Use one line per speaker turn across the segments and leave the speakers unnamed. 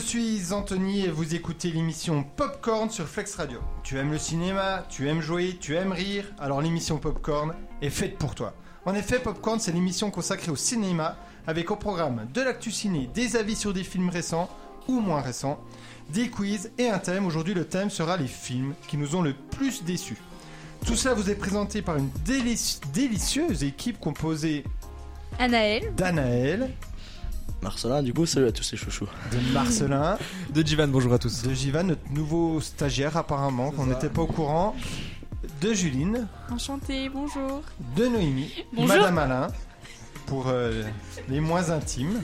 suis Anthony et vous écoutez l'émission Popcorn sur Flex Radio. Tu aimes le cinéma, tu aimes jouer, tu aimes rire, alors l'émission Popcorn est faite pour toi. En effet, Popcorn, c'est l'émission consacrée au cinéma, avec au programme de l'actu ciné, des avis sur des films récents ou moins récents, des quiz et un thème. Aujourd'hui, le thème sera les films qui nous ont le plus déçus. Tout cela vous est présenté par une délici- délicieuse équipe composée
Anaël,
d'Anaël,
Marcelin, du coup, salut à tous les chouchous.
de Marcelin,
De Jivan, bonjour à tous.
de Jivan, notre nouveau stagiaire apparemment, qu'on n'était pas au courant, de Juline,
enchantée, bonjour.
de Noémie,
Bonjour.
Madame Alain, pour euh, les moins intimes.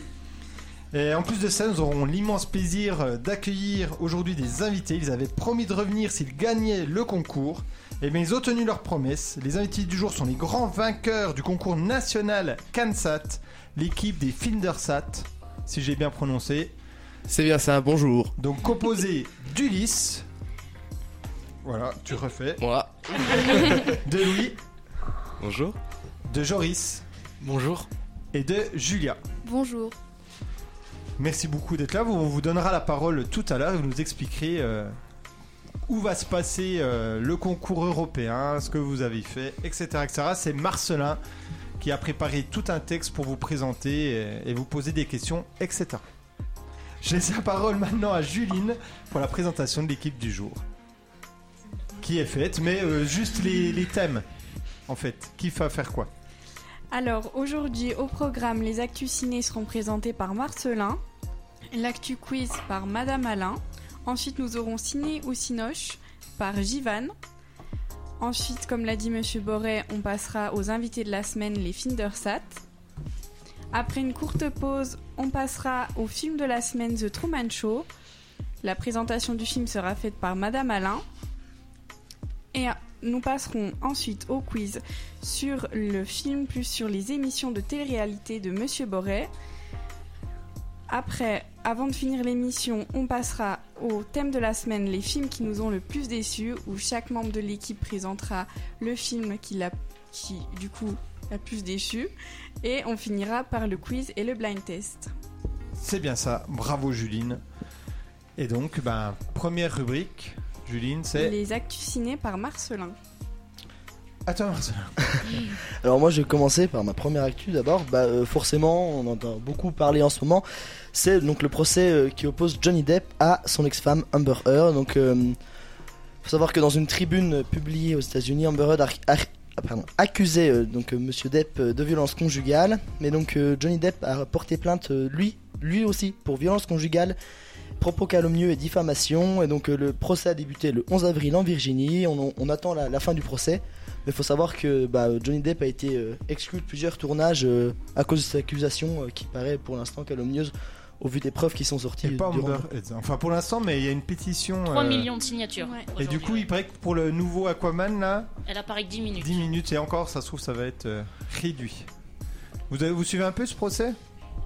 Et en plus de ça, nous aurons l'immense plaisir euh, d'accueillir aujourd'hui des invités. Ils avaient promis de revenir s'ils gagnaient le concours. Et bien, ils ont tenu leur promesse. Les invités du jour sont les grands vainqueurs du concours national CanSat, l'équipe des Findersat, si j'ai bien prononcé.
C'est bien ça, bonjour.
Donc composé d'Ulysse. Voilà, tu refais.
Moi.
De Louis,
Bonjour.
de Joris
Bonjour.
et de Julia.
Bonjour.
Merci beaucoup d'être là. Vous- On vous donnera la parole tout à l'heure et vous nous expliquerez euh, où va se passer euh, le concours européen, ce que vous avez fait, etc. etc. C'est Marcelin qui a préparé tout un texte pour vous présenter euh, et, et vous poser des questions, etc. Je laisse la parole maintenant à Juline pour la présentation de l'équipe du jour. Qui est faite, mais euh, juste les, les thèmes, en fait. Qui va faire quoi
Alors aujourd'hui au programme, les actus ciné seront présentés par Marcelin, l'actu quiz par Madame Alain, ensuite nous aurons Ciné ou Cinoche par Jivan, ensuite comme l'a dit Monsieur Boré, on passera aux invités de la semaine, les Findersat. Après une courte pause, on passera au film de la semaine The Truman Show. La présentation du film sera faite par Madame Alain. Et ah, nous passerons ensuite au quiz sur le film plus sur les émissions de télé-réalité de Monsieur Boré. Après, avant de finir l'émission, on passera au thème de la semaine, les films qui nous ont le plus déçus, où chaque membre de l'équipe présentera le film qui l'a, qui du coup l'a plus déçu, et on finira par le quiz et le blind test.
C'est bien ça, bravo Juline. Et donc, ben, première rubrique, Juline, c'est.
Les actus ciné par Marcelin.
Attends, Marcelin.
Alors, moi, je vais commencer par ma première actu d'abord. Bah, euh, forcément, on entend beaucoup parler en ce moment. C'est donc le procès euh, qui oppose Johnny Depp à son ex-femme Amber Heard. Donc, euh, faut savoir que dans une tribune euh, publiée aux États-Unis, Amber Heard a, a- ah, pardon, accusé euh, donc euh, Monsieur Depp euh, de violence conjugale. Mais donc, euh, Johnny Depp a porté plainte euh, lui, lui aussi pour violence conjugale. propos calomnieux et diffamation. Et donc euh, le procès a débuté le 11 avril en Virginie. On, on attend la, la fin du procès. Mais il faut savoir que bah, Johnny Depp a été euh, exclu de plusieurs tournages euh, à cause de cette accusation euh, qui paraît pour l'instant calomnieuse au vu des preuves qui sont sorties.
Et pas
durant-
Amber Heads. Enfin, pour l'instant, mais il y a une pétition.
3
euh,
millions de signatures.
Ouais.
Et du
aujourd'hui,
coup,
ouais.
il paraît que pour le nouveau Aquaman, là,
elle apparaît que 10 minutes.
10 minutes et encore, ça se trouve, ça va être euh, réduit. Vous, avez, vous suivez un peu ce procès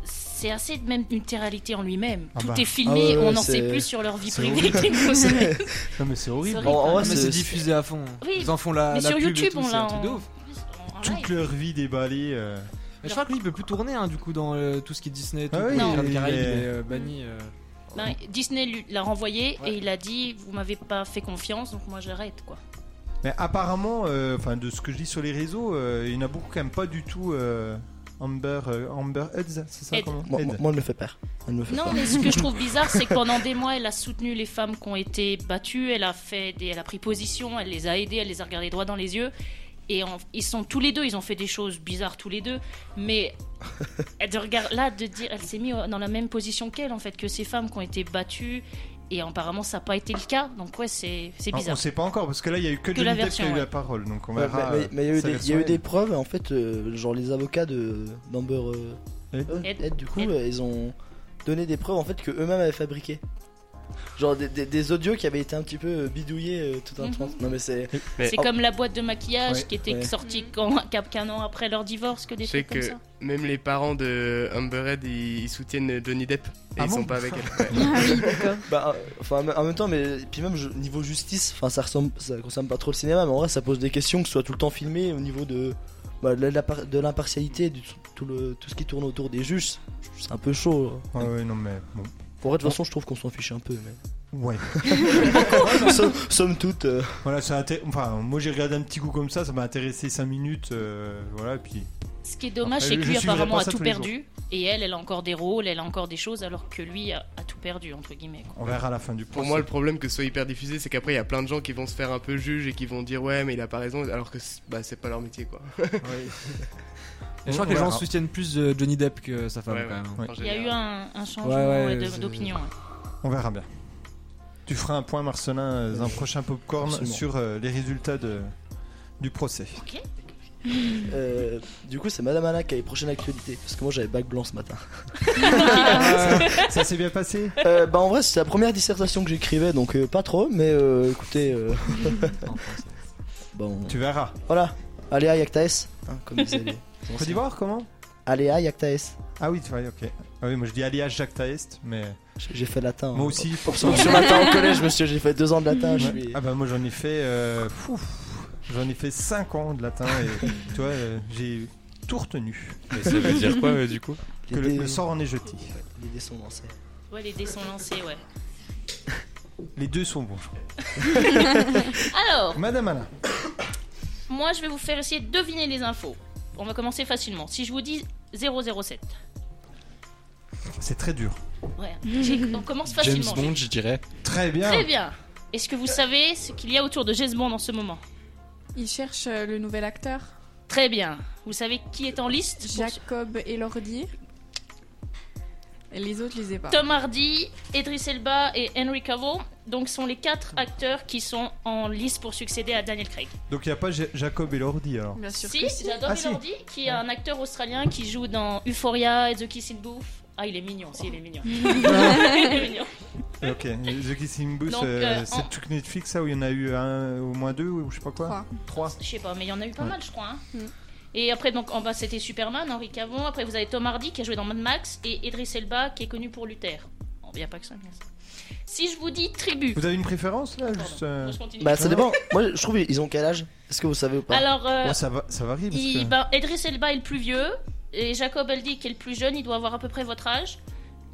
C'est assez de même une réalité en lui-même.
Ah
Tout
bah.
est
Ah
filmé,
ouais, ouais,
on en
c'est-
sait plus sur leur vie
c'est
privée que nous.
Non, mais c'est horrible.
C'est
En- en vrai,
mais
c'est-
c'est diffusé à fond.
Oui,
Ils en font la,
mais
la
sur
pub et
YouTube,
tout,
on
c'est
l'a
un truc de
en-
ouf.
en live.
Toute leur vie déballée. euh,
Mais je crois que lui, il peut plus tourner hein, du coup dans euh, tout ce qui est Disney. et Tout,
Ah oui,
Pirates des
il
Caraïbes, il
est-
est euh, banni. euh.
Ben, Disney lui- l'a renvoyé
Ouais.
et il a dit Vous m'avez pas fait confiance, donc moi j'arrête. quoi.
Mais apparemment, euh, enfin, de ce que je dis sur les réseaux, euh, il y en a beaucoup qui n'aiment pas du tout euh, Amber, euh, Amber Heads, c'est ça
Head.
comment
Moi,
Head.
moi- moi, elle me fait peur. Elle me fait
Non,
peur.
mais ce que je trouve bizarre, c'est que pendant des mois, elle a soutenu les femmes qui ont été battues, elle a, fait des, elle a pris position, elle les a aidées, elle les a regardées droit dans les yeux. Et en- ils sont tous les deux, ils ont fait des choses bizarres tous les deux, mais elle de regard- là de dire, elle s'est mise dans la même position qu'elle en fait que ces femmes qui ont été battues et apparemment ça n'a pas été le cas, donc ouais c'est c'est
Ah, on
bizarre.
sait pas encore parce que là il y a eu que,
Que
Johnny
la
Depp qui
version,
a eu
ouais.
la parole donc on
Ouais,
verra.
mais- mais- mais il y a eu des-
sa
il y,
version,
a eu
elle.
des preuves en fait, euh, genre les avocats de d'Amber euh,
Ed.
Heard,
Ed.
Ed, du coup,
Ed.
euh, ils ont donné des preuves en fait que eux-mêmes avaient fabriquées. Genre des, des- des audios qui avaient été un petit peu euh, bidouillés euh, tout un
Mhm.
temps. Non mais c'est
C'est
Oh.
comme la boîte de maquillage
Ouais,
qui était
ouais. Mm.
sortie qu'en- qu'un qu'un an après leur divorce, que des
Je sais
trucs
que
comme ça.
même les parents de Amber Heard, ils, ils soutiennent Johnny Depp et
Ah
ils
bon Ah
sont pas avec elle. Ouais.
Bah, euh, enfin, en même temps, mais puis même je- niveau justice, enfin, ça ressemble, ça concerne pas trop le cinéma, mais en vrai, ça pose des questions que ce soit tout le temps filmé au niveau de, bah, de la- de l'impartialité, de tout, tout le, tout ce qui tourne autour des juges, c'est un peu chaud. hein.
Ah Ouais, ouais, non mais bon.
Pour vrai, de toute façon, je trouve qu'on s'en fiche un peu. Mais...
Ouais.
Somme, somme toute, euh,
Voilà, ça inté- enfin, moi j'ai regardé un petit coup comme ça, ça m'a intéressé 5 minutes, euh, voilà, et puis
Ce qui est dommage,
Après,
c'est
je
que lui
suivrai
apparemment
pas
a
ça
tout
tous les
perdu et elle, elle a encore des rôles, elle a encore des choses, alors que lui a, a tout perdu entre guillemets. quoi.
on verra à la fin du
Pour
procès.
moi, le problème que ce soit hyper diffusé, c'est qu'après, il y a plein de gens qui vont se faire un peu juge et qui vont dire ouais, mais il a pas raison, alors que c'est- bah, c'est pas leur métier quoi.
Et
Ouais.
je crois
On
que les gens
verra.
soutiennent plus euh, Johnny Depp que sa femme
Ouais,
quand même.
Ouais.
En
Il y a
général.
eu un, un changement
ouais,
ouais, de-
c'est-
d'opinion. ouais.
On verra bien. Tu feras un point, Marcelin, euh, dans un prochain popcorn
Absolument.
sur euh, les résultats de, du procès.
euh, du coup, c'est Madame Anna qui a les prochaines actualités. Parce que moi, j'avais bac blanc ce matin.
Ah. ça s'est bien passé
Euh, bah, en vrai, c'est la première dissertation que j'écrivais, donc euh, pas trop, mais euh, écoutez, euh, bon.
Tu verras.
Voilà, Aléa Yactaes. Hein, comme disaient les-
Côte d'Ivoire, comment
Aléa Yactaes.
Ah oui, tu vois, ok. Ah oui, moi je dis alias Jacques Taest, mais
J'ai j'ai fait latin.
moi
hein.
aussi, pour
Donc, ce matin au collège, monsieur, j'ai fait deux ans de latin. Je suis...
Ah bah moi j'en ai fait euh, fou, j'en ai fait 5 ans de latin et tu vois euh, j'ai tout retenu
Mais ça veut dire quoi, euh, du coup
que le, le sort en est jeté.
les dés sont lancés.
Ouais, les dés sont lancés, ouais.
Les deux sont bons. je crois.
Alors,
Oh.
Madame Alain,
moi je vais vous faire essayer de deviner les infos. On va commencer facilement. Si je vous dis 007,
c'est très dur.
ouais, j'ai- on commence
James
facilement.
Bond, je dirais.
Très bien.
Très bien. Est-ce que vous savez ce qu'il y a autour de James Bond en ce moment
Il cherche euh, le nouvel acteur,
Très bien. Vous savez qui est en liste pour ce-
Jacob Elordi. Et Les autres, je les ai pas.
Tom Hardy, Idris Elba et Henry Cavill. Donc, sont les quatre
Hmm.
acteurs qui sont en liste pour succéder à Daniel Craig.
Donc il n'y a pas Ja- Jacob et l'ordi alors.
Bien sûr.
Si,
que si.
j'adore
Ah, si.
Elordi, qui est un acteur australien qui joue dans Euphoria et The Kissing Booth. Ah, il est mignon, si, il est mignon. Il est mignon.
ok. The Kissing Booth,
Donc,
euh,
euh,
c'est
en-
le truc Netflix ça où il y en a eu un, au moins deux ou je sais pas quoi.
Trois.
Ah,
Trois.
Je sais pas, mais il y en a eu pas
Ouais. Hmm.
mal, je crois. hein.
Mm.
Et après, donc, en bas, c'était Superman, Henry Cavill. Après, vous avez Tom Hardy, qui a joué dans Mad Max, et Idris Elba, qui est connu pour Luther. Il n'y a pas que ça, bien sûr. Si je vous dis tribu...
Vous avez une préférence là
Pardon,
juste, euh,
je continue.
Bah, ça dépend. Moi, je trouve ils ont quel âge Est-ce que vous savez ou pas
Alors, euh,
ouais, ça va, ça varie parce
Il-
que.
ben, Idriss Elba est le plus vieux, et Jacob Eldi qui est le plus jeune, il doit avoir à peu près votre âge,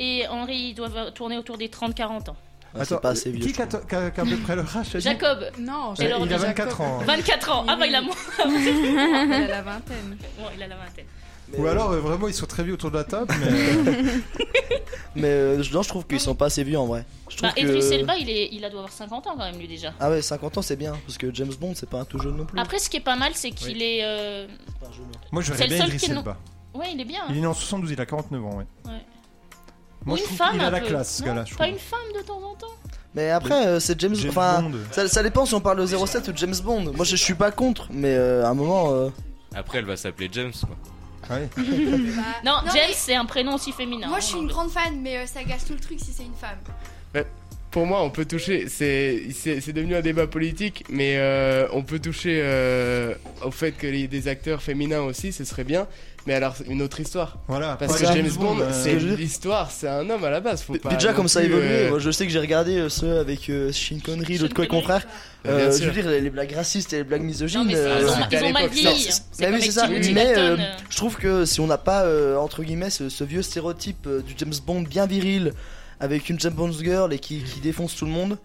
et Henri il doit avoir- tourner autour des 30-40 ans.
Ah, C'est
Attends,
pas assez vieux.
Qui
je
qu'a
trouve.
qu'a- qu'a à peu près le âge t'as dit
Jacob,
Non,
Ouais, Il a
Elordi,
24 ans.
24 ans, ah bah il a moins,
Elle a la vingtaine.
bon, il a la vingtaine.
Ou alors euh, vraiment ils sont très vieux autour de la table. Mais... euh,
Mais euh, je- non, je trouve qu'ils sont pas assez vieux en vrai. Je trouve
Bah, Idriss
que...
Elba il, est, il a doit avoir 50 ans quand même lui déjà.
Ah ouais, 50 ans c'est bien, parce que James Bond c'est pas un tout jeune non plus.
Après ce qui est pas mal c'est qu'il est... euh,
C'est pas un jeune.
Moi je
C'est
verrais
le
bien
seul
Idriss
qui est non-
Elba.
Ouais il est bien.
Il est né en 72, il a 49 ans, ouais.
Ouais.
Moi,
Ou
je
une
trouve
femme
qu'il a
un
la
peu.
classe, ce
Non,
gars-là. je
Pas
trouve.
une femme de temps en temps
Mais après, euh, c'est James...
James
Enfin,
Bond.
ça, ça dépend si on parle de 07 ou de James Bond. Moi, je, je suis pas contre, mais euh, à un moment... euh,
Après, elle va s'appeler James, quoi.
Ouais.
Non,
Non,
James
mais-
c'est un prénom aussi féminin.
Moi
hein, Ah.
je suis une
donc-
grande fan, mais euh, ça gâche tout le truc si c'est une femme.
Pour moi, on peut toucher. C'est c'est- c'est devenu un débat politique, mais euh, on peut toucher euh, au fait qu'il y ait des acteurs féminins aussi, ce serait bien. Mais alors, c'est une autre histoire.
Voilà.
Parce
pas
que James Bond,
euh,
c'est
que je-
l'histoire, c'est un homme à la base. Faut pas
déjà,
non
comme ça a
plus,
évolué,
euh,
moi, je sais que j'ai regardé euh, ceux avec euh, Sean Connery, l'autre quoi
Sean
qu'on frère.
Bien
Euh, je
sûr.
veux dire, les, les blagues racistes et les blagues misogynes...
Non mais c'est-
euh,
ils ont-
c'était à
ils ont mal
l'époque,
vieilli.
ça.
hein.
Bah
C'est
oui,
comme
c'est ça.
avec Timothy
Mais,
Dalton,
euh,
euh,
Je trouve que si on n'a pas, euh, entre guillemets, ce, ce vieux stéréotype euh, du James Bond bien viril, avec une James Bond girl et qui, qui défonce tout le monde,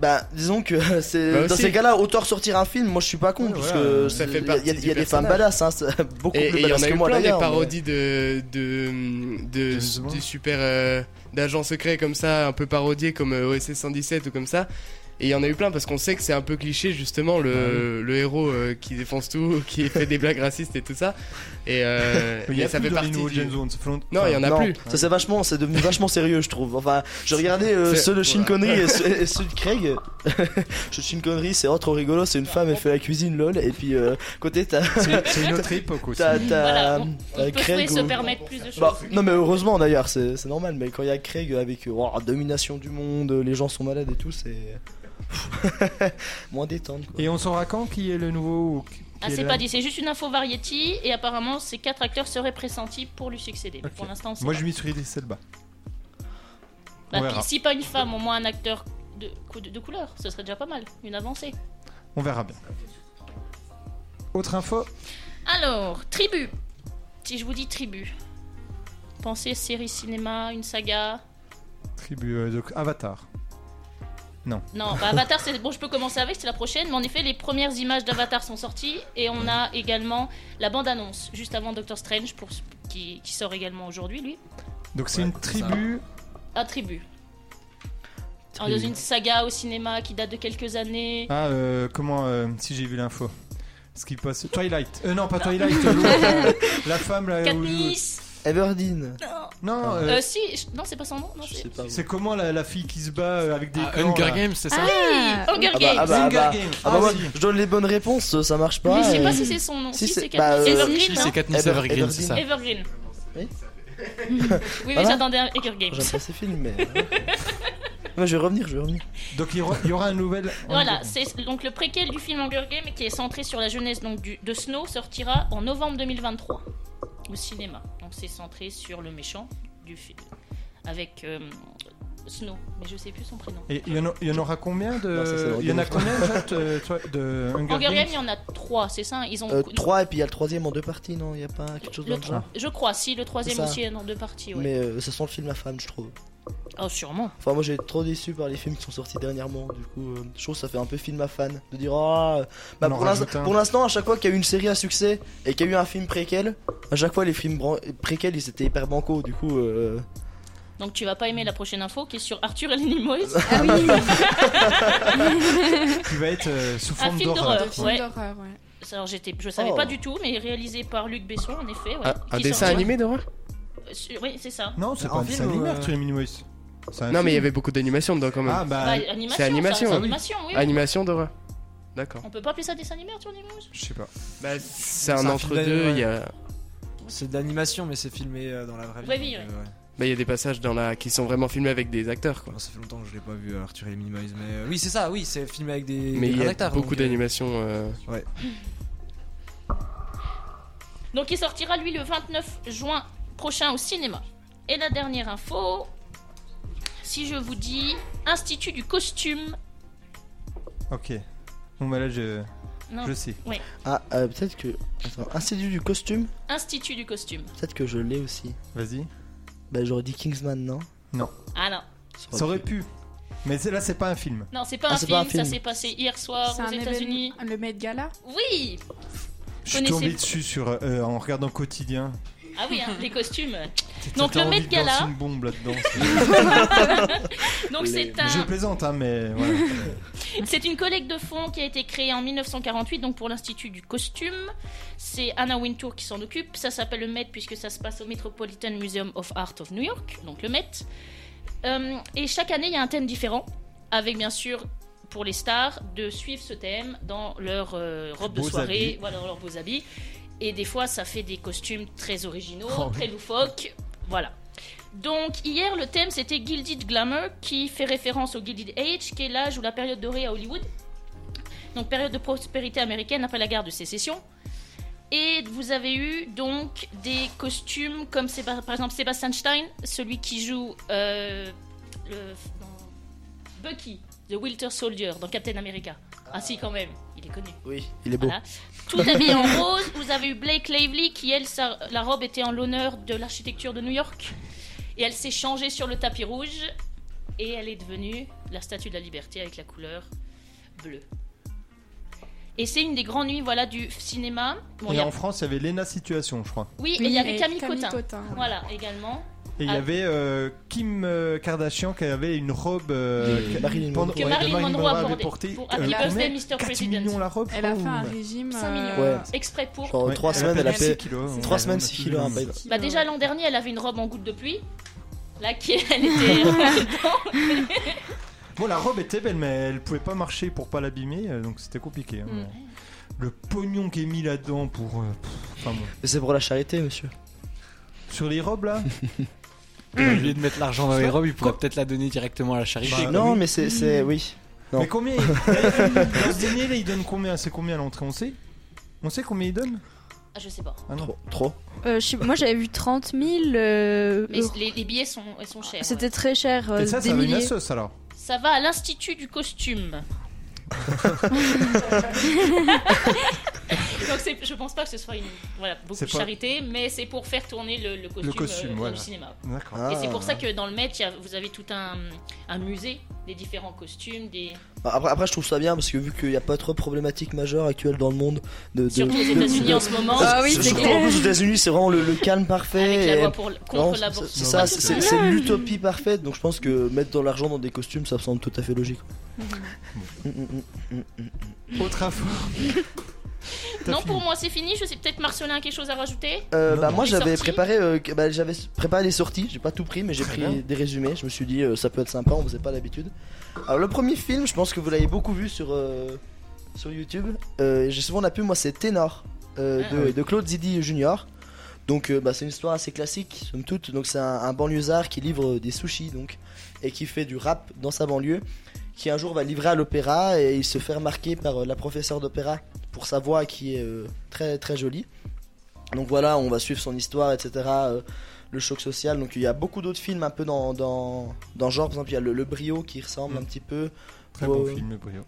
bah disons que c'est
Bah
dans
aussi.
ces cas-là, autant ressortir un film, moi je suis pas con,
Ouais,
parce
voilà,
que
ça fait
il y a-
partie
il y a,
du
des femmes badass, hein, c'est beaucoup
Et
plus
et il y en
badass
a
que
eu
moi
plein des
d'ailleurs. mais-
parodies de, de, de,
James Bond.
du super euh, d'agents secrets comme ça, un peu parodiés comme euh, OSS 117 ou comme ça. Et il y en a eu plein parce qu'on sait que c'est un peu cliché justement le, le héros euh, qui défonce tout, qui fait des blagues racistes et tout ça. Et euh,
Il y a
mais ça
plus
fait
dans les
partie.
nouveaux
du-
James Bond. ça fait longtemps-
Non, il y en a
Non,
plus.
Ah,
ça c'est vachement, c'est devenu vachement sérieux, je trouve. Enfin, je regardais euh,
C'est-
ceux de Shin
voilà.
Connery et ceux, et ceux de Craig. ceux de Shin Connery, c'est oh, trop rigolo, c'est une femme, elle fait la cuisine, lol. Et puis euh, côté, t'as,
C'est- C'est une autre époque aussi.
t'as,
Voilà,
t'as,
on-
t'as
on peut
Craig
se
ou-
permettre plus de choses.
Bah, non mais heureusement d'ailleurs, c'est c'est normal, mais quand il y a Craig avec euh, ouah, domination du monde, les gens sont malades et tout, c'est... Moins détente quoi.
Et on saura quand qui est le nouveau. ou qui- qui
Ah,
est
c'est
là
pas dit, c'est juste une info variety et apparemment ces quatre acteurs seraient pressentis pour lui succéder. Mais
Ok.
Pour l'instant, on sait
Moi,
pas.
je mis sur Idriss Elba.
Bah,
on verra.
Si pas une femme, au moins un acteur de, cou- de couleur, ce serait déjà pas mal, une avancée.
On verra bien. Autre info
Alors, tribu. Si je vous dis tribu, pensez série cinéma, une saga,
Tribu euh, de Avatar.
Non, bah, Avatar, c'est bon, je peux commencer avec, c'est la prochaine. Mais en effet, les premières images d'Avatar sont sorties et on a également la bande-annonce juste avant Doctor Strange pour, qui, qui sort également aujourd'hui, lui.
Donc c'est
Ouais,
une
ça.
tribu.
Un tribu. Dans une saga au cinéma qui date de quelques années.
Ah, euh, comment euh, Si j'ai vu l'info. Ce qui passe. Twilight. Euh, non, pas Twilight. euh, l'autre, euh, la femme là. où-
Katniss
Everdeen.
Non,
Ah.
euh,
Euh, Si, je- non, c'est pas son nom. Non,
Je
c'est-
sais pas.
c'est comment la, la fille qui se bat euh, avec des.
Ah,
clans, là
Hunger Games, c'est ça
Ah, Hunger
Ah bah,
Games.
ah bah,
Hunger
ah bah.
Games.
Ah bah, moi,
si.
je donne les bonnes réponses, ça marche pas.
Mais je sais
euh,
pas si c'est son nom.
si,
Si,
c'est-
c'est
bah, euh,
Katniss. Evergreen, hein.
Si, c'est
non
Katniss
Ever-
Evergreen, c'est ça.
Evergreen.
Oui.
Oui, mais
Voilà.
j'attendais un Hunger Games.
J'aime pas ces films, mais. Ouais, je vais revenir, je vais revenir.
Donc il y aura- il y aura un nouvel.
Voilà, c'est donc le préquel du film Hunger Games qui est centré sur la jeunesse donc, du- de Snow sortira en novembre 2023 au cinéma. Donc c'est centré sur le méchant du film avec euh, Snow, mais je sais plus son prénom.
Et il y, en a- il y en aura combien de.
Non, ça, c'est le
Euh, il y en a
regard.
combien déjà, de, de- de Hunger,
Hunger Games,
Games
il y en a trois, c'est ça Ils ont
Euh, 3 et puis il y a le troisième en deux parties, non Il y a pas quelque chose
Le
dans le genre
je crois, si le troisième
C'est ça.
aussi est en deux parties. Ouais.
Mais euh, ça sent le film à fan, je trouve.
Oh sûrement.
Enfin, moi j'ai été trop déçu par les films qui sont sortis dernièrement. Du coup, euh, je trouve que ça fait un peu film à fan de dire ah. euh, bah,
On en
pour l'inst-
rajoute un.
pour l'instant, à chaque fois qu'il y a eu une série à succès et qu'il y a eu un film préquel, à chaque fois les films bran- préquels ils étaient hyper banco. Du coup, euh,
Donc tu vas pas aimer la prochaine info qui est sur Arthur et les Nimoy.
Ah oui,
Qui va être euh, sous forme
film
d'horreur.
d'horreur.
film
Ouais.
d'horreur, ouais.
Alors j'étais, je savais
Oh.
pas du tout, mais réalisé par Luc Besson en effet. ouais,
Un, un
qui
dessin
sortira-
animé d'horreur
Euh, sur- Oui, c'est ça.
Non, c'est
Un
pas un
film
dessin
ou,
animé,
euh,
Arthur et Minimoys. C'est un
Non, mais il y
film.
avait beaucoup d'animation dedans quand même.
Ah bah.
Bah, animation,
c'est animation,
ça, c'est
hein.
animation, oui.
Animation d'horreur. D'accord.
On peut pas appeler ça dessin animé, Arthur Nimoy
Je sais pas.
Bah, c'est
un
un
film
entre-deux,
d'animation,
il y a.
C'est de l'animation, mais c'est filmé euh, dans la vraie
Vraie vie,
donc, euh, ouais.
Bah, il y a des passages dans la... qui sont vraiment filmés avec des acteurs, quoi.
Bon, ça fait longtemps que je l'ai pas vu, Arthur et les Minimoys, mais euh, oui, c'est ça, oui, c'est filmé avec des,
Mais
des
il y
vrais
a
acteurs,
beaucoup
donc, euh,
d'animations. euh,
Donc il sortira lui le 29 juin prochain au cinéma. Et la dernière info, si je vous dis Institut du costume.
Ok. Bon bah là je,
Non,
je sais.
ah, euh, peut-être que. Attends, Institut du costume
Institut du costume.
Peut-être que je l'ai aussi.
Vas-y.
Bah, j'aurais dit Kingsman, non
Ah non,
Ça aurait pu. Mais c'est- là c'est pas un film.
non, c'est pas,
Ah,
un,
c'est
film,
pas un film.
ça s'est passé hier soir
C'est
aux
un
États-Unis.
événement- Le Met Gala
Oui
Je suis
Connaissez-
tombé dessus sur, euh, en regardant quotidien.
Ah oui, hein, les costumes.
T'as-
Donc,
t'as
le
envie
Met
de lancer
Gala.
une bombe là-dedans.
Donc c'est un.
je plaisante hein mais voilà.
C'est une collecte de fonds qui a été créée en 1948 donc pour l'Institut du costume. C'est Anna Wintour qui s'en occupe. Ça s'appelle le Met puisque ça se passe au Metropolitan Museum of Art of New York, donc le Met. Euh, et chaque année, il y a un thème différent, avec bien sûr pour les stars de suivre ce thème dans leur euh, robe de
Beaux
soirée,
habits.
voilà, dans leurs beaux habits. Et des fois, ça fait des costumes très originaux,
Oh oui.
très loufoques, voilà. Donc hier, le thème c'était Gilded Glamour, qui fait référence au Gilded Age, qui est l'âge ou la période dorée à Hollywood. Donc période de prospérité américaine après la guerre de sécession. Et vous avez eu donc des costumes comme Séba- par exemple Sébastien Stein, celui qui joue euh, le- dans Bucky, The Winter Soldier dans Captain America. Ah si quand même, il est connu.
Oui, il est beau.
Voilà. Tout habillé en rose, vous avez eu Blake Lively qui, elle, sa- la robe était en l'honneur de l'architecture de New York. Et elle s'est changée sur le tapis rouge et elle est devenue la statue de la liberté avec la couleur bleue. Et c'est une des grandes nuits voilà, du cinéma. Bon, il
et
y a-
en France il y avait Lena Situation je crois.
Oui, et
Oui,
il y avait
et
Camille, Cotin.
ouais.
Voilà, également.
Et il y
Ah.
avait euh, Kim euh, Kardashian qui avait une robe euh,
Oui,
que-
Marilyn
pendant-
Monroe.
Que Marilyn Monroe a
avait
porté
portée.
pour Happy
combien
Birthday, Mr.
4
President.
millions la robe Oh. je
Elle a
crois,
fait
ou-
un régime.
5 millions.
euh,
Ouais.
Exprès pour.
Genre,
Ouais,
3
elle
semaines, elle a
perdu six
fait.
kilos, hein.
3
Ouais,
semaines,
on a
6
plus
kilos,
de-
un bail.
Bah déjà l'an dernier, elle avait une robe en goutte de pluie. Là, qui elle était.
Bon, la robe était belle, mais elle pouvait pas marcher pour pas l'abîmer, euh, donc c'était compliqué. hein.
Mm.
Le pognon qui est mis là-dedans pour. euh, pff, enfin bon.
Mais c'est pour la charité, monsieur.
Sur les robes là
Au
Hmm.
lieu de mettre l'argent dans les robes, il pourrait peut-être la donner directement à la charité.
Bah,
non,
oui.
mais c'est- c'est. Oui. Non.
Mais combien Dans ce dîner là, il donne combien C'est combien à l'entrée On sait On sait combien il donne
Ah, je sais pas.
Ah non.
Trop. Trop.
Euh, je sais- moi j'avais vu 30 000. euh,
Mais
euros.
les, les billets sont, elles sont chers. ouais.
C'était très cher. euh,
Et ça,
des
ça avait une
milliers.
assoce alors.
Ça va à l'Institut du costume. Donc c'est- je pense pas que ce soit une, voilà, beaucoup
C'est
de
pas-
charité, mais c'est pour faire tourner le, le costume,
costume,
euh, dans
voilà.
le cinéma.
D'accord.
Ah.
Et c'est pour ça que dans le Met, il y a- vous avez tout un, un musée des différents costumes, des...
Bah, Après, après, je trouve ça bien parce que vu qu'il n'y a pas trop de problématiques majeures actuelles dans le monde de. de-
surtout aux
de-
États-Unis
de-
en ce moment,
Ah oui,
Sur-
c'est
surtout
clair.
en plus, aux États-Unis, c'est vraiment le, le calme parfait.
avec la
et-
loi pour,
Non,
contre
c'est-
l'avortement.
C'est ça,
Non,
c'est-
c'est-
c'est c'est l'utopie parfaite. Donc je pense que mettre de l'argent dans des costumes, ça me semble tout à fait logique. Mm, mm, mm.
Autre info. T'as
Non,
fini.
pour moi c'est fini, je sais peut-être Marcelin a quelque chose à rajouter
Euh,
Non,
bah
non.
moi
Les
j'avais
sorties.
préparé, euh, que- bah, j'avais préparé les sorties. J'ai pas tout pris, mais j'ai
Très
pris
bien.
des résumés. Je me suis dit euh, ça peut être sympa, on faisait pas l'habitude. Alors le premier film, je pense que vous l'avez beaucoup vu sur euh, sur YouTube. Euh, j'ai souvent la pub, moi c'est Ténor euh,
Ah,
de,
oui.
de Claude Zidi Junior. Donc euh, bah, c'est une histoire assez classique, somme toute. Donc c'est un, un banlieusard qui livre des sushis donc et qui fait du rap dans sa banlieue. Qui un jour va livrer à l'opéra et il se fait remarquer par euh, la professeure d'opéra pour sa voix qui est euh, très très jolie. Donc voilà, on va suivre son histoire, etc. euh, le choc social. Donc il y a beaucoup d'autres films un peu dans, dans, dans le genre. Par exemple, il y a le, Le Brio qui ressemble
Mm.
un petit peu.
Très
ou,
bon
euh,
film, le Brio.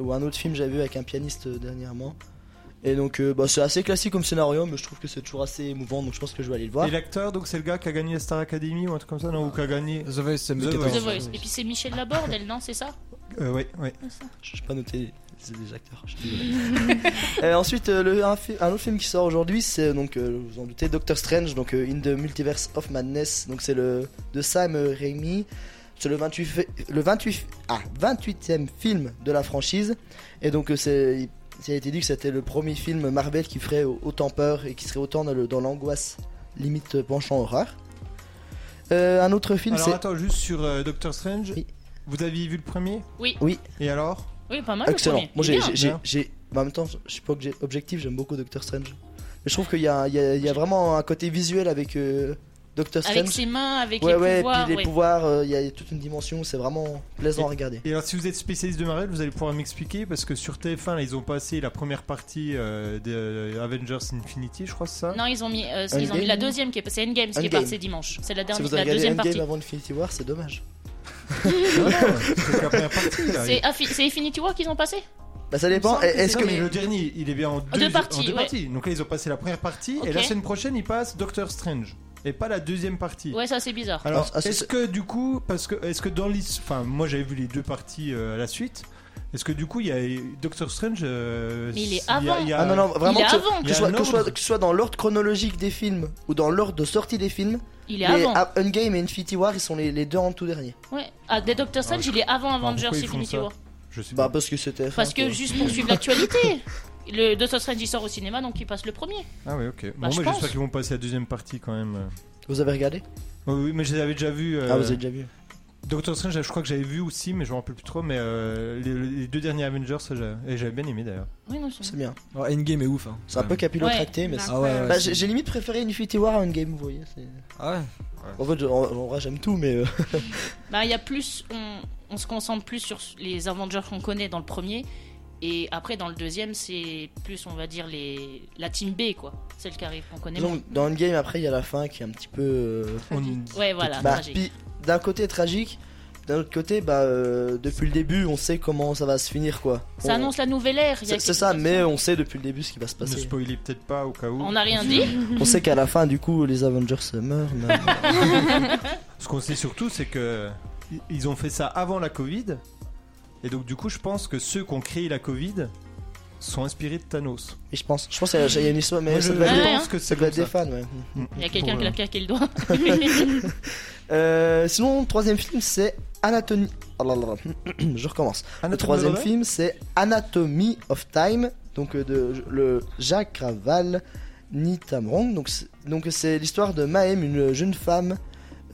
Ou un autre film que j'avais vu avec un pianiste euh, dernièrement. Et donc euh, bah, c'est assez classique comme scénario, mais je trouve que c'est toujours assez émouvant. Donc je pense que je vais aller le voir.
Et l'acteur, donc c'est le gars qui a gagné la Star Academy ou un truc comme ça, non Ou qui a gagné.
The Voice, ça me
The
dit
Voice.
The
quelque chose.
Voice. Et puis c'est Michel Laborde, elle, non, c'est ça
Euh, ouais, ouais.
Je n'ai pas noté c'est des acteurs. je suis désolé. Euh, ensuite, euh, le, un, fi- un autre film qui sort aujourd'hui, c'est donc, euh, vous en doutez, Doctor Strange, donc euh, In the Multiverse of Madness. Donc c'est le de Sam euh, Raimi. C'est le 28 fi- le 28 ah, 28e film de la franchise. Et donc euh, c'est il- ça a été dit que c'était le premier film Marvel qui ferait au- autant peur et qui serait autant dans le- dans l'angoisse limite euh, penchant horreur. Euh, un autre film,
Alors
c'est
attends, juste sur euh, Doctor Strange,
Oui.
vous aviez vu le premier
Oui.
Oui.
Et alors
Oui, pas mal. le
Excellent.
premier.
Moi,
Il est
j'ai,
bien.
j'ai- j'ai-
bien.
j'ai- bah, en même temps, je je suis pas obje- objectif, j'aime beaucoup Doctor Strange. Mais je trouve qu'il y a, il y a- il y a vraiment un côté visuel avec euh, Doctor Strange.
Avec ses mains, avec
ouais,
les
ouais,
pouvoirs.
puis les
ouais.
pouvoirs, euh, il y a toute une dimension, c'est vraiment plaisant à regarder.
Et alors, si vous êtes spécialiste de Marvel, vous allez pouvoir m'expliquer parce que sur TF1, là, ils ont passé la première partie euh, des euh, Avengers Infinity, je crois, c'est ça
Non, ils ont mis, euh, ils ont mis
Endgame
la deuxième qui est passée, Endgame, ce qui est
Endgame.
passée dimanche. C'est la,
Si
dernière,
vous
la
avez regardé
deuxième
Endgame
partie.
avant Infinity War, c'est dommage.
Non, non, c'est la première partie, là.
C'est Affi- c'est Infinity War qu'ils ont passé
Bah, ça dépend.
semble que
Est-ce
Non,
que.
mais le dernier, il est bien en deux,
deux parties,
en deux
ouais.
parties. Donc là, ils ont passé la première partie et
Ok.
la semaine prochaine, ils passent Doctor Strange et pas la deuxième partie.
Ouais, ça c'est bizarre.
Alors,
Ah, ah, c'est-
est-ce que du coup, parce que est-ce que dans l'is, enfin, moi j'avais vu les deux parties euh, à la suite. Est-ce que du coup, il y a Doctor Strange euh,
Mais il est
y a-
avant.
il y a-
Ah non, non, vraiment.
il est
que,
avant.
Il
que
y a
ce soit,
un
que, ce soit,
ordre.
que ce soit dans l'ordre chronologique des films ou dans l'ordre de sortie des films,
Il est
les
avant.
A- Endgame et Infinity War, ils sont les, les deux en tout dernier.
Ouais. Ah, des Doctor Strange, il est avant
Enfin,
Avengers
pourquoi ils font
Infinity
ça
War.
Je sais
Bah,
pas.
parce que c'était.
Parce que juste pour suivre l'actualité. Le Doctor Strange il sort au cinéma donc il passe le premier.
Ah oui, ok.
Bah,
bon,
je
mais
pense.
j'espère qu'ils vont passer la deuxième partie quand même.
Vous avez regardé
Oh, oui, mais je les avais déjà vus. euh,
Ah, vous avez déjà vu.
Doctor Strange, je crois que j'avais vu aussi, mais je me rappelle plus trop. Mais euh, les, les deux derniers Avengers, ça, j'avais- et j'avais bien aimé d'ailleurs.
Oui, non,
C'est bien.
Oh, Endgame est ouf. Hein.
C'est un peu capillotracté, mais
Ouais.
c'est-
Ah ouais, ouais,
Bah,
c'est-
j'ai j'ai limite préféré Infinity War à Endgame, vous voyez. c'est-
Ah ouais.
En fait, je- en, en vrai, j'aime tout, mais. euh,
Bah, il y a plus, on, on se concentre plus sur les Avengers qu'on connaît dans le premier. Et après, dans le deuxième, c'est plus, on va dire, les, la team B, quoi. Celle qui arrive, qu'on connaît moins.
disons que dans Endgame, après, il y a la fin qui est un petit peu. euh,
Ouais, voilà,
bah,
tragique.
pi- D'un côté tragique, d'un autre côté, bah, euh, depuis le début, on sait comment ça va se finir, quoi.
Ça
On-
annonce la nouvelle ère. il y a
C'est c'est
quelque
ça,
chose.
mais on sait depuis le début ce qui va se
Ne
passer.
spoiler peut-être pas au cas où.
On n'a rien dit.
On sait qu'à la fin, du coup, les Avengers se meurent. mais-
Ce qu'on sait surtout, c'est que i- ils ont fait ça avant la Covid. Et donc, du coup, je pense que ceux qui ont créé la Covid sont inspirés de Thanos.
Et je pense, je pense qu'il y a- il y a une histoire, mais
Moi, je
ça doit être,
Ouais, hein.
pense que
ça
c'est
doit
comme
être des
ça.
fans, ouais. Mm-hmm.
Il y a quelqu'un
Pour,
qui
euh,
l'a claqué le doigt.
Euh, sinon, troisième film, c'est Anatomy. Oh là là là. Je recommence. Le
Anatomy
troisième
of a-
film, c'est Anatomy of Time, donc euh, de le Jacques Raval Nitamrong. Donc c'est- donc c'est l'histoire de Mahem, une jeune femme,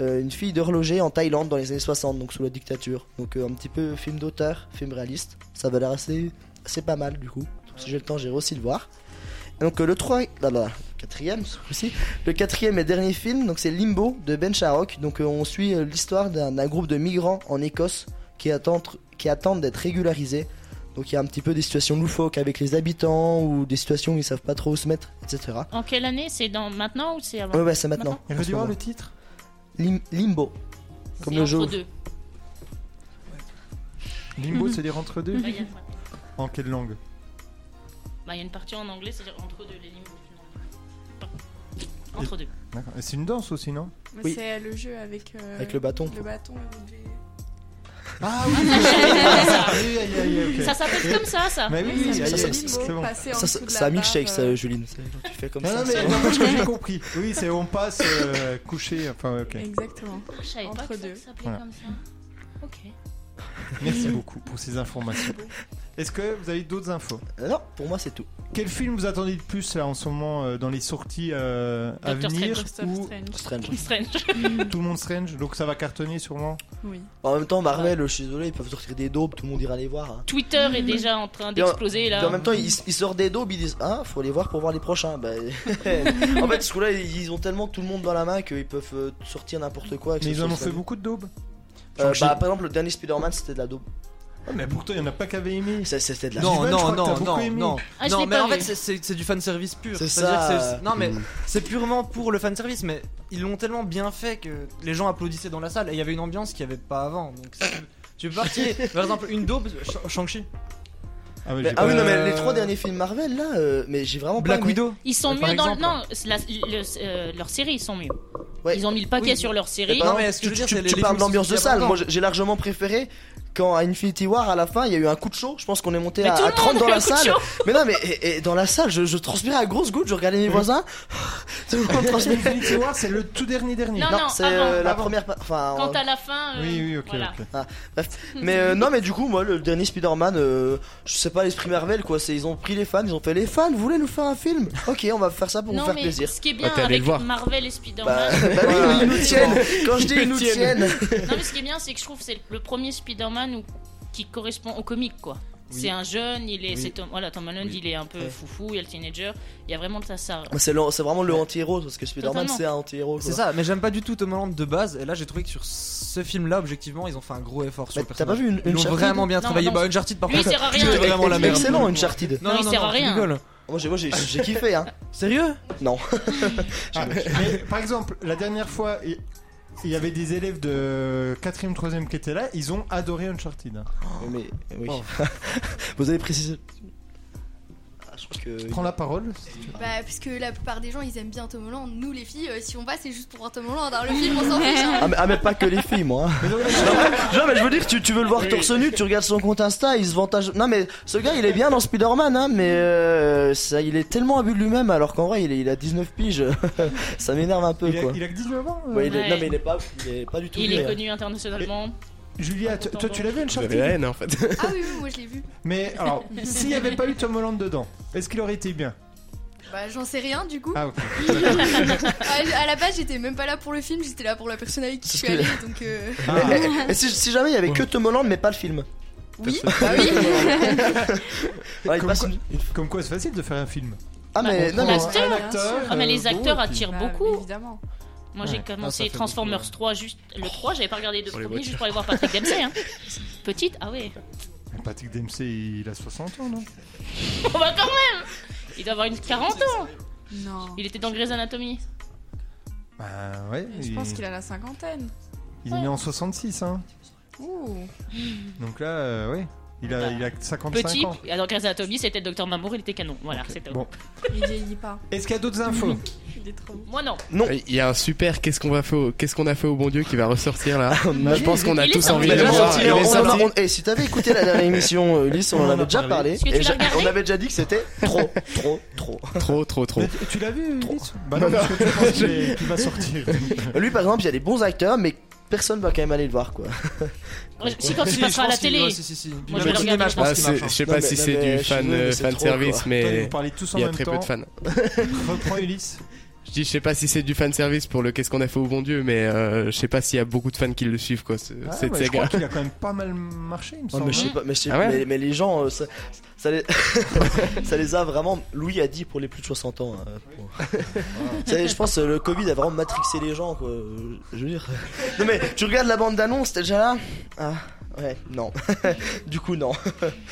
euh, une fille d'horloger en Thaïlande dans les années 60, donc sous la dictature. Donc euh, un petit peu film d'auteur, film réaliste. Ça va l'air assez, assez pas mal du coup. Donc, si j'ai le temps, j'irai aussi le voir. Et donc euh, le 3 là, là, quatrième ce coup-ci. le quatrième et dernier film, donc c'est Limbo de Ben Sharrock. Donc euh, on suit euh, l'histoire d'un d'un groupe de migrants en Écosse qui attendent, qui attendent d'être régularisés. Donc il y a un petit peu des situations loufoques avec les habitants ou des situations où ils savent pas trop où se mettre, etc.
en quelle année C'est dans maintenant ou c'est avant
Ouais, ouais, c'est maintenant.
Et redis voir le titre
Lim- Limbo. Comme
C'est
le
entre
jeu.
deux.
Mhm.
Limbo, c'est dire entre deux
Ouais, Bah, il y a-
En quelle langue
Bah, il y a une partie en anglais, c'est-à-dire entre deux les lignes. Non. Entre deux.
D'accord. Et c'est une danse aussi, non
Oui.
C'est le jeu avec, euh,
Avec le bâton,
Le
quoi.
bâton et vous devez-
Ah
oui,
aïe, aïe, aïe, ok.
Ça s'appelle comme ça, ça.
Mais oui, oui,
Oui, ça
aïe,
me
aïe,
fait
c'est
Limbo,
c'est bon.
passer en
Ça,
dessous
c'est
de
c'est
la
un milkshake,
barre,
ça,
euh,
Juline. C'est quand tu fais comme
Non,
ça.
non, mais
ça-
non, parce que j'ai compris. Oui, c'est on passe euh, couché. Enfin, ok.
Exactement.
Ah, Je savais pas
Entre
que ça
deux.
s'appelait
Voilà.
comme ça. Ok.
Merci beaucoup pour ces informations. Est-ce que vous avez d'autres infos
Non, pour moi, c'est tout.
Quel film vous attendez de plus là en ce moment euh, dans les sorties euh, à
Doctor
venir
Doctor
ou
Strange.
Strange.
Strange.
Tout le monde Strange Donc ça va cartonner sûrement.
Oui.
En même temps, Marvel, je suis désolé, ils peuvent sortir des daubes, tout le monde ira les voir. hein.
Twitter est déjà en train d'exploser
Et en
là.
même temps, ils, ils sortent des daubes, ils disent Ah, faut les voir pour voir les prochains. Bah, en fait, ce coup-là, ils ont tellement tout le monde dans la main qu'ils peuvent euh, sortir n'importe quoi. que
Mais
ce
ils
soit
en ont
sur la-
fait beaucoup de daubes.
Euh, bah, par exemple, le dernier Spider-Man, c'était de la daube.
Ah, mais pourtant il y en a pas qui avaient aimé.
Ça, C'était de la
Steven,
Non,
je
non,
crois que t'as
non,
beaucoup
non,
aimé.
non.
Ah, je l'ai
non, mais
pas
en
vu.
fait, c'est- c'est c'est du fanservice pur.
C'est
C'est-à-dire
ça,
que c'est-
euh,
Non, mais
mm.
c'est purement pour le fanservice, mais ils l'ont tellement bien fait que les gens applaudissaient dans la salle et il y avait une ambiance qu'il n'y avait pas avant. Donc, si tu- tu veux partir, par exemple, une daube, Sh- Shang-Chi,
Ah, mais
Mais-
j'ai
ah
pas-
oui, non, mais
Euh,
les trois derniers films Marvel là, euh, mais j'ai vraiment
Black
pas aimé.
Widow.
Ils sont
Par
mieux dans le.
exemple.
Non, c'est la- le- euh, leur série, ils sont mieux.
Ouais.
Ils ont mis le paquet
Oui.
sur leur
Eh
série.
ben,
Non, mais ce que je veux
tu-
dire,
tu-
c'est les-
tu
les
parles
films
d'ambiance
qui
de
sortent il y a
salle.
pas
Moi, j'ai- j'ai largement préféré quand à Infinity War, à la fin, il y a eu un coup de chaud. Je pense qu'on est monté
Mais
à,
tout
à
le
30
monde
dans
a eu
la
un coup de
salle.
chaud.
Mais non, mais et- et dans la salle, je, je transpirais à grosses gouttes. Je regardais mes voisins. Tout le monde transpirait.
Infinity War, c'est le tout dernier dernier.
Non, non,
c'est
avant,
euh, la
avant.
première. pa- Enfin,
Quand
euh,
à la fin. euh,
Oui, oui, ok,
voilà.
ok.
mais euh, non, mais du coup, moi, le dernier Spider-Man, euh, je sais pas, l'esprit Marvel, quoi. C'est ils ont pris les fans, ils ont fait les fans. Vous voulez nous faire un film Ok, on va faire ça pour vous
Non,
faire
mais
plaisir.
ce qui est
Ah,
bien
t'es allé
avec
le voir.
Marvel et
Bah,
Spider-Man.
bah oui, ils nous tiennent. Quand je dis ils nous tiennent.
Non, mais ce qui est bien, c'est que je trouve que c'est le premier Spider-Man où- qui correspond au comique, quoi. C'est un jeune, il est,
Oui.
c'est Tom, voilà, Tom Holland, il est un peu foufou, il est le teenager. Il y a vraiment de ça, ça.
Bah, C'est le- c'est vraiment le anti-héros parce que Spider-Man
Totalement.
c'est un anti-héros. Oh, quoi.
C'est ça, mais j'aime pas du tout Tom Holland de base. Et là, j'ai trouvé que sur ce film-là, objectivement, ils ont fait un gros effort sur
Mais
le
T'as pas
personnage.
vu une,
Ils
une
l'ont
Uncharted
vraiment bien
Non,
travaillé.
mais non,
Bah, Uncharted, par
Lui, il
contre,
sert à
c'était
rien.
vraiment la merde.
Excellent Uncharted.
Non, il
non,
sert à
non, je
rien.
rigole.
Moi j'ai moi, j'ai- j'ai kiffé hein.
Sérieux
Ah, mais, par exemple, la dernière fois, il il y avait des élèves de 4ème, 3ème qui étaient là, ils ont adoré Uncharted. hein.
Mais oui.
Oh.
Vous avez précisé. Ah, je crois que.
Prends la parole.
Bah, parce que la plupart des gens ils aiment bien Tom Holland. Nous les filles, euh, si on va, c'est juste pour voir Tom Holland. Alors le film, on s'en fiche. hein.
Ah mais, ah, mais pas que les filles moi. hein. non mais je veux dire tu, tu veux le voir torse nu, tu regardes son compte Insta, il se vantage. Non mais ce gars il est bien dans Spider-Man hein, mais euh, ça, il est tellement imbu de lui-même alors qu'en vrai il, est- il a 19 piges. ça m'énerve un peu
Il a,
quoi.
il a que 19 ans. euh.
Ouais, il est-
Ouais.
Non mais il est pas, il est pas du tout.
Il
vieux,
est
hein.
connu internationalement.
Julia, t- toi tu l'as vu
J'avais la
Uncharted
haine en fait.
Ah oui, oui, moi je l'ai vu.
Mais alors, s'il n'y avait pas eu Tom Holland dedans, est-ce qu'il aurait été bien
Bah, j'en sais rien du coup.
Ah, ok.
À, à la base, j'étais même pas là pour le film, j'étais là pour la personne avec qui je
C'est
suis
ce que-
allée. Donc, euh,
Ah.
Mais- mais- mais Eh, si, si jamais il y avait que Tom Holland mais pas le film.
oui.
Bah
Ah Ouais, il
Comme
passe
quoi-
une-
Comme quoi, c'est facile de faire un film.
Ah mais
Bah,
non mais
on acteur,
un
Ah, mais les
bon,
acteurs
et puis-
attirent
euh, Bah,
beaucoup.
Évidemment.
Moi,
Ouais.
j'ai
Ah, ça
commencé
fait
Transformers
beaucoup,
3, juste le 3, j'avais pas regardé les deux
Pour les
premiers, juste pour aller voir Patrick Dempsey. Hein. Petite, ah ouais.
Patrick Dempsey, il a 60 ans, non
Bon, bah quand même Il doit avoir une 40 ans
Non.
Il était dans Grey's Anatomy.
Bah ouais,
Mais Je
il,
pense qu'il a la cinquantaine.
il est né en 66, hein.
Ouh.
Donc là, euh, ouais, il a, il a 55
Petit,
ans.
alors Grey's Anatomy, c'était le docteur Mamour, il était canon. Voilà, c'était
Bon,
Il vieillit pas.
est-ce qu'il y a d'autres infos
Il est trop beau.
Moi non.
Il y a un super qu'est-ce qu'on va faire au- qu'est-ce qu'on a fait au bon Dieu qui va ressortir là. Je pense qu'on a
Il est
tous
sorti.
envie
Mais
de
il
le
est
voir.
sorti,
Il
on
est
en a-
sorti.
on- eh, si t'avais écouté la dernière émission, euh, Ulysse, on, en avait déjà parlé.
Est-ce que tu
Et
l'as
j'a-
regardé
on avait déjà dit que c'était trop, trop, trop.
Trop trop trop.
Mais tu- Tu l'as vu, Ulysse Bah non, parce que tu penses qu'il est- qu'il va sortir.
Lui, par exemple, il y a des bons acteurs, mais personne va quand même aller le voir, quoi.
Moi, je- Si quand
Si,
il
je
passera à la
pense qu'il-
télé.
ouais, si, si, si. Puis
Moi, je
même
vais
au
le
cinéma,
regarder,
je
je
pense
Ah,
qu'il
c'est-
marche,
je
hein.
sais
Non,
pas
mais-
si
non,
c'est
mais
du
je suis
fan
désolé,
euh,
mais c'est
fan
trop,
service
quoi.
Putain, Vous
mais
parlez tous en
il y a
même
très peu
temps.
de fans.
Reprends Ulysse.
Je dis je sais pas si c'est du fan service pour le qu'est-ce qu'on a fait au bon Dieu mais euh, je sais pas s'il y a beaucoup de fans qui le suivent quoi ce-
Ah,
cette
ouais, je
saga.
crois qu'il a quand même pas mal marché, il me
Ouais,
semble.
Oh, mais je sais pas, mais, je sais-
Ah ouais
mais, mais les gens, euh, ça, ça les... ça les a vraiment. Louis a dit pour les plus de 60 ans. hein, pour- Vous savez, je pense euh, le Covid a vraiment matrixé les gens, quoi. Euh, Je veux dire. Non, mais tu regardes la bande d'annonce, t'es déjà là Ah, ouais, non. du coup, non.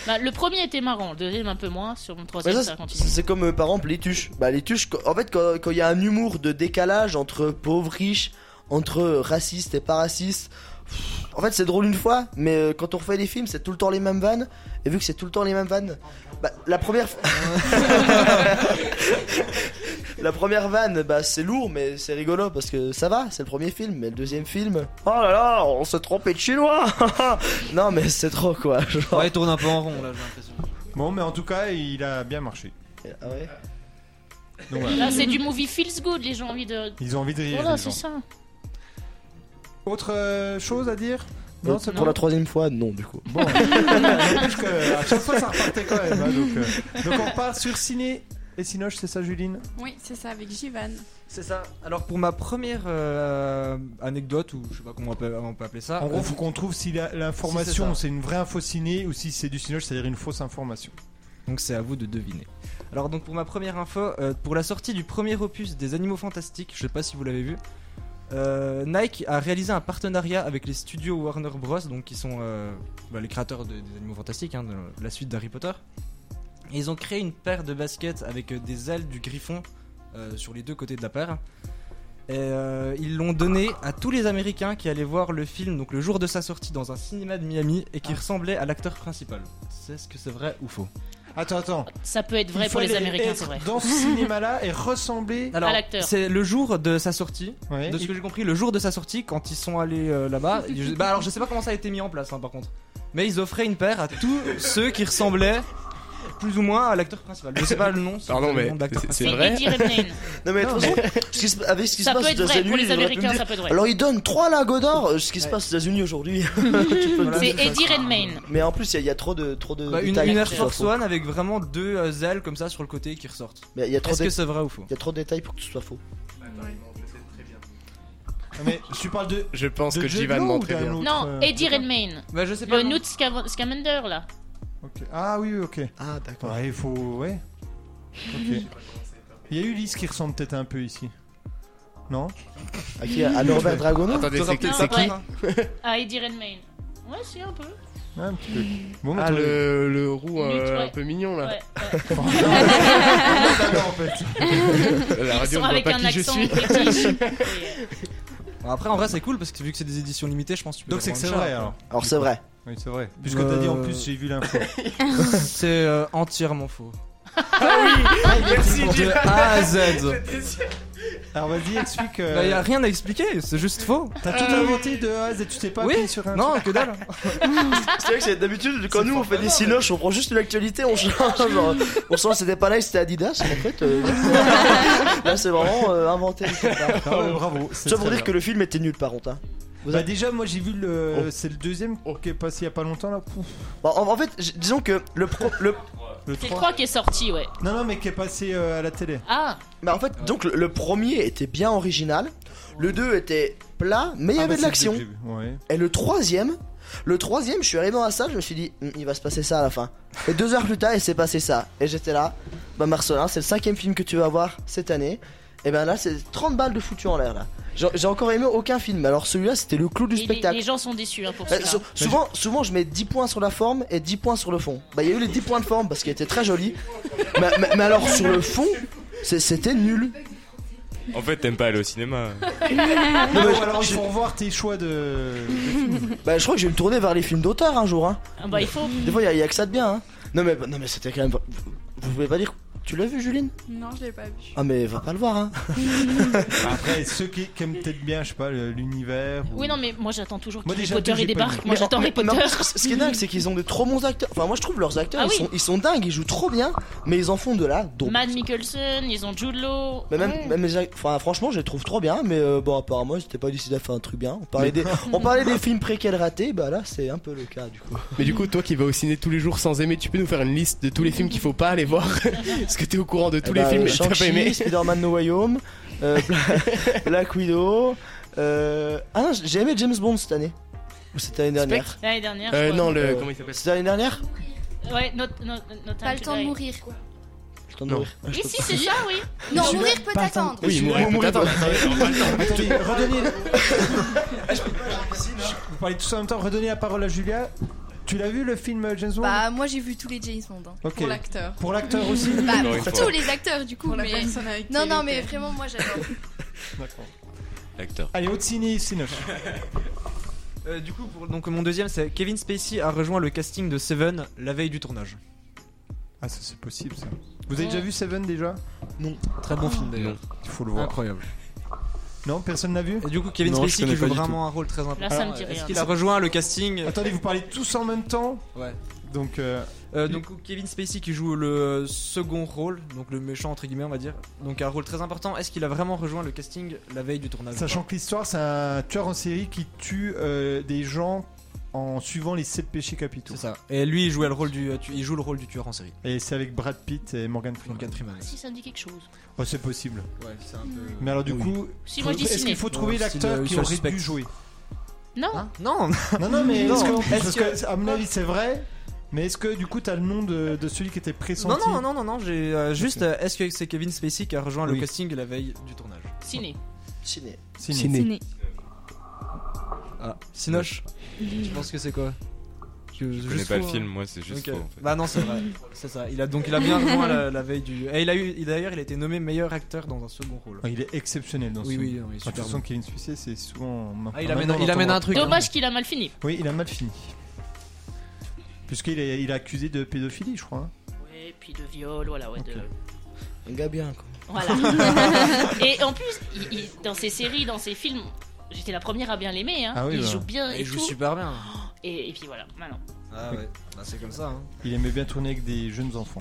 Bah, le premier était marrant, le deuxième un peu moins, sur mon
Mais
troisième
ça,
ça
c'est
continue.
c'est comme euh, par exemple les tuches. Bah les tuches, qu- en fait, quand quand il y a un euh, humour de décalage entre pauvres riches, entre racistes et pas racistes, pff, En fait, c'est drôle une fois, mais euh, quand on refait des films, c'est tout le temps les mêmes vannes. Et vu que c'est tout le temps les mêmes vannes, bah, la première. fois- la première vanne, bah, c'est lourd, mais c'est rigolo parce que ça va, c'est le premier film. Mais le deuxième film, oh là là, on s'est trompé de chinois Non,
Ah,
mais c'est trop quoi. Genre...
il tourne un peu en rond là, j'ai l'impression.
Bon, mais en tout cas, il a bien marché.
Ah ouais
Donc, voilà.
Là, c'est du movie feels good, les gens ont envie de.
Ils ont envie de rire.
Voilà,
les
c'est
gens.
ça.
Autre euh, chose à dire
Euh,
c'est
pour la troisième fois, non, du coup.
Bon, N'empêche que euh, à chaque fois ça repartait quand même. hein, donc, euh, donc on part sur ciné et Sinoche, c'est ça, Juline
Oui, c'est ça, avec Jivan.
C'est ça. Alors pour ma première euh, anecdote ou je sais pas comment on peut, on peut appeler ça.
En gros,
euh,
faut qu'on trouve si la- l'information
ça.
c'est une vraie info ciné ou si c'est du Sinoche, c'est-à-dire une fausse information.
Donc c'est à vous de deviner. Alors donc pour ma première info, euh, pour la sortie du premier opus des Animaux Fantastiques, je sais pas si vous l'avez vu, euh, Nike a réalisé un partenariat avec les studios Warner Bros, donc qui sont euh, bah, les créateurs de- des Animaux Fantastiques, hein, de la suite d'Harry Potter. Et ils ont créé une paire de baskets avec euh, des ailes du Griffon euh, sur les deux côtés de la paire. Et euh, ils l'ont donné à tous les Américains qui allaient voir le film donc le jour de sa sortie dans un cinéma de Miami et
Ah.
qui ressemblait à l'acteur principal. C'est ce que c'est vrai ou faux
Attends, attends.
Ça peut être vrai
Il
pour les
fallait
Américains,
être
c'est vrai.
Dans ce cinéma-là et ressembler.
Alors,
à l'acteur.
c'est le jour de sa sortie.
Ouais.
De ce que j'ai compris, le jour de sa sortie, quand ils sont allés euh, là-bas. je- bah, alors, je sais pas comment ça a été mis en place, hein, par contre. Mais ils offraient une paire à tous ceux qui ressemblaient plus ou moins à l'acteur principal. Je sais pas le nom. si
Pardon,
vous
mais
avez le nom de l'acteur
c'est-
principal.
C'est
vrai
Eddie Redmayne.
Non, mais de toute façon, ce qui se- avec ce qui
Ça
se passe
peut
aux
être vrai
États-Unis,
pour les
ils auraient pu me
Américains,
dire,
ça peut être vrai.
Alors ils donnent 3 là Godard, euh, ce qui se
Ouais.
passe aux États-Unis aujourd'hui. Tu peux te
Voilà.
C'est
dire,
Eddie Redmayne.
Mais en plus, il y, a- il y a trop de trop de
Bah, une,
détails.
une Air
pour que ce soit
Force
faux.
One avec vraiment deux euh, ailes comme ça sur le côté qui ressortent.
Mais il y a trop
Est-ce
de
que c'est vrai ou faux
il y a trop de détails pour que ce soit faux.
Non, Ah, Mais tu parles de.
Je pense
de
que
Jude
Jivan
Law
ment
ou
très
d'un
bien.
autre, euh,
Non, Eddie
acteur
Redmayne.
Bah, je sais pas.
Le Newt Scav- Scamander, là.
Ok. Ah oui, oui, ok.
Ah d'accord.
Ouais, il faut. Ouais. Ok. Il y a Ulysse qui ressemble peut-être un peu ici. Non
À qui À Norbert Dragono
Attendez,
T'auras
c'est
peut-être
c'est
pas
qui
vrai.
Ah, Eddie Redmayne. Ouais, si, un peu.
Ouais, un petit peu. Bon, mais
Ah,
toi,
le, le roux euh,
Lutte, ouais.
un peu mignon là.
Ouais.
en fait.
La
Ils
radio
sont
ne voit
avec
pas
un
qui je
accent
suis.
british. Et, euh,
Bon, après, en vrai, c'est cool parce que vu que c'est des éditions limitées, je pense que tu peux
Donc
les
c'est que c'est
revendre
vrai
cher,
alors.
Alors c'est vrai.
Oui, c'est vrai. Puisque t'as dit en
Euh,
plus, j'ai vu l'info.
quoi. C'est euh, entièrement faux.
Ah
Ah, Merci
De A
Ah,
à Z.
Alors vas-y, explique. euh,
Bah, y a rien à expliquer, c'est juste faux.
T'as tout
Euh.
inventé de A à Z, tu t'es pas
Oui.
appuyé sur un.
Non, que dalle.
C'est vrai que c'est d'habitude quand nous on fait des sinoches, on prend juste une actualité, on change. genre, on sent que c'était pas Nike, c'était Adidas. mais En fait, euh, là c'est vraiment euh, inventé.
truc. Non, mais Ah bravo. c'est
Ça pour
très
dire que
bien.
le film était nul par contre. hein. Vous
Bah
avez-
déjà, moi j'ai vu le.
Oh.
C'est le deuxième qui est passé il y a pas longtemps là. Pouf.
Bon, en, en fait, j- disons que le, pro- le
Le
C'est le
3.
3 qui est sorti, ouais.
Non, non, mais qui est passé euh, à la télé.
Ah,
Bah en fait, donc le, le premier était bien original, le 2 était plat, mais il y
Ah,
avait
bah,
de
c'est
l'action.
le début, Ouais.
Et le troisième, le troisième, je suis arrivé dans la salle, je me suis dit, Hum, il va se passer ça à la fin. Et deux heures plus tard, il s'est passé ça. Et j'étais là, bah Marcelin, c'est le cinquième film que tu vas voir cette année. Et ben là, c'est 30 balles de foutu en l'air là. J'ai j'ai encore aimé aucun film, alors celui-là, c'était le clou du
et les,
spectacle.
les gens sont déçus hein, pour
Euh,
ça.
sou- souvent, souvent, je mets 10 points sur la forme et 10 points sur le fond. Bah, il y a eu les 10 points de forme parce qu'il était très joli. mais, mais- mais bah, alors, sur le fond, c'est- c'était nul.
En fait, t'aimes pas aller au cinéma.
Non, alors il faut revoir tes choix de.
Bah, je crois que je vais me tourner vers les films d'auteur un jour. Hein.
Ah, bah, il faut.
Des fois, il y, a que ça de bien. Hein. Non, mais, non, mais c'était quand même. pas- Vous, vous pouvez pas dire. Tu l'as vu, Juline
Non, je l'ai pas vu.
Ah, mais va pas le voir. Hein.
Après, ceux qui, qui aiment peut-être bien, je sais pas, le- l'univers. ou-
Oui, non, mais moi j'attends toujours
Moi,
qu'Harry
déjà,
Potter
j'ai
il
pas
débarque.
aimé.
Moi
Mais-
j'attends
mais-
Harry
mais en
Potter.
fait, ce ce qui est dingue, c'est qu'ils ont de trop bons acteurs. Enfin, moi, je trouve leurs acteurs,
Ah
ils,
oui.
sont, ils sont dingues, ils jouent trop bien, mais ils en font de la dope.
Mad Mikkelsen, ils ont Jude Law.
Mais même,
Ouais.
même les ac- enfin, franchement, je les trouve trop bien, mais euh, bon, apparemment, ils étaient pas décidés à faire un truc bien. On parlait des, on parlait des films préquels ratés, bah là, c'est un peu le cas du coup.
Mais du coup, toi qui vas au ciné tous les jours sans aimer, tu peux nous faire une liste de tous les films qu'il faut pas aller voir Parce que t'es au courant de tous
Eh
les
bah,
films
euh,
que t'as pas
Shang-Chi,
aimé.
Spider-Man No Way Home, euh, Black Widow. euh, Ah non, j'ai aimé James Bond cette année. Ou c'était l'année dernière
L'année dernière.
Euh,
je
non,
crois.
le.
Euh,
Comment il s'appelle
C'était l'année dernière
Ouais, not, not- not
Pas le
Time
temps
to
de
Die.
mourir.
Je t'en
Non.
nourris. Ah, je
Oui,
t'en-
si, c'est ça, oui.
Non, mourir peut attendre.
Oui,
Mourir,
mourir, peut
mourir,
attendre.
Attendez, redonnez. Vous parlez tous en même temps, redonnez la parole à Julia. Tu l'as vu le film euh, James Bond
Bah, moi j'ai vu tous les James Bond. hein.
Ok.
Pour l'acteur.
Pour l'acteur aussi
Bah,
Encore une
pour
fois.
tous les acteurs du coup.
Pour la
Mais...
personne avec qui
Non,
il
non, mais
était.
vraiment, moi j'adore.
D'accord.
L'acteur.
Allez, haute ciné, ciné.
Euh, du coup, pour- donc mon deuxième, c'est Kevin Spacey a rejoint le casting de Seven la veille du tournage.
Ah, ça c'est possible ça. Ah. Vous avez déjà vu Seven déjà Ah.
Non. Très bon film d'ailleurs.
Il faut le voir.
Incroyable.
Non, personne n'a vu
Et du coup, Kevin
Non, je
Spacey qui
connais
joue
pas du
vraiment
tout.
un rôle très important.
Là, ça me dit
Est-ce
rien.
qu'il a rejoint le casting
Attendez, vous parlez tous en même temps
Ouais.
Donc, euh,
Euh, donc Kevin Spacey qui joue le second rôle, donc le méchant entre guillemets on va dire, donc un rôle très important. Est-ce qu'il a vraiment rejoint le casting la veille du tournage
Sachant que l'histoire, c'est un tueur en série qui tue euh, des gens en suivant les sept péchés capitaux.
C'est ça. Et lui il jouait le rôle du, euh, tu- il joue le rôle du tueur en série.
Et c'est avec Brad Pitt et Morgan Freeman.
Ah, Si ça me dit quelque chose.
Oh, c'est possible.
Ouais, c'est un peu.
Mais alors, du coup,
Si,
faut-
moi, je dis
est-ce
ciné.
qu'il faut trouver
Ouais, style,
l'acteur
euh,
qui
Usual
aurait
Suspect.
dû jouer
Non.
Hein? Oh, Non.
Non, non, mais
Non.
est-ce que,
Est-ce
parce
que-
que, à mon avis, c'est vrai. Mais est-ce que du coup, t'as le nom de, de celui qui était
Non
pressenti
non non non non, j'ai euh, juste euh, est-ce que c'est Kevin Spacey qui a rejoint le
Oui.
casting la veille du tournage
Ciné.
Ciné.
Ciné.
Ciné. Ah, Sinoche. Tu penses que c'est quoi je, hein.
connais pas le film, moi, c'est juste
Ok.
faux, en fait.
Bah non, c'est vrai. c'est ça. Il a donc il a bien rejoint la, la veille du. Et il a eu il- d'ailleurs il a été nommé meilleur acteur dans un second rôle.
Ah, Il est exceptionnel dans
Oui,
ce
oui,
film.
non, il est
Enfin, de toute
super
façon,
bon.
Kevin Spacey, c'est souvent.
Ah, il
maintenant,
amène-
on
il
entend
amène
moins.
un truc,
Dommage qu'il a mal fini.
Oui, il a mal fini. Puisqu'il est, il est accusé de pédophilie, je crois. hein.
Ouais, puis de viol, voilà, ouais. De...
Un gars bien quoi.
Voilà. et en plus, il- il- dans ses séries, dans ses films, j'étais la première à bien l'aimer. Hein.
Ah oui,
il
bah.
joue bien.
Ah,
et
il joue
tout.
super bien.
Et, et puis voilà, maintenant.
Ah ouais. Bah, c'est comme ça. Hein.
Il aimait bien tourner avec des jeunes enfants.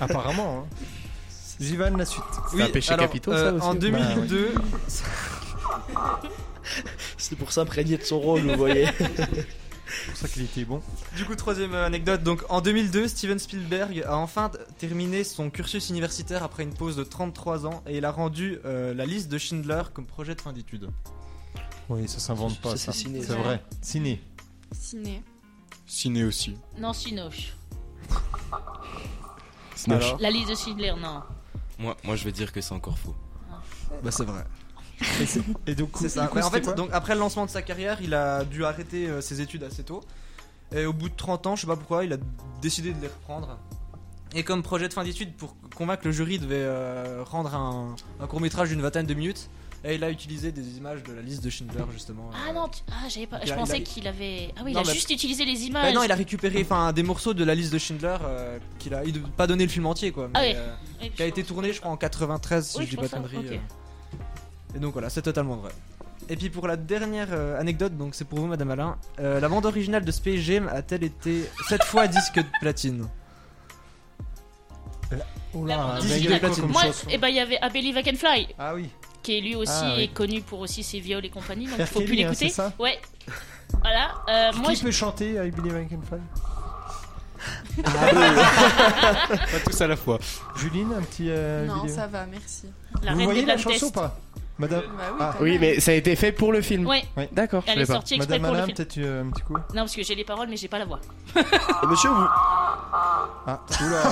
Apparemment. Hein. Jivan, la suite.
Oui, alors, euh, En
Bah
2002.
C'est pour s'imprégner de son rôle, vous voyez.
Bah, C'est pour ça qu'il était bon.
Du coup, troisième euh, anecdote. Donc, en 2002, Steven Spielberg a enfin t- terminé son cursus universitaire après une pause de 33 ans et il a rendu euh, la liste de Schindler comme projet de fin d'études.
Oui, ça s'invente pas.
Ça,
ça.
c'est ciné,
C'est
ça.
vrai. Ciné.
Ciné.
Ciné aussi.
Non, Sinoche.
Sinoche.
La liste de Schindler, non.
Moi, moi, je vais dire que c'est encore faux.
Bah, c'est vrai.
Et donc,
C'est ça.
du coup,
Mais en
c'était
fait,
quoi
donc, après le lancement de sa carrière, il a dû arrêter euh, ses études assez tôt. Et au bout de 30 ans, je sais pas pourquoi, il a décidé de les reprendre. Et comme projet de fin d'études, pour convaincre le jury, il devait euh, rendre un, un court métrage d'une vingtaine de minutes. Et il a utilisé des images de la liste de Schindler, justement. euh.
Ah non, tu- ah, j'avais pas...
Il
je
a-
pensais
il a-
qu'il avait. Ah oui, il
Non,
a
mais-
juste utilisé les
Bah
images.
non, il a récupéré enfin, des morceaux de la liste de Schindler euh, qu'il a, il devait pas donné le film entier quoi.
Ah
mais,
oui.
euh,
Oui,
qui a été tourné, je crois, en 93, si
Oui, je
je dis pas de
pense ça,
conneries.
ok.
euh. Et donc voilà, c'est totalement vrai. Et puis pour la dernière euh, anecdote, donc c'est pour vous, Madame Alain. euh, la bande originale de Space Jam a-t-elle été cette fois disque de platine
Oh
La
là,
bande
il y a
disque
quoi
de platine.
comme
Moi,
chanson
et bah il y avait I Believe I Can Fly,
Ah oui.
qui est lui aussi
Ah, oui.
est connu pour aussi ses viols et compagnie, donc
R.
faut plus
Kelly, hein,
l'écouter.
c'est ça
ouais. Voilà. euh, moi,
Qui
je-
peut chanter I Believe I Can Fly
Pas tous à la fois.
Juline, un petit. euh,
Non,
vidéo
ça va, merci.
la
Vous
reine des
voyez la
Black
chanson ou
Test. Euh,
pas Madame.
Bah oui,
Ah.
quand
Oui,
même.
mais ça a été fait pour le film.
Ouais.
Ouais.
D'accord, je
Elle
savais
est
pas.
sortie exprès
Madame
pour le
Alain,
film.
peut-être euh, un petit coup
Non, parce que j'ai les paroles, mais j'ai pas la voix.
Et monsieur, vous,
Ah, oula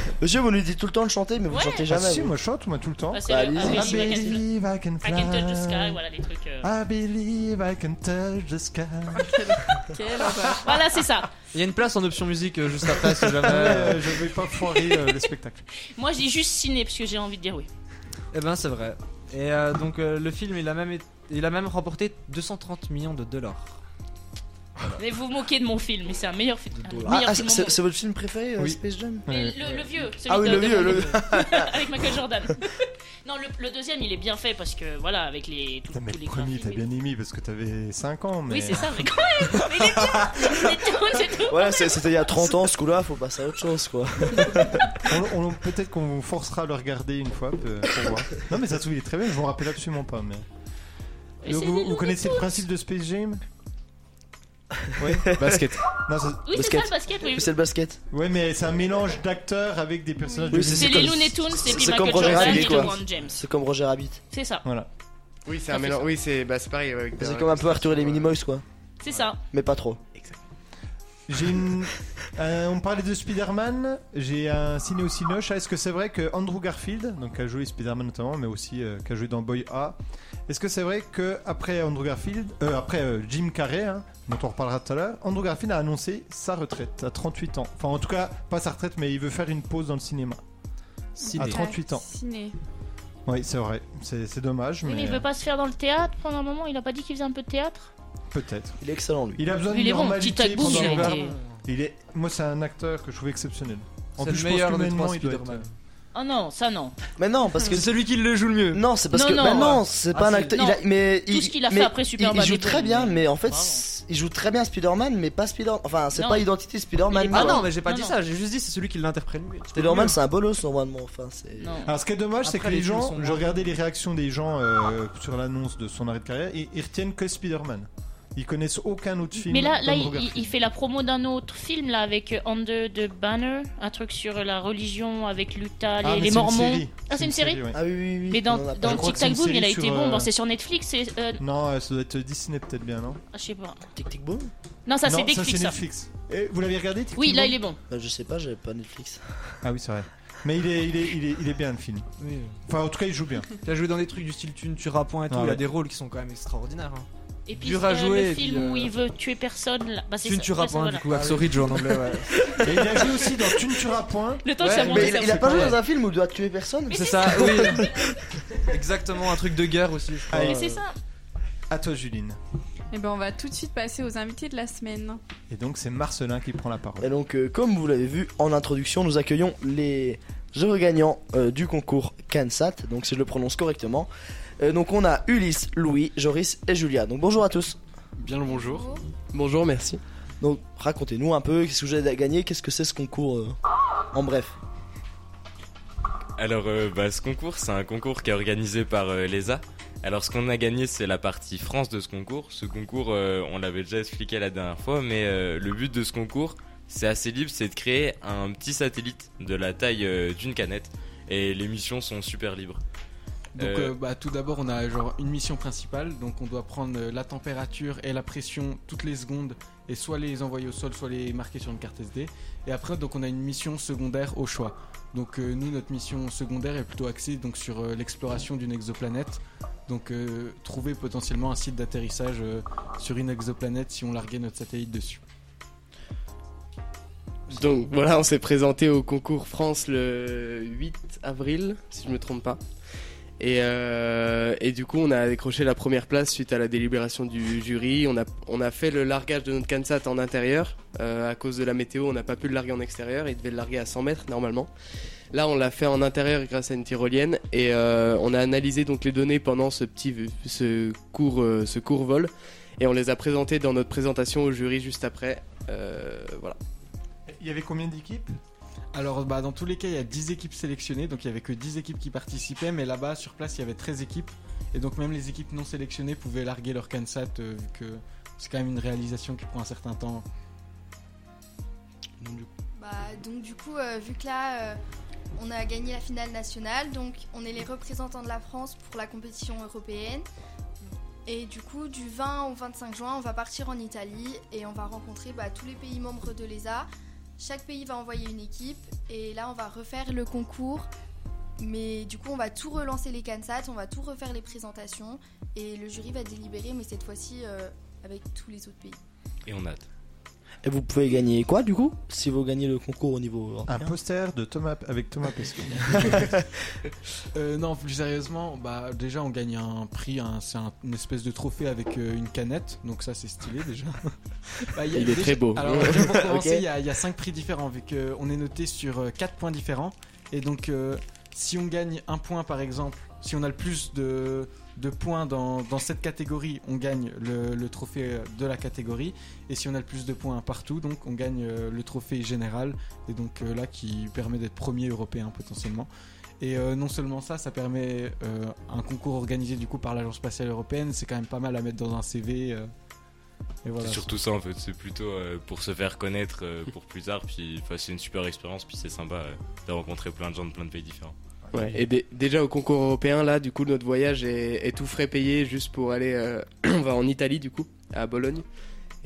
monsieur, vous nous dites tout le temps de chanter, mais vous
Ouais.
chantez
Ah,
jamais.
si,
vous.
moi je chante, moi tout le temps.
Bah, c'est
Bah,
le I
allez-y.
Believe I Can Fly. I
I can
Can Touch the Sky, voilà les trucs. euh.
I believe I can touch the sky.
Quelle horreur.
Voilà, c'est ça.
Il y a une place en option musique euh, juste après, si jamais.
Euh, je vais pas foirer euh, le spectacle.
Moi, je dis juste ciné parce que j'ai envie de dire oui.
Eh ben c'est vrai. Et euh, donc euh, le film, il a même, été- il a même remporté 230 millions de dollars.
Mais vous vous moquez de mon film, mais c'est un meilleur film. un
Ah,
meilleur
ah,
film au
c'est
monde.
c'est votre film préféré, euh,
Oui.
Space Jam
Mais
Ouais.
le, le vieux, celui
Ah oui,
de-
le
de
vieux, le-
Brandon. avec Michael Jordan. non, le, le deuxième, il est bien fait parce que voilà, avec les tous,
Putain, mais
tous
le
les grands
premier, t'as
films et
bien aimé parce que t'avais 5 ans. Mais...
Oui, c'est ça, mais quand même Mais il est bien Il est tout, c'est tout
Voilà, c'est- c'était il y a 30 ans, ce coup-là, faut passer à autre chose quoi.
On- on- Peut-être qu'on vous forcera à le regarder une fois euh, pour voir. Non, mais ça se trouve, il est très bien, je m'en rappelle absolument pas. Mais...
Mais
Donc,
c'est
vous,
des
vous
loups.
connaissez le principe de Space Jam Oui.
Basket.
Non, ça-
Oui, c'est ça
basket.
le basket, oui.
Mais C'est le basket.
ouais, mais c'est un mélange d'acteurs avec des personnages
Oui,
de
c'est-
C'est
comme-
les Looney Tunes et
c'est
puis
comme
Michael
Roger
Jordan
Rabbit,
et
quoi.
LeBron James.
C'est comme Roger Rabbit.
C'est ça,
Voilà.
Oui, c'est
Ah,
un
c'est
mélange.
ça.
Oui, c'est bah, c'est pareil. avec
C'est
Darren
comme un peu Arthur et les
Anderson,
Minimoys quoi.
c'est ça.
Mais pas trop.
J'ai une- euh, on parlait de Spider-Man, j'ai un ciné au cinoche. Ah, Est-ce que c'est vrai que Andrew Garfield, donc qui a joué Spider-Man notamment, mais aussi euh, qui a joué dans Boy A, est-ce que c'est vrai que après Andrew Garfield, euh, après euh, Jim Carrey, hein, dont on reparlera tout à l'heure, Andrew Garfield a annoncé sa retraite à 38 ans. Enfin, en tout cas, pas sa retraite, mais il veut faire une pause dans le cinéma.
Ciné.
À 38 ans.
Ciné.
Oui, c'est vrai. C'est c'est dommage,
Oui,
mais, euh,
mais il veut pas se faire dans le théâtre pendant un moment. Il a pas dit qu'il faisait un peu de théâtre
peut-être.
Il est excellent, lui.
Il a besoin
Il
de
est bon,
normalité
petit tac-boum,
pendant
il a
le verbe.
été-
Il est. Moi, c'est un acteur que je trouve exceptionnel. En
C'est
plus,
le
je pense
meilleur des
qu'humainement,
trois
il doit
Spider-Man.
être.
Ah non, ça non.
Mais non, parce que.
C'est celui qui le joue le mieux.
Non, c'est parce
Non,
que.
non.
bah non, c'est
Ah,
pas un
c'est-
acteur.
non.
Il a, mais,
Tout
il-
ce qu'il a fait
mais
après Superman
Il, il joue
est
très
bon,
bien,
mais-
mais en fait,
Bravo.
c'est- il joue très bien Spider-Man, mais pas Spider. Enfin, Ah, c'est
Non.
pas identité Spider-Man.
Il est
quoi.
Ah
pas
non, mais j'ai pas
Non,
dit
non.
ça, j'ai juste dit c'est celui qui l'interprète le mieux.
Spider-Man, c'est un bolos normalement. Enfin, c'est.
Non.
Alors, ce qui est dommage, c'est que
Après,
les
les films
gens,
sont
je
moins-
regardais les réactions des gens euh, sur l'annonce de son arrêt de carrière, et ils retiennent que Spider-Man. Ils connaissent aucun autre film.
Mais là, là
comme
il,
Robert
il- il
Kirkman.
fait la promo d'un autre film là avec euh, Under the Banner, un truc sur la religion avec l'Utah, les,
Ah, mais
les
c'est une
Mormons.
série.
Ah, c'est une série
ouais.
Ah oui, oui, oui.
Mais dans,
on en a
dans
Je
parlé.
crois
Tic
que c'est
Tac
une
Boom, il a
série
été
sur,
bon.
euh,
Bon, c'est sur Netflix. c'est, euh, ah,
Non, euh, ça doit être Disney peut-être bien, non
je sais pas.
Tic Tic Boom
Non, ça c'est
Non,
Netflix. ça.
Netflix. Et vous l'avez regardé Tic
Oui,
Tic
là
Boom
il est bon.
Bah, Je sais pas, j'avais pas Netflix.
Ah oui, c'est vrai. Mais il est, il, est, il, est, il est bien le film.
Oui.
Enfin, en tout cas, il joue bien.
Il a joué dans des trucs du style Tune, tu rappoint et tout,
Ah
il
ouais.
a des rôles qui sont quand même extraordinaires. Hein.
Et puis
Dur
euh,
à jouer,
le
et
film
puis, euh,
où il veut tuer personne. Là. Bah, c'est
Tune,
ça,
tu
ouais, ça,
rappoint
voilà.
hein, du coup,
Ah
Axo Ridge en anglais, ouais.
Et il a joué aussi dans Tuntura Point.
Le temps que
Ouais,
ça
mais
monte,
Mais
ça
il, il a
monte.
pas joué
ouais.
dans un film où il doit tuer personne
C'est ça, oui. Exactement, un truc de guerre aussi, je crois.
Allez.
Mais c'est ça.
À toi, Juline.
Et ben on va tout de suite passer aux invités de la semaine.
Et donc, c'est Marcelin qui prend la parole.
Et donc, euh, comme vous l'avez vu en introduction, nous accueillons les jeux gagnants euh, du concours CanSat, donc si je le prononce correctement. Euh, donc, on a Ulysse, Louis, Joris et Julia. Donc, bonjour à tous.
Bien le bonjour.
Bonjour, merci.
Donc, racontez-nous un peu qu'est-ce que vous avez gagné, qu'est-ce que c'est ce concours euh, en bref.
Alors, euh, bah, ce concours, c'est un concours qui est organisé par euh, l'ESA. Alors, ce qu'on a gagné, c'est la partie France de ce concours. Ce concours, euh, on l'avait déjà expliqué la dernière fois, mais euh, le but de ce concours, c'est assez libre, c'est de créer un petit satellite de la taille euh, d'une canette. Et les missions sont super libres.
Donc
Euh,
euh, bah, tout d'abord on a genre une mission principale, donc on doit prendre euh, la température et la pression toutes les secondes et soit les envoyer au sol, soit les marquer sur une carte SD. Et après donc on a une mission secondaire au choix. Donc euh, nous notre mission secondaire est plutôt axée donc sur euh, l'exploration d'une exoplanète. Donc euh, trouver potentiellement un site d'atterrissage euh, sur une exoplanète si on larguait notre satellite dessus.
Donc voilà, on s'est présenté au concours France le 8 avril, si je me trompe pas. Et, euh, et du coup, on a décroché la première place suite à la délibération du jury. On a, on a fait le largage de notre CANSAT en intérieur. Euh, à cause de la météo, on n'a pas pu le larguer en extérieur. Il devait le larguer à 100 mètres normalement. Là, on l'a fait en intérieur grâce à une tyrolienne. Et euh, on a analysé donc les données pendant ce petit, ce court, euh, ce court vol. Et on les a présentées dans notre présentation au jury juste après. Euh, voilà.
Il y avait combien d'équipes
Alors bah, dans tous les cas il y a 10 équipes sélectionnées, donc il y avait que 10 équipes qui participaient, mais là-bas sur place il y avait 13 équipes, et donc même les équipes non sélectionnées pouvaient larguer leur CanSat, euh, vu que c'est quand même une réalisation qui prend un certain temps.
Bah, donc du coup, euh, vu que là, euh, on a gagné la finale nationale, donc on est les représentants de la France pour la compétition européenne. Et du coup, du 20 au 25 juin, on va partir en Italie et on va rencontrer bah, tous les pays membres de l'ESA. Chaque pays va envoyer une équipe et là, on va refaire le concours. Mais du coup, on va tout relancer les CANSAT, on va tout refaire les présentations et le jury va délibérer, mais cette fois-ci euh, avec tous les autres pays.
Et on hâte.
Et vous pouvez gagner quoi du coup Si vous gagnez le concours au niveau européen
Un poster de Thomas avec Thomas Pesquet.
Euh, non, plus sérieusement, bah, déjà on gagne un prix, un- c'est un- une espèce de trophée avec euh, une canette, donc ça c'est stylé déjà. Bah, il y a-
Il est
déjà-
très beau.
Alors déjà, pour commencer,
Ok.
il y a- il y, a 5 prix différents, vu qu'on est noté sur 4 points différents. Et donc euh, si on gagne un point par exemple, si on a le plus de, de points dans, dans cette catégorie, on gagne le, le trophée euh, de la catégorie. Et si on a le plus de points partout, donc on gagne euh, le trophée général, et donc euh, là qui permet d'être premier européen potentiellement. Et euh, non seulement ça, ça permet euh, un concours organisé du coup par l'Agence spatiale européenne, c'est quand même pas mal à mettre dans un CV. euh, et voilà.
C'est surtout ça en fait, c'est plutôt euh, pour se faire connaître euh, pour plus tard. Puis enfin, c'est une super expérience, puis c'est sympa euh, de rencontrer plein de gens de plein de pays différents.
Ouais, et dé- déjà au concours européen, là, du coup, notre voyage est, est tout frais payé juste pour aller euh, on va en Italie, du coup, à Bologne.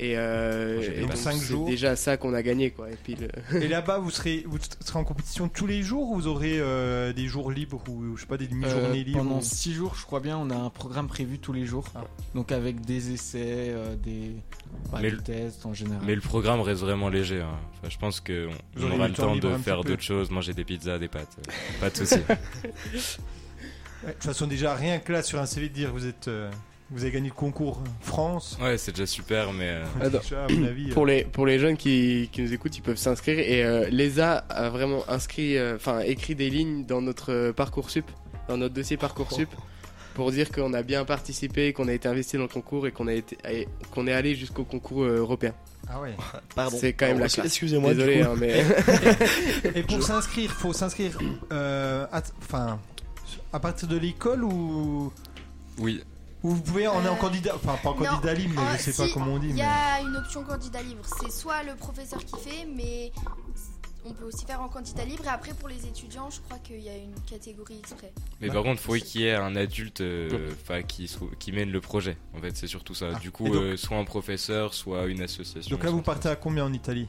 Et, euh,
Moi, j'ai
et
des
donc,
vacances.
Cinq
c'est
jours.
déjà ça qu'on a gagné, quoi. Et puis, le-
Et là-bas, vous serez, vous serez en compétition tous les jours ou vous aurez euh, des jours libres ou je sais pas, des demi-journées
Euh,
libres
pendant
ou-
6 jours, je crois bien, on a un programme prévu tous les jours.
Ah.
Donc avec des essais, euh, des, bah,
Mais
des
le-
tests en général.
Mais le programme reste vraiment léger. hein. Enfin, je pense qu'on
Vous aurez
aura
eu
le temps
libre
de
un petit
faire
peu.
d'autres choses, manger des pizzas, des pâtes. euh, Pas de soucis.
De toute façon, déjà, rien que là sur un CV de dire vous êtes. euh, vous avez gagné le concours France.
Ouais, c'est déjà super, mais. euh,
Attends.
Déjà, à mon avis, euh,
Pour les, pour les jeunes qui, qui nous écoutent, ils peuvent s'inscrire. Et euh, l'ESA a vraiment inscrit, euh, enfin écrit des lignes dans notre euh, Parcoursup, dans notre dossier Parcoursup, pour dire qu'on a bien participé, qu'on a été investi dans le concours et qu'on a été, et qu'on est allé jusqu'au concours euh, européen.
Ah ouais.
Pardon.
C'est quand même la
Pardon,
classe.
Excusez-moi. du
Désolé,
coup.
hein, mais
Et pour s'inscrire, faut s'inscrire euh, à, enfin, à partir de l'école ou,
Oui,
ou vous pouvez en est en
Euh,
candidat, enfin pas en
non.
candidat libre, mais
Ah,
je sais
si,
pas comment on dit.
Il y
Mais...
a une option candidat libre. C'est soit le professeur qui fait, mais on peut aussi faire en candidat libre. Et après, pour les étudiants, je crois qu'il y a une catégorie exprès.
mais
Bah,
par contre, faut qu'il y ait un adulte euh, enfin, qui, sou- qui mène le projet. En fait, c'est surtout ça.
Ah,
Du
et
coup,
donc-
euh, soit un professeur, soit une association.
Donc là,
soit-
vous partez à combien en Italie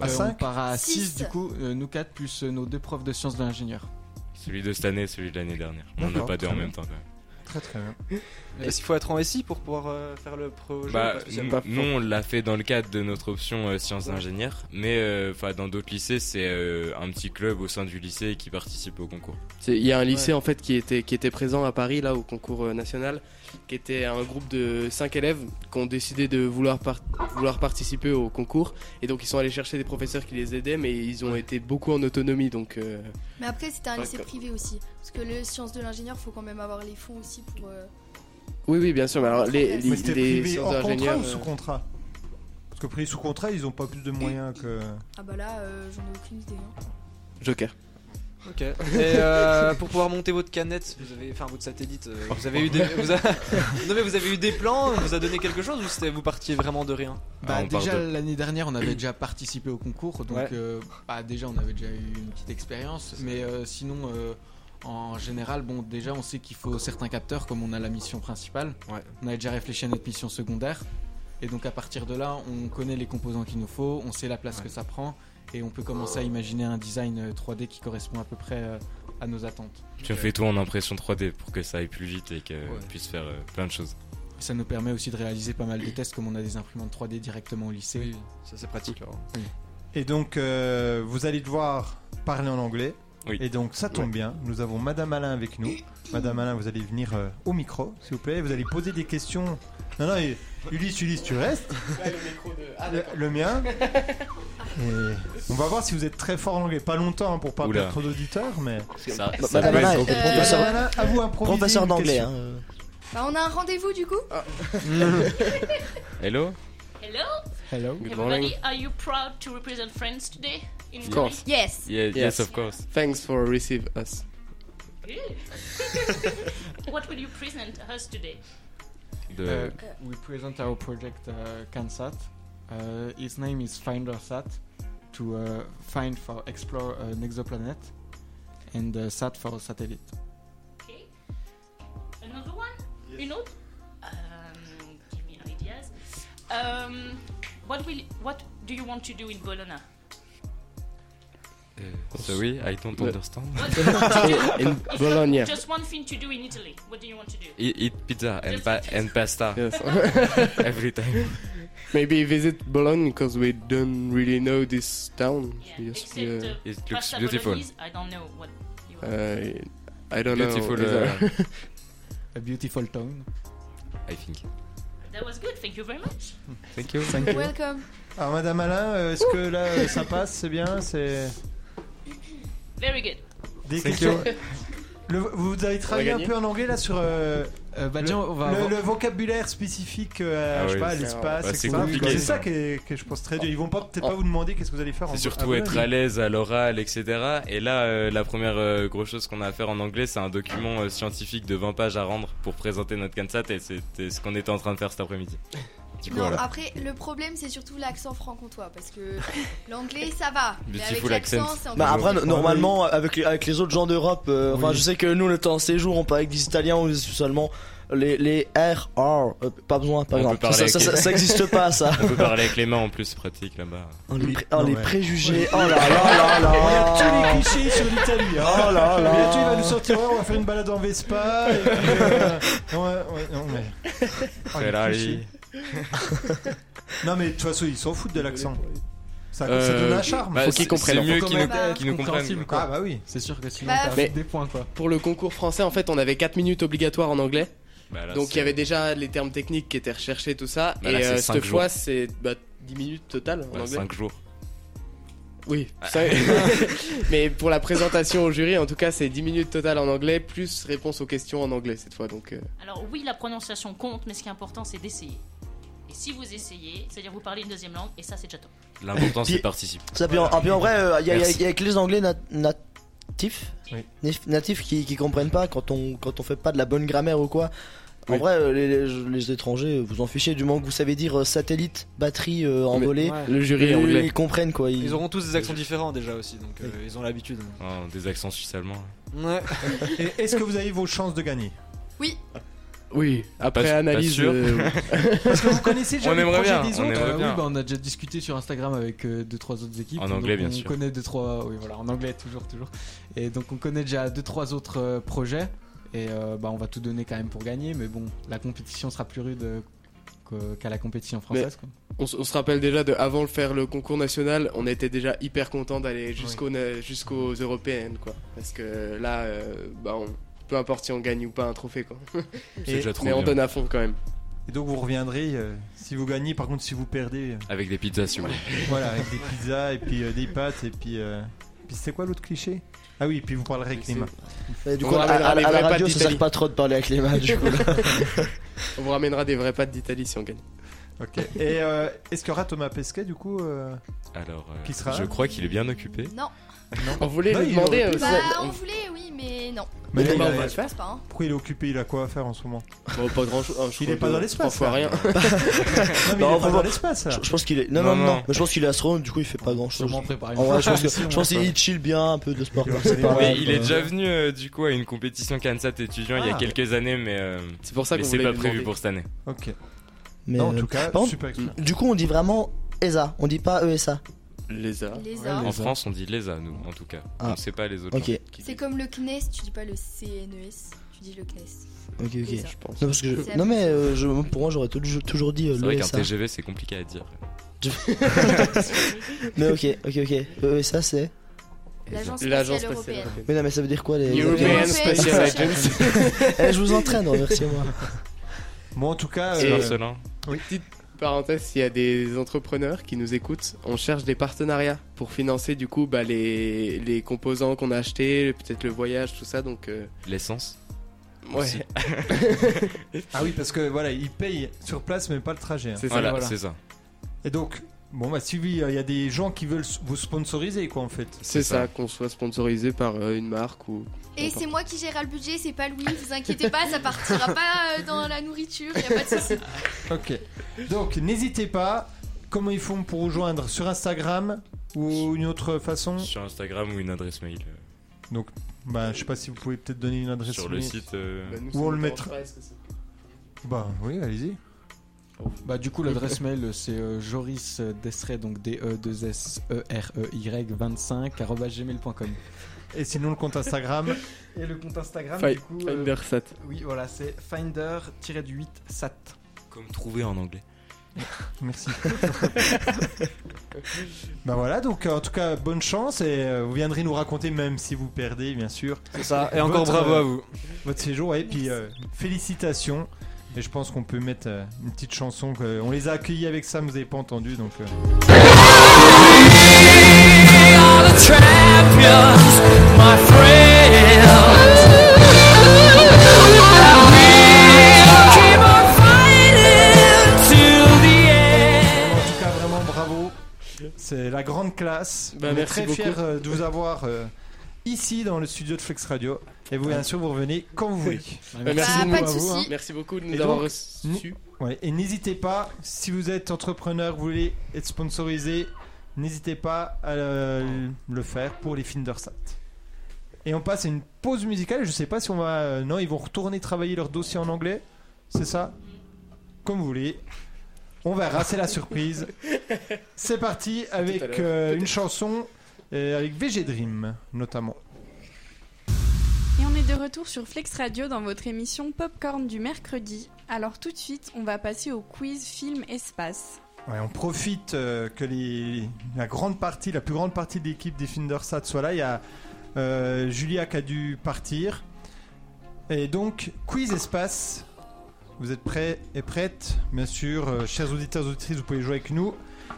À
Euh, on
5
part à
Six.
6 du coup, euh, nous 4 plus euh, nos deux profs de sciences de l'ingénieur.
Celui de cette année, celui de l'année dernière. On n'a
D'accord,
pas deux en
très
même temps. quand même.
Très très bien.
Est-ce qu'il faut être en SI pour pouvoir euh, faire le projet
Bah,
Parce que c'est
nous,
pas-
nous, on l'a fait dans le cadre de notre option euh, sciences d'ingénieur, mais euh, enfin dans d'autres lycées, c'est euh, un petit club au sein du lycée qui participe au concours.
c'est- il y a un lycée en fait qui était, qui était présent à Paris là au concours euh, national, qui était un groupe de 5 élèves qui ont décidé de vouloir, par- vouloir participer au concours. Et donc ils sont allés chercher des professeurs qui les aidaient, mais ils ont été beaucoup en autonomie donc. euh,
Mais après, c'était un
Ouais,
lycée
comme-
privé aussi. Parce que le sciences de l'ingénieur, faut quand même avoir les fonds aussi pour. euh,
Oui, oui, bien sûr. Mais alors, les, les,
Mais c'était
les
privé
sciences
hors contrat
d'ingénieurs. euh,
ou sous contrat Parce que privé sous contrat, ils ont pas plus de moyens que.
Ah bah là, euh, j'en ai aucune idée. hein.
euh, Joker.
Ok. Et euh, pour pouvoir monter votre canette, vous avez, enfin votre satellite, euh, vous avez eu des, vous a- non mais vous avez eu des plans, on vous a donné quelque chose ou c'était- vous partiez vraiment de rien
Bah,
Ah, on parle
déjà
de-
l'année dernière, on avait déjà participé au concours, donc
Ouais.
euh, bah, déjà on avait déjà eu une petite expérience. Mais euh, sinon, euh, en général, bon, déjà on sait qu'il faut certains capteurs, comme on a la mission principale.
Ouais.
On avait déjà réfléchi à notre mission secondaire, et donc à partir de là, on connaît les composants qu'il nous faut, on sait la place que ça prend, et on peut commencer à imaginer un design euh, 3D qui correspond à peu près euh, à nos attentes.
Tu as fait tout en impression 3D pour que ça aille plus vite et qu'on puisse faire euh, plein de choses.
Ça nous permet aussi de réaliser pas mal de tests, comme on a des imprimantes 3D directement au lycée.
ça c'est pratique. alors.
Et donc, euh, vous allez devoir parler en anglais.
Oui.
Et donc, ça tombe bien. Nous avons Madame Alain avec nous. Madame Alain, vous allez venir euh, au micro, s'il vous plaît. Vous allez poser des questions. Non, non, et- Ulysse, Ulysse, tu restes. le, le mien. Et on va voir si vous êtes très fort en anglais. Pas longtemps hein, pour pas
Oula.
perdre trop d'auditeurs, mais.
Ça,
Ma-
ça
Madame
peut être
Alain
compliqué.
était
Euh,
Madame
professeur,
Alain, à vous improviser
professeur
une
d'anglais.
question.
hein, euh.
Bah, on a un rendez-vous du coup
Ah. Hello
Hello,
Hello.
Good morning.
everybody. Are you proud to represent France today? In
Of course.
Yes
Yeah, yes.
Yes.
of course.
Thanks for receive us.
Really? what will you present us today?
De-
Uh, we present our project uh, CanSat. Uh, its name is FinderSat to uh, find for explore uh, an exoplanet and uh, SAT for satellite.
Okay. Another one? You know? Um, give me ideas. Um, what will? What do you want to do in Bologna?
euh, sorry, I don't
Le-
understand.
What do you want to do?
In
If you-
Bologna.
Just one thing to do in Italy. What do you want to do?
Eat, eat pizza and, pa- and pasta
Yes.
every time.
Maybe visit Bologna because we don't really know this town.
Yeah.
Yes.
Except
yeah.
uh,
It looks
pasta
beautiful.
bolognese. I don't know what you want.
Uh, I don't
Beautiful,
know.
uh,
A beautiful town.
I think.
that was good. Thank you very much.
Thank you.
Welcome
Alors, Madame Alain, euh, est-ce que là, euh, ça passe C'est bien C'est.
Very good.
Des
Thank
questions. Le- vous avez travaillé un
gagné
peu en anglais là sur euh,
Euh, bah,
le,
tiens, on va
le-
avoir-
le vocabulaire spécifique euh, à,
Ah
je sais
oui,
pas, à
c'est-
l'espace,
bah, c'est
etc.
compliqué,
C'est
ça. Oh.
ça qui est, qui est, je pense, très dur. Ils vont pas- peut-être pas vous demander qu'est-ce que vous allez faire en Ah,
C'est
à
surtout
Bologne.
être à l'aise à l'oral, etc. Et là, euh, la première euh, grosse chose qu'on a à faire en anglais, c'est un document euh, scientifique de 20 pages à rendre pour présenter notre CANSAT et c'était ce qu'on était en train de faire cet après-midi. Du coup,
Non,
voilà.
après, le problème, c'est surtout l'accent franc-comtois. Parce que l'anglais, ça va. Mais avec
Beautiful
l'accent,
accent.
c'est encore
Bah après,
plus
no- normalement, avec les, avec les autres gens d'Europe, euh, enfin,
Oui.
je sais que nous, on était en séjour, on parlait avec des Italiens ou des seulement les, les R, R, euh, pas besoin, par
On peut
exemple.
parler
Ça, ça,
avec
ça,
les-
ça existe pas, ça.
On peut parler avec les mains en plus, c'est pratique là-bas.
Oh, les, pré- oh,
Non,
les
ouais.
préjugés, oh là là là
On a tous
là.
les clichés sur l'Italie. hein.
Oh là là.
Bientôt, il va nous sortir. ouais, on va faire une balade en Vespa. et puis, euh, ouais, ouais, non, mais. Oh, les
Ferrari.
Euh,
clichés. Non, mais de toute façon, ils s'en foutent de l'accent. Ça- ça
Euh,
donne un charme. Faut
Bah,
bah, c'est-
qu'ils comprennent,
c'est
en
mieux
fait.
qu'ils nous,
Bah,
qu'ils nous comprennent.
compréhensible, quoi.
Ah bah oui.
C'est sûr que sinon
Bah,
t'as
mais-
des points quoi.
Pour le concours français, en fait, on avait 4 minutes obligatoires en anglais.
Bah, là,
Donc il
c'est-
y avait déjà les termes techniques qui étaient recherchés, tout ça.
Bah,
et
là, c'est
euh,
cinq
cette
jours. Bah,
fois, c'est bah, 10 minutes totales en
ouais,
anglais.
5 jours. Ah.
Oui. ça- Mais pour la présentation au jury, en tout cas, c'est 10 minutes totales en anglais, plus réponse aux questions en anglais cette fois. Donc, euh,
Alors oui, la prononciation compte, mais ce qui est important, c'est d'essayer. Et si vous essayez, c'est-à-dire vous parlez une deuxième langue, et ça c'est déjà top.
L'important, c'est
Puis-
de participer.
Ça, puis en, puis en vrai, euh, il y a- il y, a-
Merci.
il y a que les anglais nat- natifs,
Oui.
nif- natifs qui, qui comprennent pas quand on, quand on fait pas de la bonne grammaire ou quoi. En
Oui.
vrai, euh, les, les- les étrangers, euh, vous en fichez du moment que vous savez dire euh, satellite, batterie euh, en
Mais-
volée.
Ouais.
le jury est
eux,
anglais.
Ils comprennent quoi. Ils...
Ils auront tous des accents différents déjà aussi, donc euh, ils ont l'habitude.
Oh, des accents suisse-allemands. hein.
bah
Ouais.
Et est-ce que vous avez vos chances de gagner
Oui, après
Pas su- pas
analyse.
sûr.
euh,
Parce que vous connaissez déjà
On
les
aimerait
projets
bien,
des
on
autres.
aimerait
Euh,
bien.
oui, bah, on a déjà discuté sur Instagram avec euh, deux trois autres équipes.
En anglais,
donc
bien
on
sûr.
connaît deux trois, oui voilà, en anglais toujours toujours. Et donc on connaît déjà deux trois autres euh, projets et euh, bah on va tout donner quand même pour gagner, mais bon, la compétition sera plus rude euh, qu'au- qu'à la compétition française. quoi.
on, s- on se rappelle déjà de avant de faire le concours national, on était déjà hyper content d'aller jusqu'aux na- jusqu'aux européennes, quoi. Parce que là, euh, bah, on- peu importe si on gagne ou pas un trophée, quoi.
C'est déjà trop
Mais
bien.
on donne à fond quand même.
Et donc vous reviendrez euh, si vous gagnez. Par contre, si vous perdez, euh,
Avec des pizzas, si vous voulez.
voilà, avec des pizzas et puis euh, des pâtes et puis. euh, Puis c'est quoi l'autre cliché Ah oui, et puis vous parlerez avec
C'est-
Clément.
Mais du
On
coup, à,
ramènera
à-
les
à
vrais
la
pattes
radio, ça
d'Italie.
sert pas trop de parler avec les matchs. du coup.
On vous ramènera des vrais pâtes d'Italie si on gagne.
Ok. Et euh, est-ce qu'il y aura Thomas Pesquet du coup euh,
Alors, euh,
Qui sera
je crois qu'il est bien occupé.
Non.
On voulait
Bah,
lui
il
demander.
aurait
euh,
Bah,
ça-
on voulait, oui, mais non.
Mais
Bah,
il
on
a-
va le
Je
faire.
pense pas. hein.
Pourquoi il est occupé Il a quoi à faire en ce moment
Bon, pas grand
hein,
chose.
Il est pas dans l'espace,
Trois fois
là.
rien.
Non, mais
Bah,
il
on
est pas
va-
dans l'espace. là.
je, je pense qu'il est. Non, non,
Non,
non.
non.
Mais je pense qu'il est astronome, du coup, il fait pas grand chose.
Sûrement préparer une
En vrai, je pense que-
compétition,
je pense qu'il chill bien un peu de sport.
Il va
c'est
falloir-
pas
Mais
mal,
il
quoi.
est déjà venu euh, du coup à une compétition Kansas étudiant il y a
Ah.
quelques années, mais, euh,
C'est pour ça
mais
qu'on
c'est
voulait
pas
lui
prévu
demander.
pour cette année.
Ok.
Mais,
Non, en
euh,
tout cas,
par contre,
super expérience.
Du coup, on dit vraiment ESA, on dit pas E ESA.
Les arts.
Les
Ouais,
arts.
les-
En France, on dit l'ESA, nous, en tout cas.
Ah.
On sait pas les autres.
Ok,
gens.
ok,
C'est comme le CNES, tu dis pas le CNES, tu dis le CNES.
ok.
Les arts.
Je pense.
Non, parce que je-
C'est
non mais euh, je- pour moi j'aurais toujours, toujours dit euh,
C'est vrai qu'un
l'ESA.
TGV, c'est compliqué à dire.
Mais ok, ok, ok. ESA c'est.
L'agence
L'agence
spatiale européenne.
Mais non mais ça veut dire quoi les.
European
European
Space
Space
Agency.
Eh, je vous entraîne, remerciez-moi.
Bon, en tout cas,
C'est
euh,
Barcelone.
Parenthèse, s'il y a des entrepreneurs qui nous écoutent, on cherche des partenariats pour financer du coup bah, les, les composants qu'on a achetés, peut-être le voyage, tout ça. Donc, euh,
L'essence. Aussi.
ouais,
ah oui, parce que voilà, ils payent sur place, mais pas le trajet. hein.
c'est ça.
Voilà,
voilà.
c'est ça.
Et donc, bon, bah, Sylvie, il y a des gens qui veulent s- vous sponsoriser, quoi, en fait.
C'est
C'est ça,
ça.
qu'on soit sponsorisé par euh, une marque ou.
Et c'est moi qui gère le budget, c'est pas Louis, vous inquiétez pas, ça partira pas euh, dans la nourriture, y a pas de soucis.
Ok. Donc, n'hésitez pas. Comment ils font pour vous joindre Sur Instagram ou une autre façon
Sur Instagram ou une adresse mail. euh,
Bah, je sais pas si vous pouvez peut-être donner une adresse.
sur le
mail.
site. euh,
Bah, nous,
Où
ça
on
nous
le
dérange
mettra-
pas, est-ce que c'est-
Bah, oui, allez-y.
Bah du coup l'adresse mail c'est euh, Joris Desrey donc D E 2 S E R E Y 25 gmail.com.
Et sinon, le compte Instagram.
Et le compte Instagram
Fi-
du coup euh,
Undersat.
oui voilà, c'est finder-8 sat.
Comme trouver en anglais.
Merci. bah voilà, donc en tout cas, bonne chance et euh, vous viendrez nous raconter, même si vous perdez, bien sûr,
C'est ça. Et encore
Votre,
bravo
euh,
à vous.
votre séjour. ouais, Et puis
Merci.
euh, félicitations. Et je pense qu'on peut mettre euh, une petite chanson. que- on les a accueillis avec ça, mais vous n'avez pas entendu. Donc, euh, en tout cas, vraiment bravo. C'est la grande classe.
Bah,
on
merci
est très
beaucoup.
fiers euh, de vous avoir euh, ici dans le studio de Flex Radio. Et vous, bien sûr, vous revenez quand vous voulez.
Bah, merci,
Bah,
beaucoup,
pas de
à vous, hein.
soucis.
merci beaucoup de nous
Et
avoir
donc,
reçus.
Ouais, et n'hésitez pas, si vous êtes entrepreneur, vous voulez être sponsorisé, n'hésitez pas à euh, le faire pour les Findersat. Et on passe à une pause musicale. Je sais pas si on va. euh, non, ils vont retourner travailler leur dossier en anglais. C'est ça Comme vous voulez. On verra, c'est la surprise. C'est parti
Tout à l'heure,
avec euh, une chanson, euh, avec VG Dream notamment.
Et on est de retour sur Flex Radio dans votre émission Popcorn du mercredi. Alors tout de suite, on va passer au quiz film espace.
Ouais, on profite euh, que les, la grande partie, la plus grande partie de l'équipe des Findersat soit là. Il y a euh, Julia qui a dû partir. Et donc, quiz espace. Vous êtes prêts et prêtes Bien sûr, euh, chers auditeurs et auditrices, vous pouvez jouer avec nous.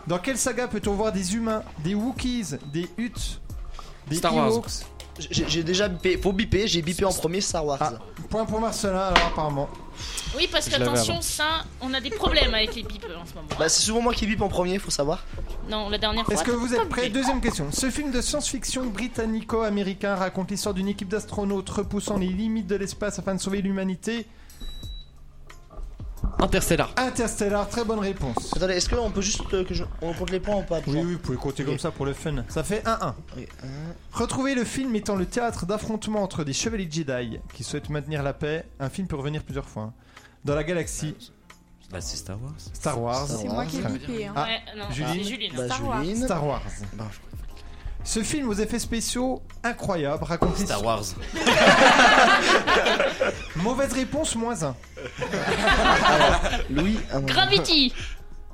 Dans quelle saga peut-on voir des humains, des Wookiees, des Huttes, des
Star Wars.
Ewoks
J'ai j'ai déjà bipé, faut biper, j'ai bipé en premier Star Wars.
Ah, Point pour Marcelin, alors apparemment.
Oui, parce
Je l'avais
qu'attention,
avant.
ça, on a des problèmes avec les bips en ce moment.
Bah c'est souvent moi qui bipe en premier, faut savoir.
Non, la dernière fois.
Est-ce que
t'as
vous
pas
êtes prêts
bipé.
Deuxième question. Ce film de science-fiction britannico-américain raconte l'histoire d'une équipe d'astronautes repoussant les limites de l'espace afin de sauver l'humanité.
Interstellar.
Interstellar, très bonne réponse.
Attendez, est-ce qu'on peut juste euh, que je... on compte les points ou pas
Oui, oui, vous pouvez compter comme ça pour le fun. Ça fait 1-1.
Ok, un.
Retrouvez le film étant le théâtre d'affrontements entre des chevaliers Jedi qui souhaitent maintenir la paix. Un film peut revenir plusieurs fois. hein. Dans la galaxie
Bah, c'est Star Wars.
Star Wars.
Star
C'est moi
Wars.
qui ai bipé. hein.
Ah,
Ouais, non,
Juline.
c'est Juline.
Bah
Star Wars.
Juline.
Star Wars.
Bah,
Ce film aux effets spéciaux incroyables raconte
Star Wars.
Mauvaise réponse, moins 1.
Louis, un moment.
Gravity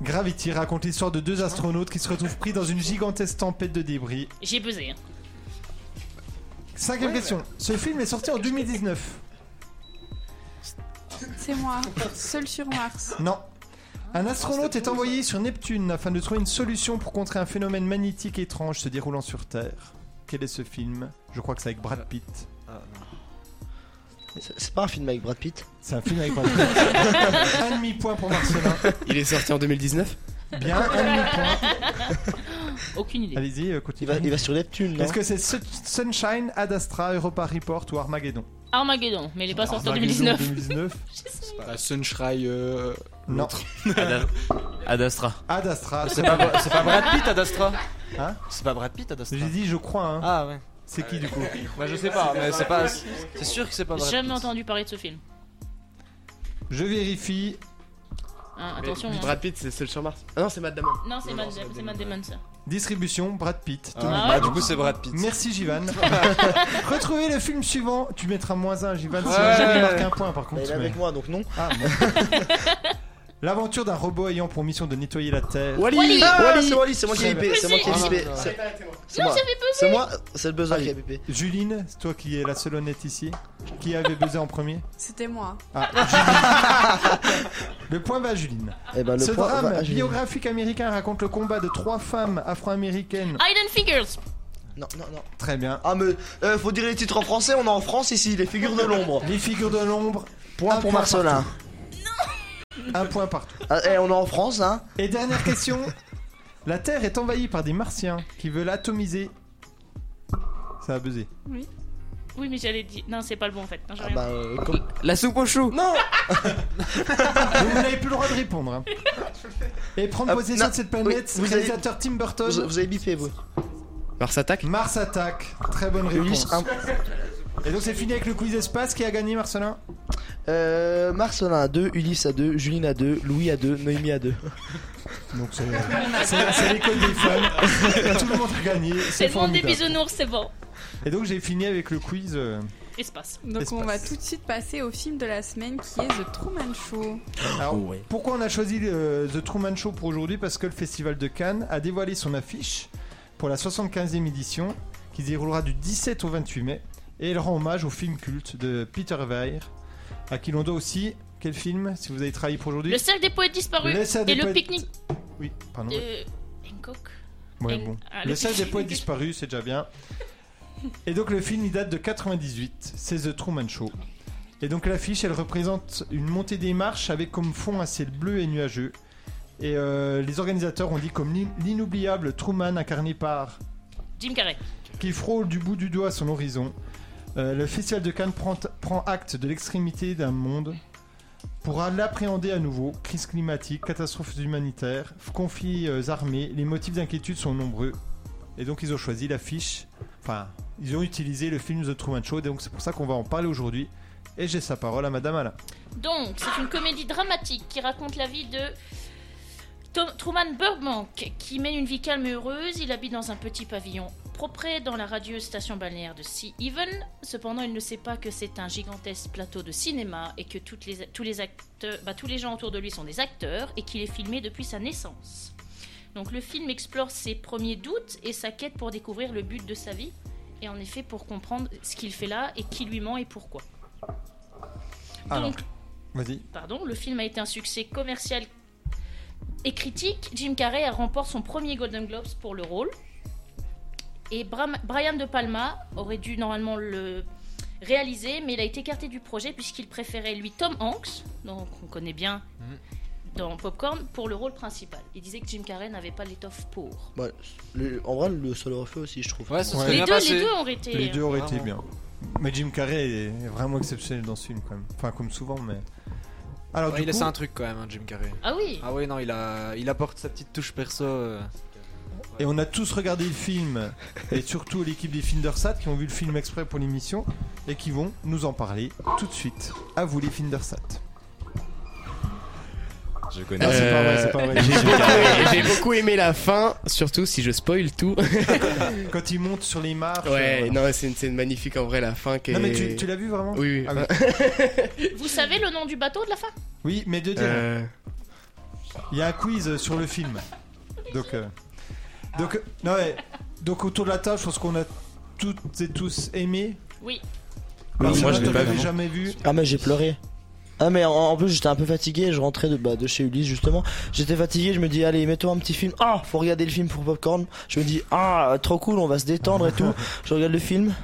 Gravity raconte l'histoire de deux astronautes qui se retrouvent pris dans une gigantesque tempête de débris.
J'ai buzzé. hein.
Cinquième question. Ce film est sorti en 2019.
C'est moi. Seul sur Mars.
Non. Un astronaute est envoyé sur Neptune afin de trouver une solution pour contrer un phénomène magnétique étrange se déroulant sur Terre. Quel est ce film Je crois que c'est avec Brad Pitt.
C'est c'est pas un film avec Brad Pitt.
C'est un film avec Brad Pitt. un demi-point pour Marcelin.
Il est sorti en 2019
Bien, un demi-point.
Aucune idée.
Allez-y, euh,
Il
continue.
va, il va sur Neptune, non
Est-ce que c'est Sun- Sunshine, Ad Astra, Europa Report ou Armageddon
Armageddon, mais il est pas sorti en
Armageddon
2019.
2019
Bah, Sunshine, euh,
Non.
Ada- Ad Astra.
Ad Astra.
C'est pas, Bra- c'est pas Brad Pitt à Dastra
Hein
C'est pas Brad Pitt à Dastra
J'ai dit, je crois. hein.
Ah ouais.
C'est qui du coup
Bah je sais pas, mais c'est pas. C'est sûr que c'est pas Brad
J'ai jamais
Pitt.
entendu parler de ce film.
Je vérifie.
Hein, attention. hein.
Brad Pitt, c'est seul sur Mars. Ah non, c'est Matt Damon.
Non, c'est Matt c'est Matt Damon, ça.
Distribution, Brad Pitt.
Ah,
Tom-
bah, du coup c'est Brad Pitt.
Merci Jivan. Retrouvez le film suivant. Tu mettras moins un Jivan si
Ouais.
jamais il marque un point par
Bah,
contre.
Il est
mais-
avec moi donc non.
Ah, bon. L'aventure d'un robot ayant pour mission de nettoyer la Terre.
Wally
Wally.
Ah, c'est Wally, c'est moi qui ai
C'est-
bipé, c'est moi qui ai
c'est-
bipé. C'est- C'est moi, c'est moi, c'est le buzzer qui a bipé.
Juline, c'est toi qui es la seule honnête ici. Qui avait buzzé en premier
C'était moi.
Ah, Juline. Le point va à Juline.
Et bah, le
Ce
point
drame
va à Julie.
biographique américain raconte le combat de trois femmes afro-américaines.
Hidden Figures
Non, non, non.
Très bien.
Ah, mais euh, faut dire les titres en français, on est en France ici, les figures de l'ombre.
Les figures de l'ombre,
Point
Un
pour
point
Marcelin.
un point partout.
Ah, eh, on est en France, hein.
Et dernière question. La Terre est envahie par des martiens qui veulent atomiser. Ça a buzzé.
Oui, mais j'allais dire. Non, c'est pas le bon en fait. Non, j'ai
Ah,
rien.
bah, euh, comme-
La soupe au chou Non
Donc vous n'avez plus le droit de répondre. hein. Et prendre
Ah,
possession
non,
de cette planète,
oui, vous avez-
réalisateur Tim Burton.
vous, vous avez bipé, vous.
Mars Attack
Mars attaque. Très bonne réponse.
Ulysse, un-
Et donc c'est fini avec le quiz espace qui a gagné Marcelin.
Euh, Marcelin à 2, Ulysse à 2, Juline à 2, Louis à 2, Noémie à 2.
Donc c'est c'est- c'est l'école des fans. Tout le monde a gagné.
C'est
C'est
le monde des
formidable.
bisounours, c'est bon.
Et donc j'ai fini avec le quiz. euh,
Espace.
Donc on va
Espace.
tout de suite passer au film de la semaine qui est The Truman Show.
Alors, Pourquoi on a choisi euh, The Truman Show pour aujourd'hui Parce que le Festival de Cannes a dévoilé son affiche pour la 75e édition qui se déroulera du 17 au 28 mai et elle rend hommage au film culte de Peter Weir à qui l'on doit aussi quel film si vous avez travaillé pour
Le
aujourd'hui
cercle des poètes disparus
Le cercle
et
des
le
poètes-
pique-nique Euh,
Oui, pardon.
de Hancock.
Ouais,
Hank-
bon.
Ah,
Le sage des poètes
pique-nique.
disparus, c'est déjà bien. Et donc le film il date de 98, c'est The Truman Show. Et donc l'affiche elle représente une montée des marches avec comme fond un ciel bleu et nuageux. Et euh, les organisateurs ont dit comme l'in- l'inoubliable Truman incarné par
Jim Carrey.
qui frôle du bout du doigt son horizon. Euh, le festival de Cannes prend, prend acte de l'extrémité d'un monde pour l'appréhender à nouveau. Crise climatique, catastrophes humanitaires, conflits euh, armés, les motifs d'inquiétude sont nombreux. Et donc ils ont choisi l'affiche, enfin ils ont utilisé le film The Truman Show, et donc c'est pour ça qu'on va en parler aujourd'hui. Et j'ai sa parole à Madame Alain.
Donc, c'est une comédie dramatique qui raconte la vie de Tom- Truman Burbank, qui mène une vie calme et heureuse. Il habite dans un petit pavillon propret dans la radieuse station balnéaire de Sea Evil. Cependant, il ne sait pas que c'est un gigantesque plateau de cinéma et que toutes les, tous, les acteurs, bah, tous les gens autour de lui sont des acteurs et qu'il est filmé depuis sa naissance. Donc le film explore ses premiers doutes et sa quête pour découvrir le but de sa vie et en effet pour comprendre ce qu'il fait là et qui lui ment et pourquoi.
Alors, vas-y.
Pardon, le film a été un succès commercial et critique. Jim Carrey remporte son premier Golden Globes pour le rôle. Et Bram- Brian De Palma aurait dû normalement le réaliser, mais il a été écarté du projet puisqu'il préférait lui Tom Hanks, donc on connaît bien dans Popcorn, pour le rôle principal. Il disait que Jim Carrey n'avait pas l'étoffe pour.
Ouais, le- Bah, en vrai, le seul refait aussi, je trouve.
Ouais, ça
Ouais.
serait bien
Les
deux- les
passé.
deux auraient été-
Les deux auraient été
Vraiment.
bien. Mais Jim Carrey est vraiment exceptionnel dans ce film, quand même. Enfin, comme souvent, mais. Alors,
Ouais,
du
il
coup,
laisse un truc quand même, hein, Jim Carrey.
Ah oui
Ah oui, non, il, a, il apporte sa petite touche perso. euh.
et on a tous regardé le film, et surtout l'équipe des Findersat qui ont vu le film exprès pour l'émission, et qui vont nous en parler tout de suite. À vous, les Findersat.
Je connais.
Ah, c'est pas vrai,
Euh,
c'est pas vrai.
J'ai beaucoup, j'ai beaucoup aimé la fin, surtout si je spoil tout.
Quand ils montent sur les marches.
ouais,
euh,
non, c'est une scène magnifique en vrai, la fin. Qui
Non, mais
est-
tu, tu l'as vu vraiment
Oui, oui.
Ah oui.
Vous savez le nom du bateau de la fin
Oui, mais de dire.
Euh,
Il y a un quiz euh, sur le film. Donc, euh, donc, euh, non, ouais. donc autour de la table, je pense qu'on a toutes et tous aimé.
Oui.
Alors,
Parce
Ah, moi,
que
je
toi,
l'ai pas
tu
vu.
l'avais jamais vu.
Ah mais j'ai pleuré. Ah mais en, en plus j'étais un peu fatigué, je rentrais de, bah, de chez Ulysse justement. J'étais fatigué, je me dis allez mets-toi un petit film. Ah faut regarder le film pour popcorn. Je me dis ah trop cool, on va se détendre et tout. Je regarde le film.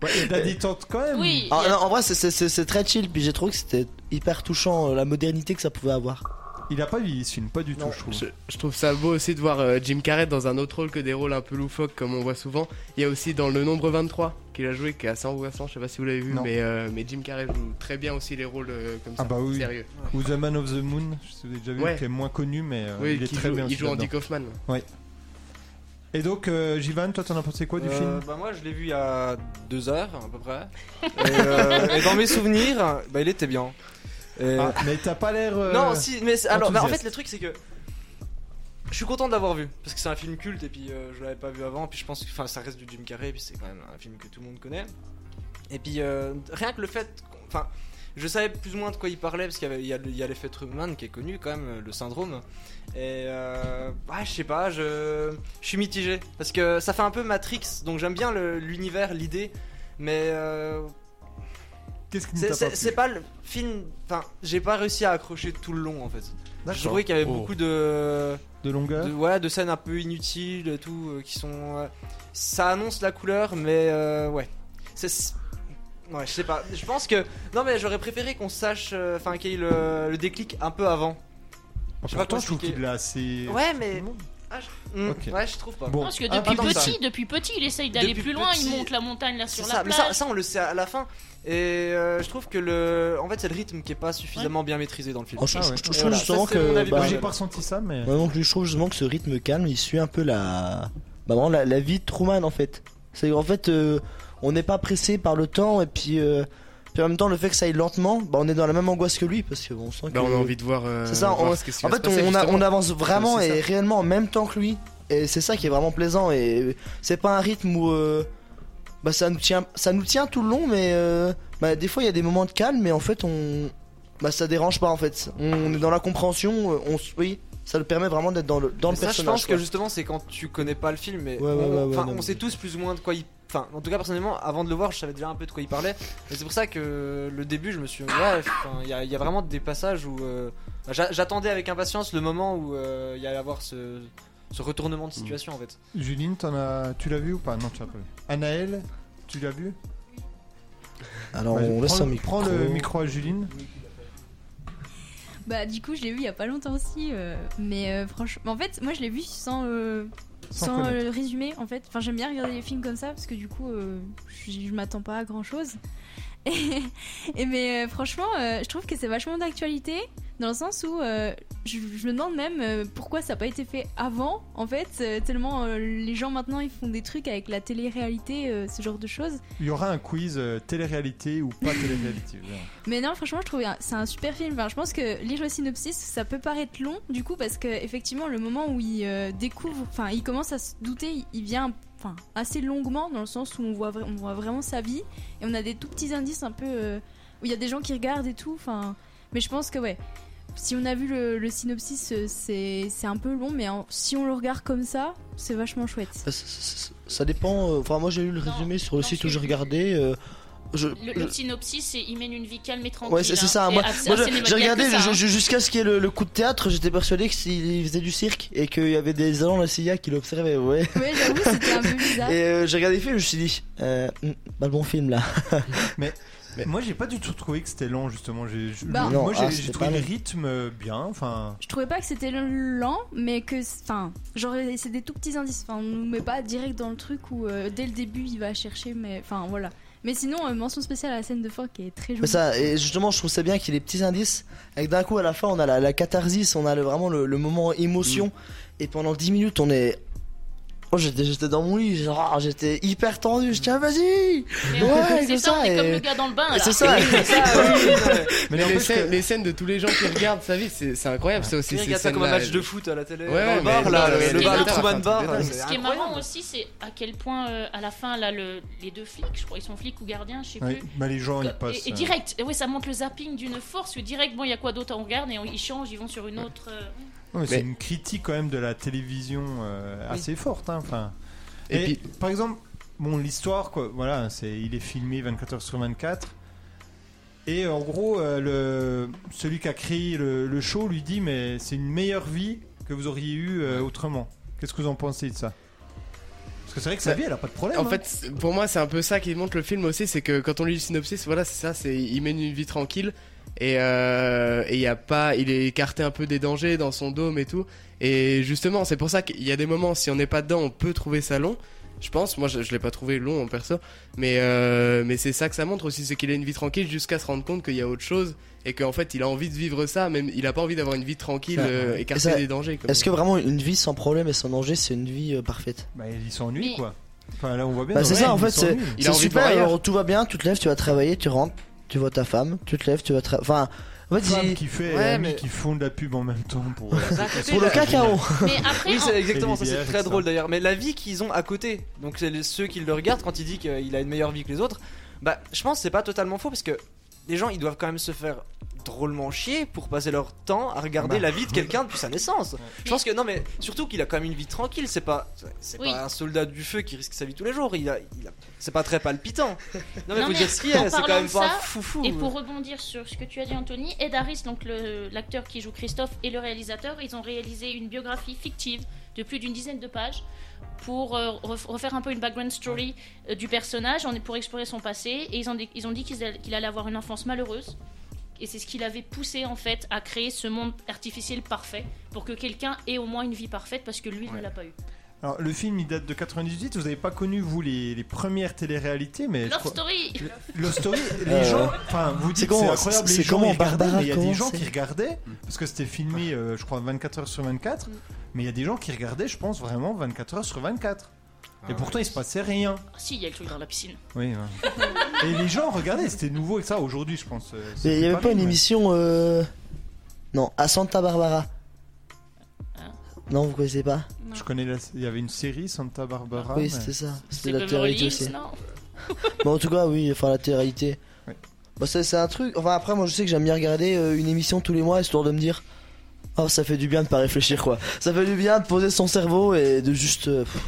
Ouais, il y a de la détente quand même.
Oui.
Ah,
il y a-
non, en vrai c'est- c'est c'est- c'est très chill, puis j'ai trouvé que c'était hyper touchant euh, la modernité que ça pouvait avoir.
Il a pas vieilli ce film, pas du tout, je trouve.
je, je trouve ça beau aussi de voir euh, Jim Carrey dans un autre rôle que des rôles un peu loufoques comme on voit souvent. Il y a aussi dans Le Nombre 23 qu'il a joué, qui est assez angoissant, je sais pas si vous l'avez vu,
Non.
mais, euh, mais Jim Carrey joue très bien aussi les rôles euh, comme
Ah
ça.
bah oui.
Sérieux.
Ou The Man of the Moon, je sais pas si vous avez déjà vu,
Ouais.
qui est moins connu, mais euh,
oui,
il est
qui
très
joue,
bien.
il joue
celui-là
Andy Kaufman.
dedans. Et donc, euh, Jivan, toi, t'en as pensé quoi du
Euh,
film
bah moi je l'ai vu il y a deux heures à peu près. et, euh, et dans mes souvenirs, bah il était bien. Et-
Ah, Mais t'as pas l'air. euh,
Non si mais c'est- alors bah, en
enthousiaste.
fait le truc c'est que je suis content d'avoir vu parce que c'est un film culte et puis euh, je l'avais pas vu avant puis je pense que enfin ça reste du Jim Carrey et puis c'est quand même un film que tout le monde connaît. Et puis euh, rien que le fait qu'on- enfin je savais plus ou moins de quoi il parlait parce qu'il y, avait- il y a, le- il y a l'effet Truman qui est connu quand même le syndrome et euh, ouais, je sais pas je je suis mitigé parce que ça fait un peu Matrix donc j'aime bien le- l'univers l'idée mais euh,
Qu'est-ce qui ne
c'est-
t'a pas
c'est
plu
c'est pas le film enfin j'ai pas réussi à accrocher tout le long en fait.
D'accord.
Je trouvais qu'il y avait
Oh.
beaucoup de,
De longueur
de, ouais, de scènes un peu inutiles et tout, euh, qui sont. euh, ça annonce la couleur, mais euh, ouais. C'est. c'est- Ouais, je sais pas. Je pense que. Non, mais j'aurais préféré qu'on sache. euh, Enfin, qu'il y ait le, le déclic un peu avant.
Pourtant,
je sais pas comment
je trouve
expliquer.
qu'il l'a assez.
Ouais, mais.
Tout le monde.
Hmm,
Ok.
Ouais, je trouve pas.
Bon,
Parce que
ah,
depuis
pardon,
petit,
ça.
depuis petit, il essaye d'aller
Depuis
plus loin, il
petit-
monte la montagne là sur
C'est
la
ça, mais
plage.
ça, ça, on le sait à la fin. Et euh, je trouve que le. En fait, c'est le rythme qui est pas suffisamment bien maîtrisé dans le film.
Oh, je,
Ah
je-
ouais.
je trouve
Voilà,
justement
ça, c'est mon avis
que bah,
Moi,
personnel.
j'ai pas ressenti ça, mais.
ouais, donc, je trouve justement que ce rythme calme, il suit un peu la bah vraiment la, la vie de Truman en fait. C'est en fait euh, on n'est pas pressé par le temps et puis euh, puis en même temps le fait que ça aille lentement, bah on est dans la même angoisse que lui parce que bon, on sent que
Bah, on a envie de voir. euh,
C'est ça,
voir
on-
ce qu'est-ce qui
En
va
fait,
se passer,
on, a-
justement.
on avance vraiment
C'est ça.
et réellement en même temps que lui. Et c'est ça qui est vraiment plaisant. Et c'est pas un rythme où euh, bah, ça, nous tient, ça nous tient tout le long, mais euh, bah, des fois il y a des moments de calme, mais en fait on. Bah, ça dérange pas en fait. On est dans la compréhension, euh, on, s- oui, ça le permet vraiment d'être dans le, dans le
Mais ça, je
personnage.
pense
quoi.
que justement, c'est quand tu connais pas le film, mais
Ouais, ouais,
on,
ouais, ouais,
enfin,
non,
on
mais-
sait tous plus ou moins de quoi il. Enfin, en tout cas, personnellement, avant de le voir, je savais déjà un peu de quoi il parlait. Et c'est pour ça que le début, je me suis. Ouais, enfin, il y, a- il y a vraiment des passages où. euh, bah, j'a- J'attendais avec impatience le moment où euh, il y allait avoir ce, ce retournement de situation en fait.
Juline, t'en as... tu l'as vu ou pas Non, tu l'as pas vu. Anaël, tu l'as vu
Alors
Vas-y,
on laisse
prends,
un
le-
micro.
prends le micro à Juline.
Bah du coup je l'ai vu il y a pas longtemps aussi, euh, mais euh, franchement, en fait moi je l'ai vu sans, euh,
Sans
sans, euh,
connaître.
résumé en fait. Enfin j'aime bien regarder les films comme ça parce que du coup euh, je, je m'attends pas à grand chose. Et, et mais euh, franchement euh, je trouve que c'est vachement d'actualité dans le sens où euh, je, je me demande même euh, pourquoi ça n'a pas été fait avant, en fait, euh, tellement euh, les gens maintenant ils font des trucs avec la télé-réalité, euh, ce genre de choses.
Il y aura un quiz euh, télé-réalité ou pas télé-réalité. vous verrez.
Mais non, franchement, je trouve que c'est un super film. Enfin, je pense que lire le synopsis, ça peut paraître long, du coup, parce que effectivement, le moment où il euh, découvre, enfin, il commence à se douter, il, il vient, enfin, assez longuement, dans le sens où on voit, vra- on voit vraiment sa vie, et on a des tout petits indices un peu euh, où il y a des gens qui regardent et tout. Enfin, mais je pense que ouais. Si on a vu le, le synopsis, euh, c'est c'est un peu long, mais en- si on le regarde comme ça, c'est vachement chouette.
Ça, ça- ça- ça dépend. euh, Enfin, moi j'ai lu le résumé sur le site où j'ai regardé. euh, je-
Le,
je-
le synopsis, c'est il mène une vie calme et tranquille.
Ouais, c'est c'est
hein.
ça.
Et
Moi,
à-
moi,
à
je-
Cinéma
j'ai
Galère,
regardé
c'est ça,
je-
hein.
je- jusqu'à ce qu'il y ait le, le coup de théâtre. J'étais persuadé qu'il faisait du cirque et qu'il y avait des agents de la CIA qui l'observaient. Ouais.
Ouais, j'avoue, c'était un peu bizarre.
Et euh, j'ai regardé le film, je me suis dit, euh, hmm, pas le bon film là.
Mais, moi j'ai pas du tout trouvé que c'était lent justement. J'ai- je-
Bah,
moi
Non,
j'ai
ah,
j'ai
c'était
trouvé
pas
le
long.
rythme euh, bien. Enfin,
Je trouvais pas que c'était lent, mais que, enfin, genre c'est des tout petits indices. Enfin, on nous met pas direct dans le truc où euh, dès le début il va chercher, mais enfin voilà. Mais sinon, euh, mention spéciale à la scène de fin qui est très jolie.
Mais ça, et justement, je trouve ça bien qu'il y ait des petits indices. Et que d'un coup, à la fin, on a la, la catharsis, on a le- vraiment le, le moment
Mm.
émotion. Et pendant 10 minutes, on est. Oh, j'étais j'étais dans mon lit, genre, ah, j'étais hyper tendu. Je tiens, vas-y!
Mais on-
Ouais,
c'est
comme
ça, on
ça.
est comme
et-
le gars dans le bain,
et
là.
C'est ça.
Oui, c'est ça, oui, oui, non,
Mais
mais les, scènes, les scènes de tous les gens qui regardent sa vie, c'est c'est incroyable ça aussi.
Il
ces
regarde ça comme un
scènes-là.
match de foot à la télé,
Ouais,
dans
ouais,
le bar,
mais-
là,
mais-
le- le
mais-
bar, le
mais-
Truman Bar,
mais-
là,
mais-
c'est
Ce qui est marrant aussi, c'est à quel point euh, à la fin, là, le- les deux flics, je crois, ils sont flics ou gardiens, je sais
ouais,
plus.
bah, les gens ils
Et-
passent.
et,
euh,
direct, ouais, ça montre le zapping d'une force. que Direct, bon, il y a quoi d'autre On regarde et on- ils changent, ils vont sur une autre. euh,
Ouais, mais C'est
Mais-
une critique quand même de la télévision euh, assez forte. hein, enfin.
Et
Et,
puis-
par exemple, bon, l'histoire, quoi, voilà, c'est, il est filmé 24 heures sur 24. Et en gros, euh, le, celui qui a créé le, le show lui dit mais c'est une meilleure vie que vous auriez eue euh, autrement. Qu'est-ce que vous en pensez de ça Parce que c'est vrai que sa
Bah,
vie, elle a pas de problème.
En
hein.
fait, c'est- pour moi, c'est un peu ça qui montre le film aussi, c'est que quand on lit le synopsis, voilà, c'est ça, c'est il mène une vie tranquille et euh, et il y a pas, il est écarté un peu des dangers dans son dôme et tout. Et justement, c'est pour ça qu'il y a des moments, si on n'est pas dedans, on peut trouver ça long. Je pense, moi, je, je l'ai pas trouvé long en perso, mais euh, mais c'est ça que ça montre aussi, c'est qu'il a une vie tranquille jusqu'à se rendre compte qu'il y a autre chose et qu'en fait, il a envie de vivre ça, même il a pas envie d'avoir une vie tranquille
Ça,
euh,
ouais.
écartée
Et ça-
des dangers. comme-
Est-ce que vraiment une vie sans problème et sans danger, c'est une vie euh, parfaite?
Bah, il s'ennuie,
Mais-
quoi. Enfin, là, on voit bien.
Bah, c'est
ouais,
ça, en
il
fait, c'est
s'ennuie.
Il
c'est
a envie de
super. euh,
voir ailleurs.
Alors, tout va bien, tu te lèves, tu vas travailler, tu rentres, tu vois ta femme, tu te lèves, tu vas travailler. Enfin, en fait,
Femme
c'est-
qui fait euh, et
Ouais,
ami
mais-
qui font de la pub en même temps pour. euh,
Bah,
D'un côté,
pour le
la-
cacao!
Mais après,
Oui,
en-
c'est exactement ça,
Et les
c'est
bières,
très
tout
drôle
ça.
d'ailleurs. Mais la vie qu'ils ont à côté, donc c'est les- ceux qui le regardent quand il dit qu'il a une meilleure vie que les autres, bah je pense que c'est pas totalement faux parce que les gens ils doivent quand même se faire drôlement chier pour passer leur temps à regarder
Bah.
la vie de quelqu'un depuis sa naissance. Je pense que non mais surtout qu'il a quand même une vie tranquille, c'est pas c'est
Oui.
pas un soldat du feu qui risque sa vie tous les jours, il a, il a- c'est pas très palpitant. Non mais
Non,
faut
mais
dire ce qu'il y
en
a, c'est quand
parlant
même
de
pas
ça,
foufou.
Et pour rebondir sur ce que tu as dit, Anthony, Ed Harris, donc le- l'acteur qui joue Christophe, et le réalisateur, ils ont réalisé une biographie fictive de plus d'une dizaine de pages pour euh, ref- refaire un peu une background story euh, du personnage, en- pour explorer son passé. Et ils ont, dit- ils ont dit qu'ils allaient- qu'il allait avoir une enfance malheureuse. Et c'est ce qui l'avait poussé en fait à créer ce monde artificiel parfait pour que quelqu'un ait au moins une vie parfaite parce que lui il ne l'a pas eu.
Alors, le film, il date de 98. Vous avez pas connu, vous, les, les premières téléréalités, mais. je
Love
crois-
Story
Love Story, les
Euh,
gens, enfin, vous dites
c'est
que c'est
comment-
incroyable,
c'est
les gens
comment
ils regardaient,
Barbara,
mais il y a des
comment
gens
c'est
qui regardaient, parce que c'était filmé, euh, je crois, 24 heures sur
Mm.
24, mais il y a des gens qui regardaient, je pense, vraiment 24 heures sur 24.
Ah
Et pourtant, il se passait rien.
Ah, Si, il y a le truc dans la piscine.
Oui, ouais. Et les gens regardaient, c'était nouveau et ça, aujourd'hui, je pense. euh, c'est
Mais il y
plus
avait pas
pareil,
une
mais-
émission. euh, Non, à Santa Barbara.
Hein
Non, vous connaissez pas
Je connais, la- il y avait une série, Santa Barbara. mais-
Oui, c'était ça.
C'est
C'était la
Beverly
théorie
Hills,
aussi.
non
Bon, en tout cas, oui, enfin la théorité.
Ouais.
Bon, ça, c'est un truc. Enfin, après, moi, je sais que j'aime bien regarder euh, une émission tous les mois histoire de me dire. Oh, ça fait du bien de pas réfléchir, quoi. Ça fait du bien de poser son cerveau et de juste. euh, pff,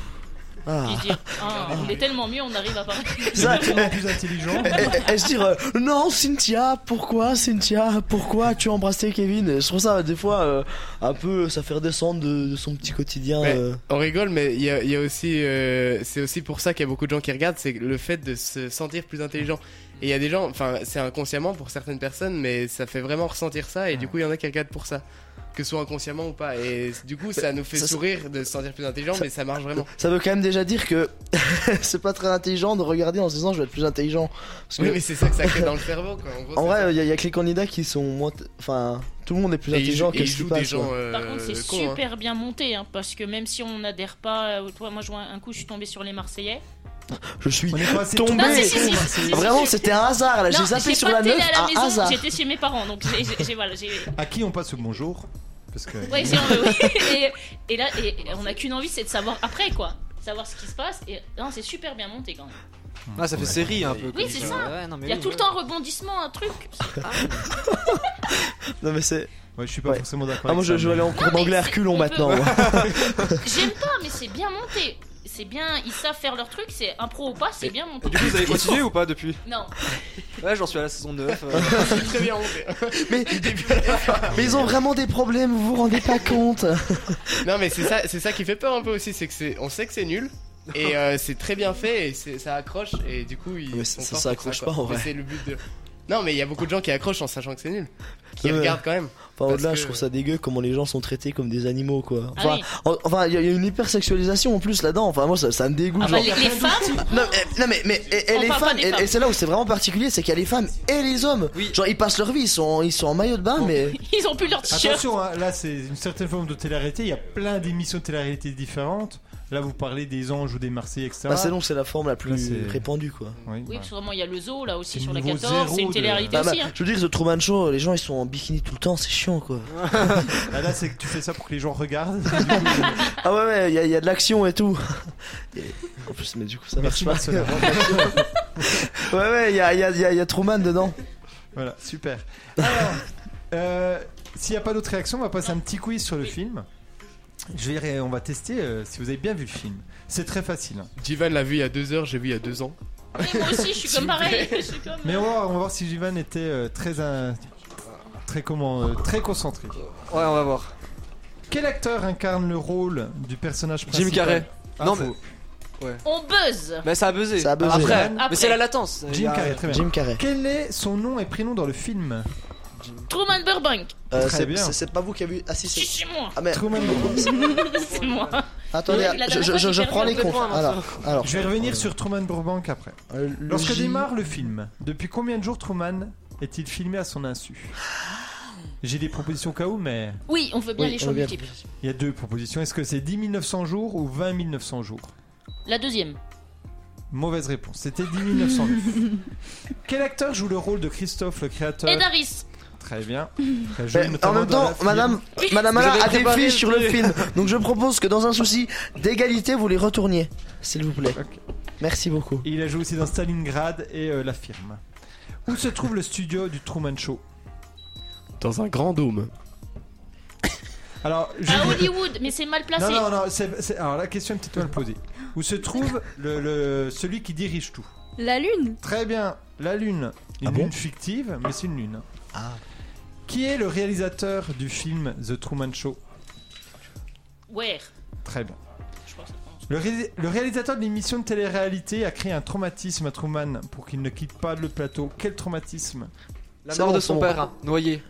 Ah.
Puis dire, Ah, on est tellement mieux, on arrive à parler.
Ça,
Tellement plus intelligent.
et, et- et se dire euh, non Cynthia pourquoi Cynthia pourquoi tu as embrassé Kevin Et je trouve ça des fois euh, un peu ça fait redescendre de, de son petit quotidien
Ouais.
euh.
On rigole, mais il y a, il y a aussi, euh, c'est aussi pour ça qu'il y a beaucoup de gens qui regardent, c'est le fait de se sentir plus intelligent. Et il y a des gens, enfin, c'est inconsciemment pour certaines personnes, mais ça fait vraiment ressentir ça, et du coup, il y en a qui regardent pour ça. que ce soit inconsciemment ou pas. Et du coup, ça nous fait
Ça, c'est-
sourire de se sentir plus intelligent, mais ça marche vraiment.
Ça veut quand même déjà dire que c'est pas très intelligent de regarder en se disant je vais être plus intelligent. Parce
Oui, mais c'est ça que ça crée dans le cerveau, quoi. En gros,
En
c'est ça.
vrai, il y, a que les candidats qui sont moins. t- Enfin, tout le monde est plus
Et ils
intelligent
jouent-
que
et ils
ce qui
jouent
passe,
des gens,
ouais.
euh,
Par contre, c'est
cons, hein.
super bien monté, hein, parce que même si on n'adhère pas, euh, toi, moi, je vois un coup, je suis tombé sur les Marseillais.
Je suis
tombé.
tombé.
Non, si, si, si, si, si, si.
Vraiment, c'était un hasard. Ah, Là,
Non,
j'ai zappé sur
pas
la
de télé
9
à la
un
maison,
hasard.
J'étais chez mes parents, donc j'ai- j'ai- j'ai- voilà, j'ai.
À qui on passe le bonjour Parce que.
Ouais, si on veut, oui. Et, et là, et on n'a qu'une envie, c'est de savoir après, quoi. Savoir ce qui se passe. Et non, c'est super bien monté quand même.
Ah, ça fait série un peu.
Oui,
comme
c'est
ça.
ça.
Ouais, non, mais
Il y a
oui,
tout le
ouais.
temps un rebondissement, un truc.
Non, mais c'est.
Ouais, je suis pas forcément d'accord.
Ah, moi,
avec
je,
ça,
je vais aller en
mais-
cours d'anglais à reculons
Ah, on peut-
maintenant. moi.
J'aime pas, mais c'est bien monté. C'est bien, ils savent faire leur truc, c'est impro ou pas, c'est bien monté.
Du coup, vous avez continué ou pas depuis
Non.
Ouais, j'en suis à la saison euh. 9.
Très bien monté.
mais, mais ils ont vraiment des problèmes, vous vous rendez pas compte.
Non, mais c'est ça, c'est ça qui fait peur un peu aussi, c'est que c'est, on sait que c'est nul. Et euh, c'est très bien fait et c'est- ça accroche et du coup ils
Mais
sont
ça-
forts
ça
pour
accroche
quoi.
pas, en
Mais
vrai.
c'est le but de. Non mais il y a beaucoup de gens qui accrochent en sachant que c'est nul, qui
Ouais.
regardent quand même.
Enfin,
Parce
au-delà,
que-
je trouve ça dégueu comment les gens sont traités comme des animaux, quoi.
Ah
Enfin,
oui.
en- enfin, il y, a- il y a une hypersexualisation en plus là-dedans. Enfin, moi, ça, ça me dégoûte.
Ah bah,
genre.
les, les femmes.
Non, mais, non, mais, mais- et, et
On
les
parle pas
femmes,
des
et,
femmes.
et c'est là où c'est vraiment particulier, c'est qu'il y a les femmes et les hommes. Genre, ils passent leur vie, ils sont, en- ils sont en maillot de bain, mais.
Ils ont plus leur t-shirt.
Attention, hein, là c'est une certaine forme de télé-réalité. Il y a plein d'émissions de télé-réalité différentes. Là, vous parlez des anges ou des Marseillais, etc.
Bah, c'est donc, c'est la forme la plus
Là, c'est-
répandue, quoi.
Oui,
Oui,
voilà.
sûrement, il y a le zoo là aussi
C'est
sur la
niveau
14, c'est
zéro
une
de-
télé-réalité
Bah, bah,
aussi. hein.
Je veux dire, The Truman Show, les gens ils sont en bikini tout le temps, c'est chiant quoi.
Ah, là, c'est que tu fais ça pour que les gens regardent.
ah ouais, ouais, il y, a- il y a de l'action et tout. Et- En plus, mais du coup, ça
Merci,
marche pas.
Marcel.
ouais, ouais, il y a, il y, a, il y a- il y a Truman dedans.
Voilà, super. Alors, euh, s'il n'y a pas d'autres réactions, on va passer un petit quiz sur le film. Je vais, ré- on va tester euh, si vous avez bien vu le film. C'est très facile. hein.
Jivan l'a vu il y a deux heures, j'ai vu il y a deux ans.
Et moi aussi, je suis comme pareil. Je suis comme- euh,
Mais on va, voir- on va voir si Jivan était euh, très, euh, très comment, euh, très concentré.
Ouais, on va voir.
Quel acteur incarne le rôle du personnage
Jim
principal
Carrey.
Ah,
Non,
faux.
mais. Ouais.
On buzz.
Bah, ça a buzzé.
Ça a buzzé.
Après,
Après.
mais c'est la latence. Il y
Jim
a-
Carrey, très bien.
Jim Carrey.
Quel est son nom et prénom dans le film
Truman Burbank.
Euh,
Très
c'est-
bien.
c'est- C'est pas vous qui avez. Ah si,
Je
c'est.
suis chez moi.
Ah mais.
Truman
C'est moi.
Attendez,
La dernière
je, je-
fois,
je-
j'ai
je
perdu
prends
un
les
peu de
comptes.
points avant
Alors, alors.
Je vais revenir sur Truman Burbank après.
euh, le
Lorsque
J-
démarre le film, depuis combien de jours Truman est-il filmé à son insu J'ai des propositions au cas où, mais
Oui, on veut bien
Oui,
les
on
choses
veut bien.
multiples.
il y a deux propositions. Est-ce que c'est 10 900 jours ou 20 900 jours
La deuxième.
Mauvaise réponse. C'était 10 909. Quel acteur joue le rôle de Christophe le créateur
Et Daris.
Très bien. Il a joué
Eh,
Mais en
notamment
même
dans
temps,
la film.
madame, madame
Vous
Alain
avez
a des
préparé
fiches
le
sur le
truc.
film. Donc je propose que dans un souci d'égalité, vous les retourniez. S'il vous plaît. Merci beaucoup.
Et il a joué aussi dans Stalingrad et euh, La Firme. Où se trouve le studio du Truman Show
Dans un grand dôme.
Alors, je
À Hollywood, mais c'est mal placé.
Non, non, non, c'est- c'est- alors la question est peut-être mal posée. Où se trouve le, le- celui qui dirige tout
La lune
Très bien, la Lune. Une
Ah bon
lune fictive, mais c'est une lune.
Ah.
Qui est le réalisateur du film The Truman Show
Where
Très bien.
Je crois que ça prononce.
Le, ré- le réalisateur de l'émission de télé-réalité a créé un traumatisme à Truman pour qu'il ne quitte pas le plateau. Quel traumatisme
La
C'est
mort
bon,
de
c'est
son
bon.
père, hein, noyé.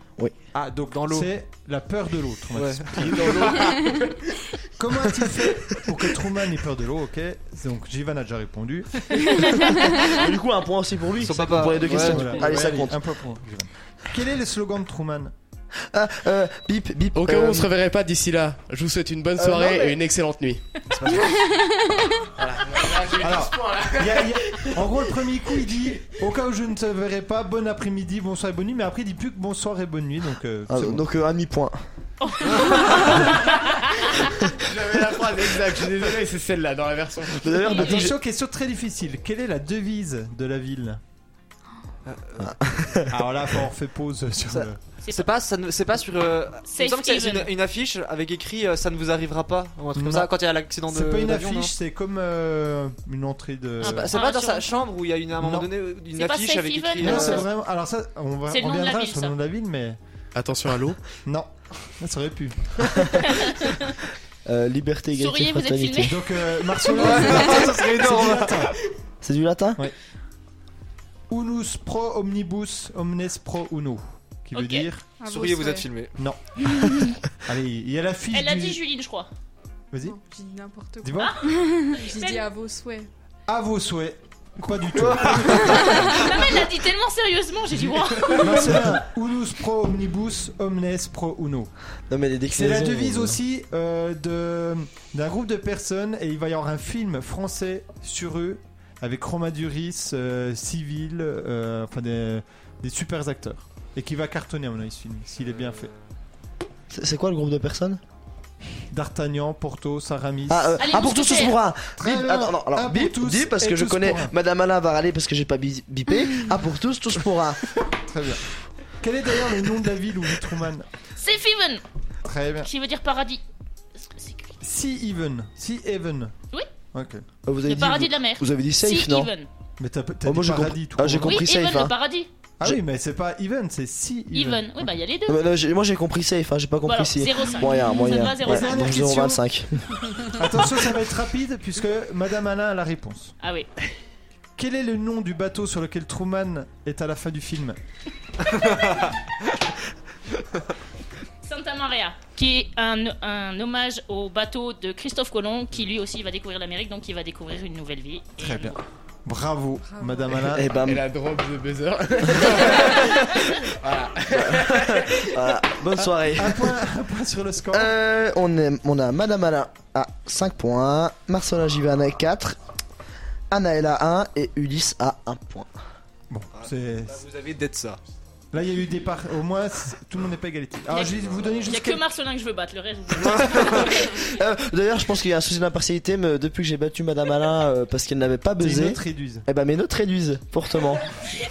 Ah, donc
Dans l'eau.
c'est la peur de l'eau,
Ouais.
traumatisme. Comment a-t-il fait pour que Truman ait peur de l'eau Ok, donc Jivan a déjà répondu.
du coup, un point aussi pour lui.
Son papa.
Pour les deux
Ouais,
questions.
Voilà.
Allez, ça
Ouais,
compte.
Un peu pour Jivan. Quel est le slogan de Truman
Ah, euh, bip, bip.
Au cas où
euh,
on se reverrait pas d'ici là, je vous souhaite une bonne
euh,
soirée
non, mais-
et une excellente nuit.
Alors,
hein.
il y a- il y a- en gros, le premier coup, il dit Au cas où je ne te verrai pas, bon après-midi, bonsoir et bonne nuit. Mais après, il dit plus que bonsoir et bonne nuit. Donc, euh,
ah,
c'est bon.
donc euh, un demi-point.
J'avais la phrase exacte, je suis désolé, c'est celle-là dans la version.
D'ailleurs, depuis que j'ai-
Attention, question très difficile. Quelle est la devise de la ville
Ah.
euh, Alors là, faut on refait pause sur
Euh, Ça-
le.
C'est pas, ça ne- c'est pas sur. euh, il me
Safe
semble que c'est
haven.
une, une affiche avec écrit euh, ça ne vous arrivera pas ou un truc comme
Non.
ça quand il y a l'accident de.
C'est pas une
d'avion, non
affiche, c'est comme euh, une entrée de.
Ah,
C'est pas-
bah,
C'est pas dans
rassurant.
sa chambre où il y a une, à un moment
Non.
donné une
C'est pas
affiche
safe
avec
haven,
écrit.
Non,
euh,
c'est vraiment. Alors ça, on va
C'est le
on
nom de la
reviendra
ville,
sur
ça.
le nom de la ville, mais
Attention à l'eau.
non, Là, ça aurait pu.
Euh, liberté, égalité,
Souriez, vous êtes
fraternité.
filmé.
Donc, euh, Marcelo,
ça serait énorme.
C'est du latin
Unus pro omnibus omnes pro uno. qui
Ok.
veut dire.
Un beau Souriez, vous souhait. êtes filmé.
Non. Allez, il y a la fille.
Elle a
du-
dit Juline, je crois.
Vas-y.
J'ai dit n'importe
Dis
quoi.
voir.
J'ai dit
Ah.
à vos souhaits.
À vos souhaits. Pas du tout.
Non, mais elle l'a dit tellement sérieusement, j'ai dit waouh.
Marcelin, Bah, unus pro omnibus, omnes pro uno.
Non, mais les
C'est la
déclinaisons,
devise
euh,
aussi euh, de- d'un groupe de personnes et il va y avoir un film français sur eux avec Romain Duris, euh, Civil, euh, enfin des, des super acteurs et qui va cartonner à mon avis ce film s'il est bien fait.
C'est c'est quoi le groupe de personnes
D'Artagnan, Porto, Saramis.
Ah, euh, ah, pour tous, on se pourra.
Très
Bip,
bien.
attends, non, alors,
Ah, pour
bip,
tous
bip, parce
et
que je
tous
connais
pour un.
Madame Alain va râler parce que j'ai pas bi- bipé. ah, pour tous, tous pourra.
Très bien. Quel est d'ailleurs le nom de la ville où vit Truman
C'est Feven,
Très bien.
qui veut dire paradis.
Sea Even. Sea Even.
Oui.
Ok.
Ah, vous
avez Le dit- paradis de la mer.
Vous avez dit safe,
Sea
non
Even.
Mais t'as, t'as
Oh, moi,
dit
j'ai
paradis,
compris-
tout
ah, j'ai
court.
compris
Oui,
safe,
Even,
hein.
le paradis.
Ah oui, mais c'est pas even, c'est si even.
Even, oui, bah il y a les deux.
Non, mais Ah, là, j'ai- moi j'ai compris safe, hein, j'ai pas compris
alors,
si.
0,5.
Moyen,
Ça
moyen.
va, 0,5.
donc
Question.
0,25.
Attention, ça va être rapide puisque Madame Alain a la réponse.
Ah oui.
Quel est le nom du bateau sur lequel Truman est à la fin du film
Santa Maria, qui est un, un hommage au bateau de Christophe Colomb, qui lui aussi va découvrir l'Amérique, donc il va découvrir une nouvelle vie.
Très bien. Bravo, Madame Alain.
Et bam. Et
la
drop de buzzer.
Bah,
Ah,
Voilà, bonne soirée.
Un point, un point sur le score.
Euh, on, est, on a Madame Alain à 5 points, Marcelin Givan à 4, Anaël à 1 et Ulysse à 1 point.
Bon, c'est.
Bah, Vous avez d'être ça.
Là, il y a eu des parts. Au moins, c'est- tout le monde n'est pas égalité. Alors, je vais vous donner
Il n'y a
juste.
que
quelques-
Marcelin que je veux battre, le reste.
Euh, D'ailleurs, je pense qu'il y a un souci d'impartialité, mais depuis que j'ai battu Madame Alain euh, parce qu'elle n'avait pas
C'est une
buzzé.
autre réduise.
Eh ben mes notes réduisent, fortement.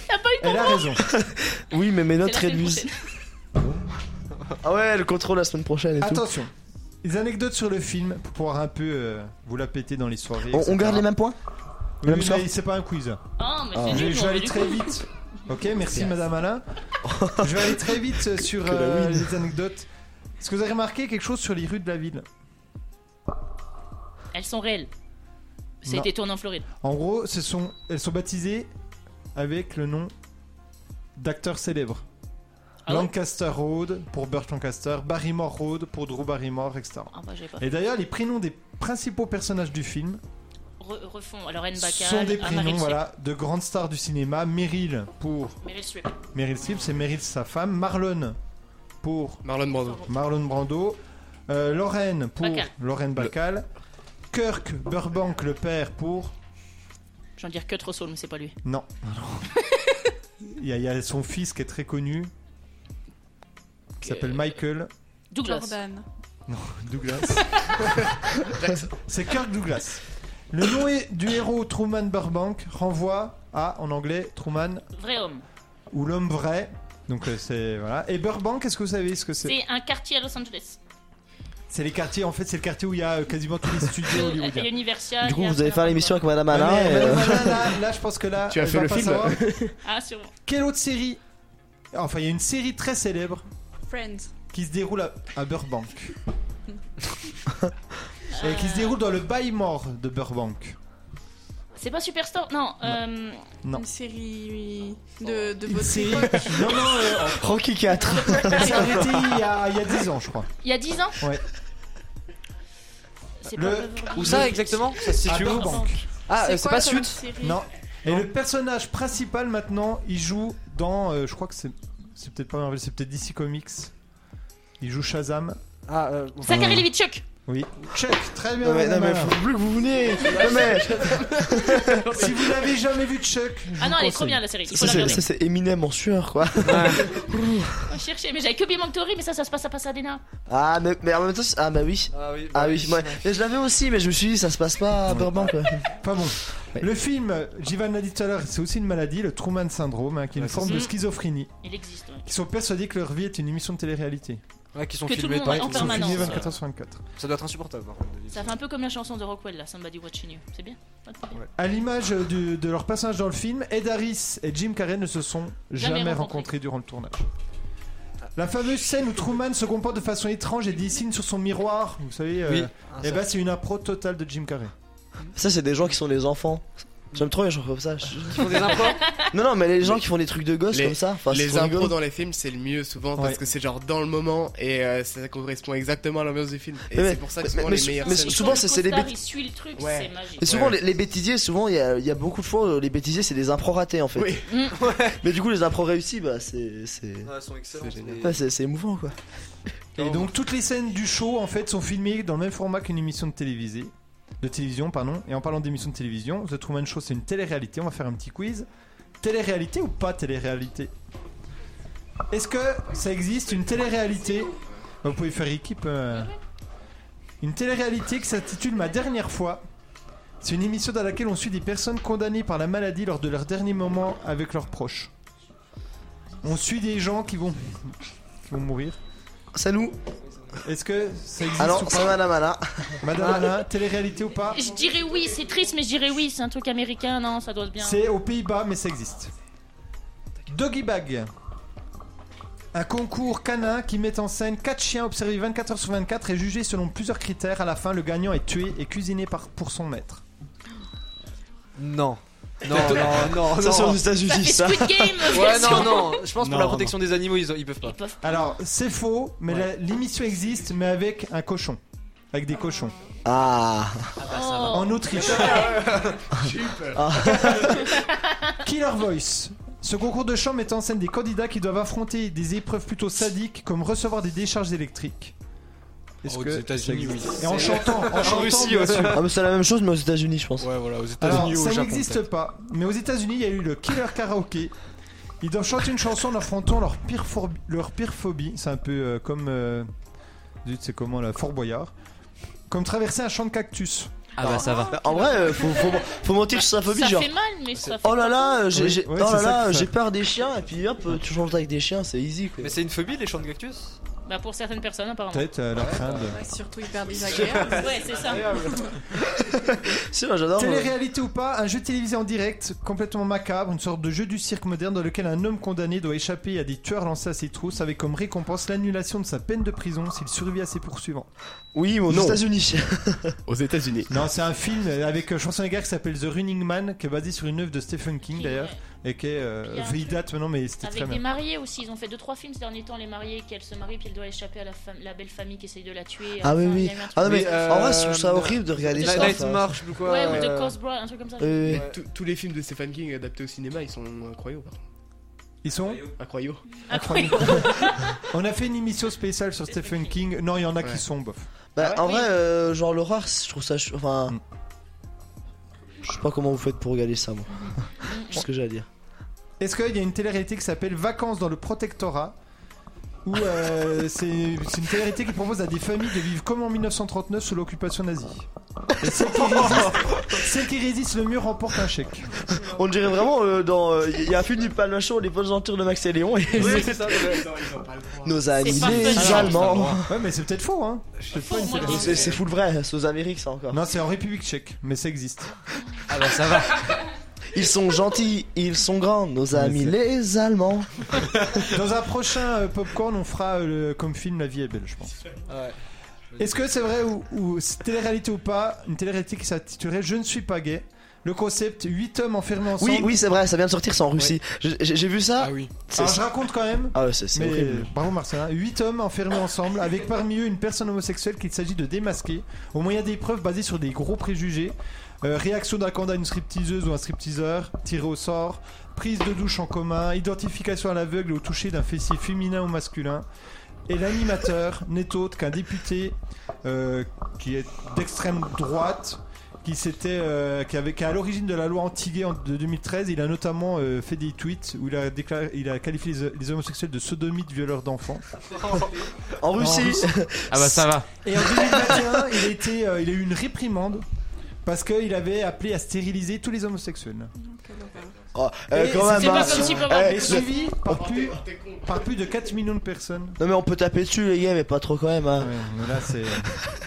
T'as pas eu
Elle a raison.
oui, mais mes notes
la semaine
réduisent. Ah ouais, le contrôle la semaine prochaine et tout.
Attention. Des anecdotes sur le film pour pouvoir un peu euh, vous la péter dans les soirées.
On, on
etc.
garde les mêmes points
Oui,
Même sort
mais c'est pas un quiz.
Ah, mais
Je
c'est
vais-
nul,
je
nous,
vais
on
aller
veut du
très
coup.
vite. Ok, merci Madame Alain. je vais aller très vite euh, sur
Que la
euh,
win.
les anecdotes. Est-ce que vous avez remarqué quelque chose sur les rues de la ville
Elles sont réelles.
Non.
C'était tourné en Floride.
En gros, ce sont, elles sont baptisées avec le nom d'acteurs célèbres.
Ah ouais
Lancaster Road pour Burt Lancaster, Barrymore Road pour Drew Barrymore, etc.
Ah bah j'ai pas
Et d'ailleurs, les prénoms des principaux personnages du film
Re- refond. Alors, N. Bacall,
sont des
Amaril
prénoms
Streep.
voilà, de grandes stars du cinéma. Meryl pour
Meryl Streep.
Meryl Streep, c'est Meryl sa femme. Marlon pour
Marlon Brando.
Marlon Brando. Euh, Lorraine pour
Bacall.
Lorraine Bacall. Kirk Burbank le père pour
J'en dire que Russell, mais c'est pas lui.
non. il, y a, il y a son fils qui est très connu qui s'appelle Michael.
Douglas.
Jordan.
Non, Douglas. c'est Kirk Douglas. Le nom est- du héros Truman Burbank renvoie à en anglais Truman
Vrai homme.
ou l'homme vrai. Donc euh, c'est voilà. Et Burbank, est-ce que vous savez ce que c'est
C'est un quartier à Los Angeles.
C'est les quartiers. En fait, c'est le quartier où il y a euh, quasiment tous les studios
Il y a
hollywoodiens.
Universal.
Du coup,
il y a-
vous allez faire l'émission avec Madame
Ouais,
Alain.
mais
et, euh,
Madame Alain, là, là, je pense que là,
Tu as
elle
fait
va
le
pas
film.
savoir.
Ah, sûrement.
Quelle autre série Enfin, il y a une série très célèbre
Friends.
qui se déroule à, à Burbank. Et qui se déroule dans le Baymore de Burbank.
C'est pas Superstore Non. euh,
Non.
Une série de, de
Une
votre
série.
époque.
Non, non, euh,
Rocky 4.
on s'est arrêté il y, a, il y a 10 ans, je crois.
Il y a 10 ans
Ouais.
C'est
Le-
pas
Où ça exactement Ça se
À
situe où
Burbank.
Ah, euh,
C'est
c'est
quoi
pas
comme
Sud
série
Non. Et le personnage principal maintenant, il joue dans. euh, je crois que c'est. C'est peut-être pas Marvel, c'est peut-être DC Comics. Il joue Shazam.
Ah, euh,
Zachary Levichuk
Oui. Check, très bien.
Non, mais, non,
madame
mais
Alain.
faut plus que vous venez. Non, mais
Si vous n'avez jamais vu Chuck, je
Ah non,
vous
elle est trop
conseille.
bien la série. Il faut
ça,
la
c'est-
regarder.
ça, c'est Eminem en sueur quoi.
On cherchait, mais j'avais que Big Bang Theory, mais ça, ça se passe à Pasadena.
Ah, mais, mais en même temps, c'est- ah bah oui.
Ah oui, bah
Ah oui, moi, mais je l'avais aussi, mais je me suis dit ça se passe pas à Burbank. Ah, quoi.
Pas bon.
Ouais.
Le film, Jivan l'a dit tout à l'heure, c'est aussi une maladie, le Truman Syndrome, hein, qui est une
Ouais, c'est
forme
ça.
de schizophrénie,
Il existe. ouais.
qui sont persuadés que leur vie est une émission de télé-réalité.
Ouais, qui sont
Que tout
filmés
le monde
pareil,
en
tout
Ils
ça.
sont
permanence.
filmés
Permanence.
24 sur 24.
Ça doit être insupportable. par contre, de vivre
Ça fait un peu comme la chanson de Rockwell, là, Somebody Watching You. C'est bien Pas de problème.
À l'image de, de leur personnage dans le film, Ed Harris et Jim Carrey ne se sont jamais,
Jamais
rencontrés.
rencontrés.
durant le tournage. La fameuse scène où Truman se comporte de façon étrange et dessine sur son miroir, vous savez, euh, eh
Oui.
et ben c'est une impro totale de Jim Carrey.
Ça, c'est des gens qui sont des enfants. J'aime trop les gens comme ça. Qui
font des impros
Non, non, mais les gens qui font des trucs de gosses
Les-
comme ça. Enfin, c'est
les
trop
impros
rigolo.
dans les films, c'est le mieux souvent parce
Ouais.
que c'est genre dans le moment et euh, ça correspond exactement à l'ambiance du film. Et
Mais-
c'est pour ça que
mais-
souvent
mais-
les
mais-
meilleurs.
mais souvent, c'est- c'est les bêtises.
Il suit le truc,
Ouais.
c'est magique.
Et souvent,
Ouais.
les, les bêtisiers, souvent, il y a, il y a beaucoup de fois, euh, les bêtisiers, c'est des impros ratés en fait.
Oui.
Mais du coup, les impros réussis, bah, c'est. c'est-
Ah,
Ouais, c'est c'est émouvant quoi.
Et donc toutes les scènes du show en fait sont filmées dans le même format qu'une émission de télévisée, de télévision pardon. Et en parlant d'émission de télévision, The Truman Show c'est une télé-réalité. On va faire un petit quiz. Télé-réalité ou pas télé-réalité Est-ce que ça existe une télé-réalité Bah, Vous pouvez faire équipe. euh, Une télé-réalité qui s'intitule Ma dernière fois. C'est une émission dans laquelle on suit des personnes condamnées par la maladie lors de leur dernier moment avec leurs proches. On suit des gens qui vont qui vont mourir.
Salut.
Est-ce que ça existe
Alors,
ou pas
c'est Madame Anna.
Madame Anna, télé-réalité ou pas
Je dirais oui, c'est triste, mais je dirais oui, c'est un truc américain, non, ça doit bien.
C'est aux Pays-Bas, mais ça existe. Doggy Bag. Un concours canin qui met en scène 4 chiens observés 24 heures sur 24 et jugés selon plusieurs critères. À la fin, le gagnant est tué et cuisiné par, pour son maître.
Non. Non, non, non,
Ça, c'est
non.
aux États-Unis, Ça fait ça. Squid Game,
Ouais, non,
version.
non. Je pense
Non,
pour la
non.
protection des animaux, ils, ils peuvent pas.
Alors, c'est faux, mais la- l'émission existe, mais avec un cochon. Avec des cochons.
Ah.
En Autriche.
Ah.
Killer Voice. Ce concours de chant met en scène des candidats qui doivent affronter des épreuves plutôt sadiques comme recevoir des décharges électriques. Est-ce
Aux
que ça
États-Unis,
existe
oui.
Et en chantant, en
En
chantant,
Russie
bien
aussi.
sûr.
Ah, mais c'est la même chose, mais aux États-Unis, je pense.
Ouais, voilà, aux
Alors,
États-Unis ou au
ça
Japon.
n'existe
peut-être.
pas. Mais aux États-Unis, il y a eu le Killer Karaoke. Ils doivent chanter une chanson en affrontant leur pire phobie. Leur pire phobie. C'est un peu euh, comme. euh, zut, c'est comment là Fort Boyard. Comme traverser un champ de cactus.
Ah bah, ça va.
En vrai, euh, faut, faut, faut mentir sur sa phobie,
ça
genre.
fait mal, mais ça fait
Oh là là, euh, j'ai
Oui,
j'ai-
ouais,
oh
c'est
là
ça
là,
qu'il faut
j'ai
faire.
peur des chiens, et puis hop, euh, tu changes avec des chiens, c'est easy quoi.
Mais c'est une phobie, les champs de cactus
Bah pour certaines personnes apparemment.
Peut-être euh, leur crainte.
Ouais, surtout hyper désagréable.
Ouais, c'est ça.
Si, moi j'adore. euh,
Télé-réalité ou pas, un jeu télévisé en direct, complètement macabre, une sorte de jeu du cirque moderne dans lequel un homme condamné doit échapper à des tueurs lancés à ses trousses avec comme récompense l'annulation de sa peine de prison s'il survit à ses poursuivants.
Oui, mais aux
Non.
États-Unis.
Aux États-Unis.
Non, c'est un film avec euh, Schwarzenegger qui s'appelle The Running Man, qui est basé sur une œuvre de Stephen King d'ailleurs, et qui est.
Il y
Euh,
a un
enfin, il
truc
date maintenant, mais c'était très
Avec des
bien.
mariés aussi, ils ont fait 2-3 films ces derniers temps, les mariés, qu'elle se marie puis elle doit échapper à la, fam- la belle famille qui essaye de la tuer.
Ah oui,
Enfin, il
oui.
y a eu un truc Euh,
Ah non,
comme
mais,
ça.
en vrai, je trouve
euh,
ça horrible de regarder
Night-
ça.
Night
enfin.
March ou quoi
Ouais, ou de Cosbra, un truc comme ça.
Euh,
Mais tous- Tous les films de Stephen King adaptés au cinéma, ils sont incroyables. par contre.
Ils sont
Incroyables.
incroyables. On a fait une émission spéciale sur Stephen King. Non, il y en a qui sont bof. Ah
Bah, en vrai, euh, genre l'horreur, je trouve ça. ch- Enfin. Je sais pas comment vous faites pour regarder ça, moi. C'est ce que j'ai à dire.
Est-ce qu'il y a une télé-réalité qui s'appelle Vacances dans le Protectorat où euh, c'est c'est une télé-réalité qui propose à des familles de vivre comme en 1939 sous l'occupation nazie. Et celle qui, résiste, celle qui résiste le mieux remporte un chèque.
On dirait vraiment euh, dans. euh, Il y a un film du Palma Show, Les Bonnes Aventures de Max et Léon. Et Nos amis
Ah
les Allemands.
Ouais, mais c'est peut-être faux, hein. C'est peut-être pas une
C'est-
télé-réalité.
C'est full vrai, c'est aux Amériques ça encore.
Non, c'est en République Tchèque, mais ça existe.
Ah bah ça va.
Ils sont gentils, ils sont grands, nos amis les Allemands.
Dans un prochain euh, popcorn, on fera euh, le- comme film La vie est belle, je pense.
Ah Ouais.
Est-ce que c'est vrai ou, ou c'est télé-réalité ou pas Une télé-réalité qui s'intitulerait Je ne suis pas gay. Le concept 8 hommes enfermés ensemble.
Oui, oui, c'est vrai, ça vient de sortir, c'est en Russie. Je- J'ai j'ai vu ça. Ah
oui.
Alors, je raconte quand même.
Ah ouais, c'est c'est
Mais
horrible.
bravo Marcelin. 8 hommes enfermés ensemble, avec parmi eux une personne homosexuelle qu'il s'agit de démasquer au moyen d'épreuves basées sur des gros préjugés. Euh, réaction d'un candidat à une stripteaseuse ou un stripteaseur, tiré au sort, prise de douche en commun, identification à l'aveugle ou au toucher d'un fessier féminin ou masculin. Et l'animateur n'est autre qu'un député euh, qui est d'extrême droite, qui s'était, euh, qui avait, qui est à l'origine de la loi anti-gay en- de 2013. Il a notamment euh, fait des tweets où il a déclaré, il a qualifié les, les homosexuels de sodomites violeurs d'enfants.
En Russie.
Ah bah ça va.
Et en 2021, il a été, euh, il a eu une réprimande parce qu'il avait appelé à stériliser tous les homosexuels.
Oh, euh,
Et
quand même,
c'était
hein.
pas comme si
Eh,
Barbara-
le-
Et suivi
Oh,
par plus, par plus de 4 millions de personnes.
Non mais on peut taper dessus les gars mais pas trop quand même hein.
Mais là c'est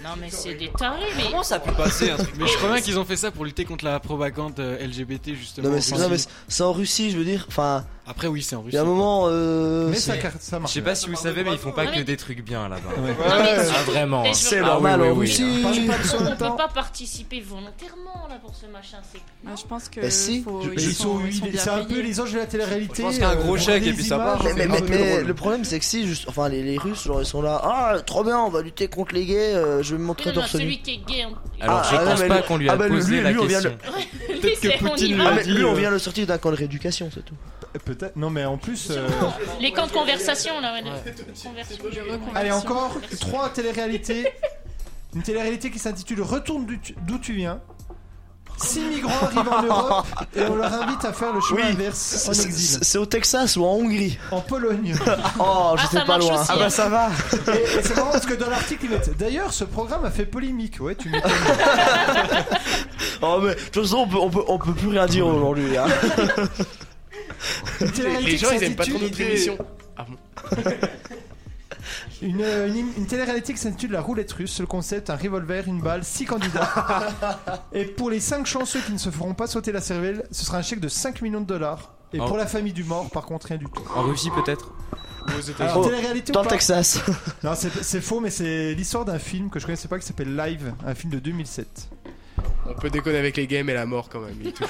Non, mais c'est des tarés, mais.
Comment ça a pu passer, un truc
Mais je crois bien qu'ils ont fait ça pour lutter contre la propagande euh, LGBT justement.
Non mais
en
c'est
France.
non, mais c'est- c'est en Russie, je veux dire. Enfin,
Après, oui, c'est en
il y a un moment. euh,
Mais
c'est-
ça car- ça marche. Je sais pas si vous savez, mais ils font pas
Non,
que
mais-
des trucs bien là-bas.
Ouais.
Ah, vraiment.
Et je-
C'est
Ah,
normal
oui, oui,
en
oui.
Russie.
On peut pas participer volontairement là pour ce machin. C'est
Bah, je pense que.
Bah, si.
faut-
Je-
Mais ils sont,
ils sont
humiliés.
bien
c'est un
payés.
peu les anges de la télé-réalité.
Je pense qu'il y a un gros
euh,
chèque
des
et puis ça
images,
part.
c'est
Mais, mais-
un peu
mais
drôle.
le problème c'est que si, juste, enfin les, les Russes genre ils sont là, ah trop bien, on va lutter contre les gays, euh, je vais me montrer
Non, non,
torse nu.
celui qui est gay. on-
Alors,
Ah,
je
ah, non,
pense
mais
pas
lui-
qu'on lui
ah,
a
bah, lui-
posé
lui,
la
on vient
question.
Oui,
Peut-être
c'est-
que
on y
Poutine
va.
l'a
Ah, mais
dit,
lui on
euh,
vient le sortir d'un camp de rééducation, c'est tout.
Euh, Peut-être. Non, mais en plus. euh,
Les camps de conversation là. ouais, de- conversion.
Allez, encore trois téléréalités. Une téléréalité qui s'intitule Retourne d'où tu- d'où tu viens. Six migrants arrivent en Europe et on leur invite à faire le chemin
Oui,
inverse en
C'est-
exil,
C'est c'est au Texas ou en Hongrie.
en Pologne.
Ah,
Oh, j'étais
ça
pas
marche
loin.
aussi, Ah, bah, hein.
ça va.
Et, et c'est marrant parce que dans l'article ils mettent D'ailleurs, ce programme a fait polémique. Ouais, tu m'étonnes.
Oh mais de toute façon on peut, on peut, on peut plus rien dire aujourd'hui. hein.
Une téléréalité
Les gens,
qui
ils aiment pas trop
s'intitule-
notre émission.
Une, euh, une, une télé-réalité qui s'intitule La roulette russe. Le concept un revolver, une balle, six candidats. et pour les cinq chanceux qui ne se feront pas sauter la cervelle, ce sera un chèque de 5 millions de dollars. Et
Oh.
pour la famille du mort, par contre, rien du tout.
En Russie, peut-être
Alors,
Oh,
télé-réalité ou
Dans le
pas
Texas.
Non, c'est c'est faux, mais c'est l'histoire d'un film que je connaissais pas qui s'appelle Live, un film de 2007.
On peut déconner avec les games et la mort quand même. Il touche.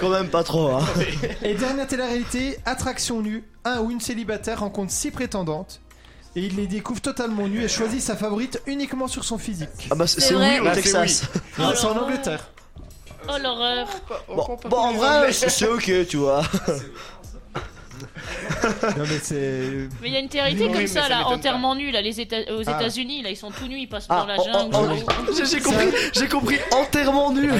Quand même pas trop. Hein.
Et dernière télé-réalité, Attraction nue. Un ou une célibataire rencontre six prétendantes. Et il les découvre totalement nus et choisit sa favorite uniquement sur son physique.
Ah bah c'est-
C'est
c'est
vrai.
oui au
Là, c'est
Texas.
Oh,
c'est en
l'horreur.
Angleterre.
Oh l'horreur.
On
Bon,
prend pas
bon, en
pour les
vrai euh,
Anglais.
c'est c'est ok tu vois.
Non, mais c'est.
Mais il y a une théorie
Oui,
comme
mais
ça,
ça
là,
m'étonne
enterrement nu, là, les Éta- euh, aux
Ah.
États-Unis, là, ils sont tout nus, ils passent
Ah, oh,
dans la
en-
jungle.
en- en- j'ai j'ai compris, j'ai compris enterrement nul.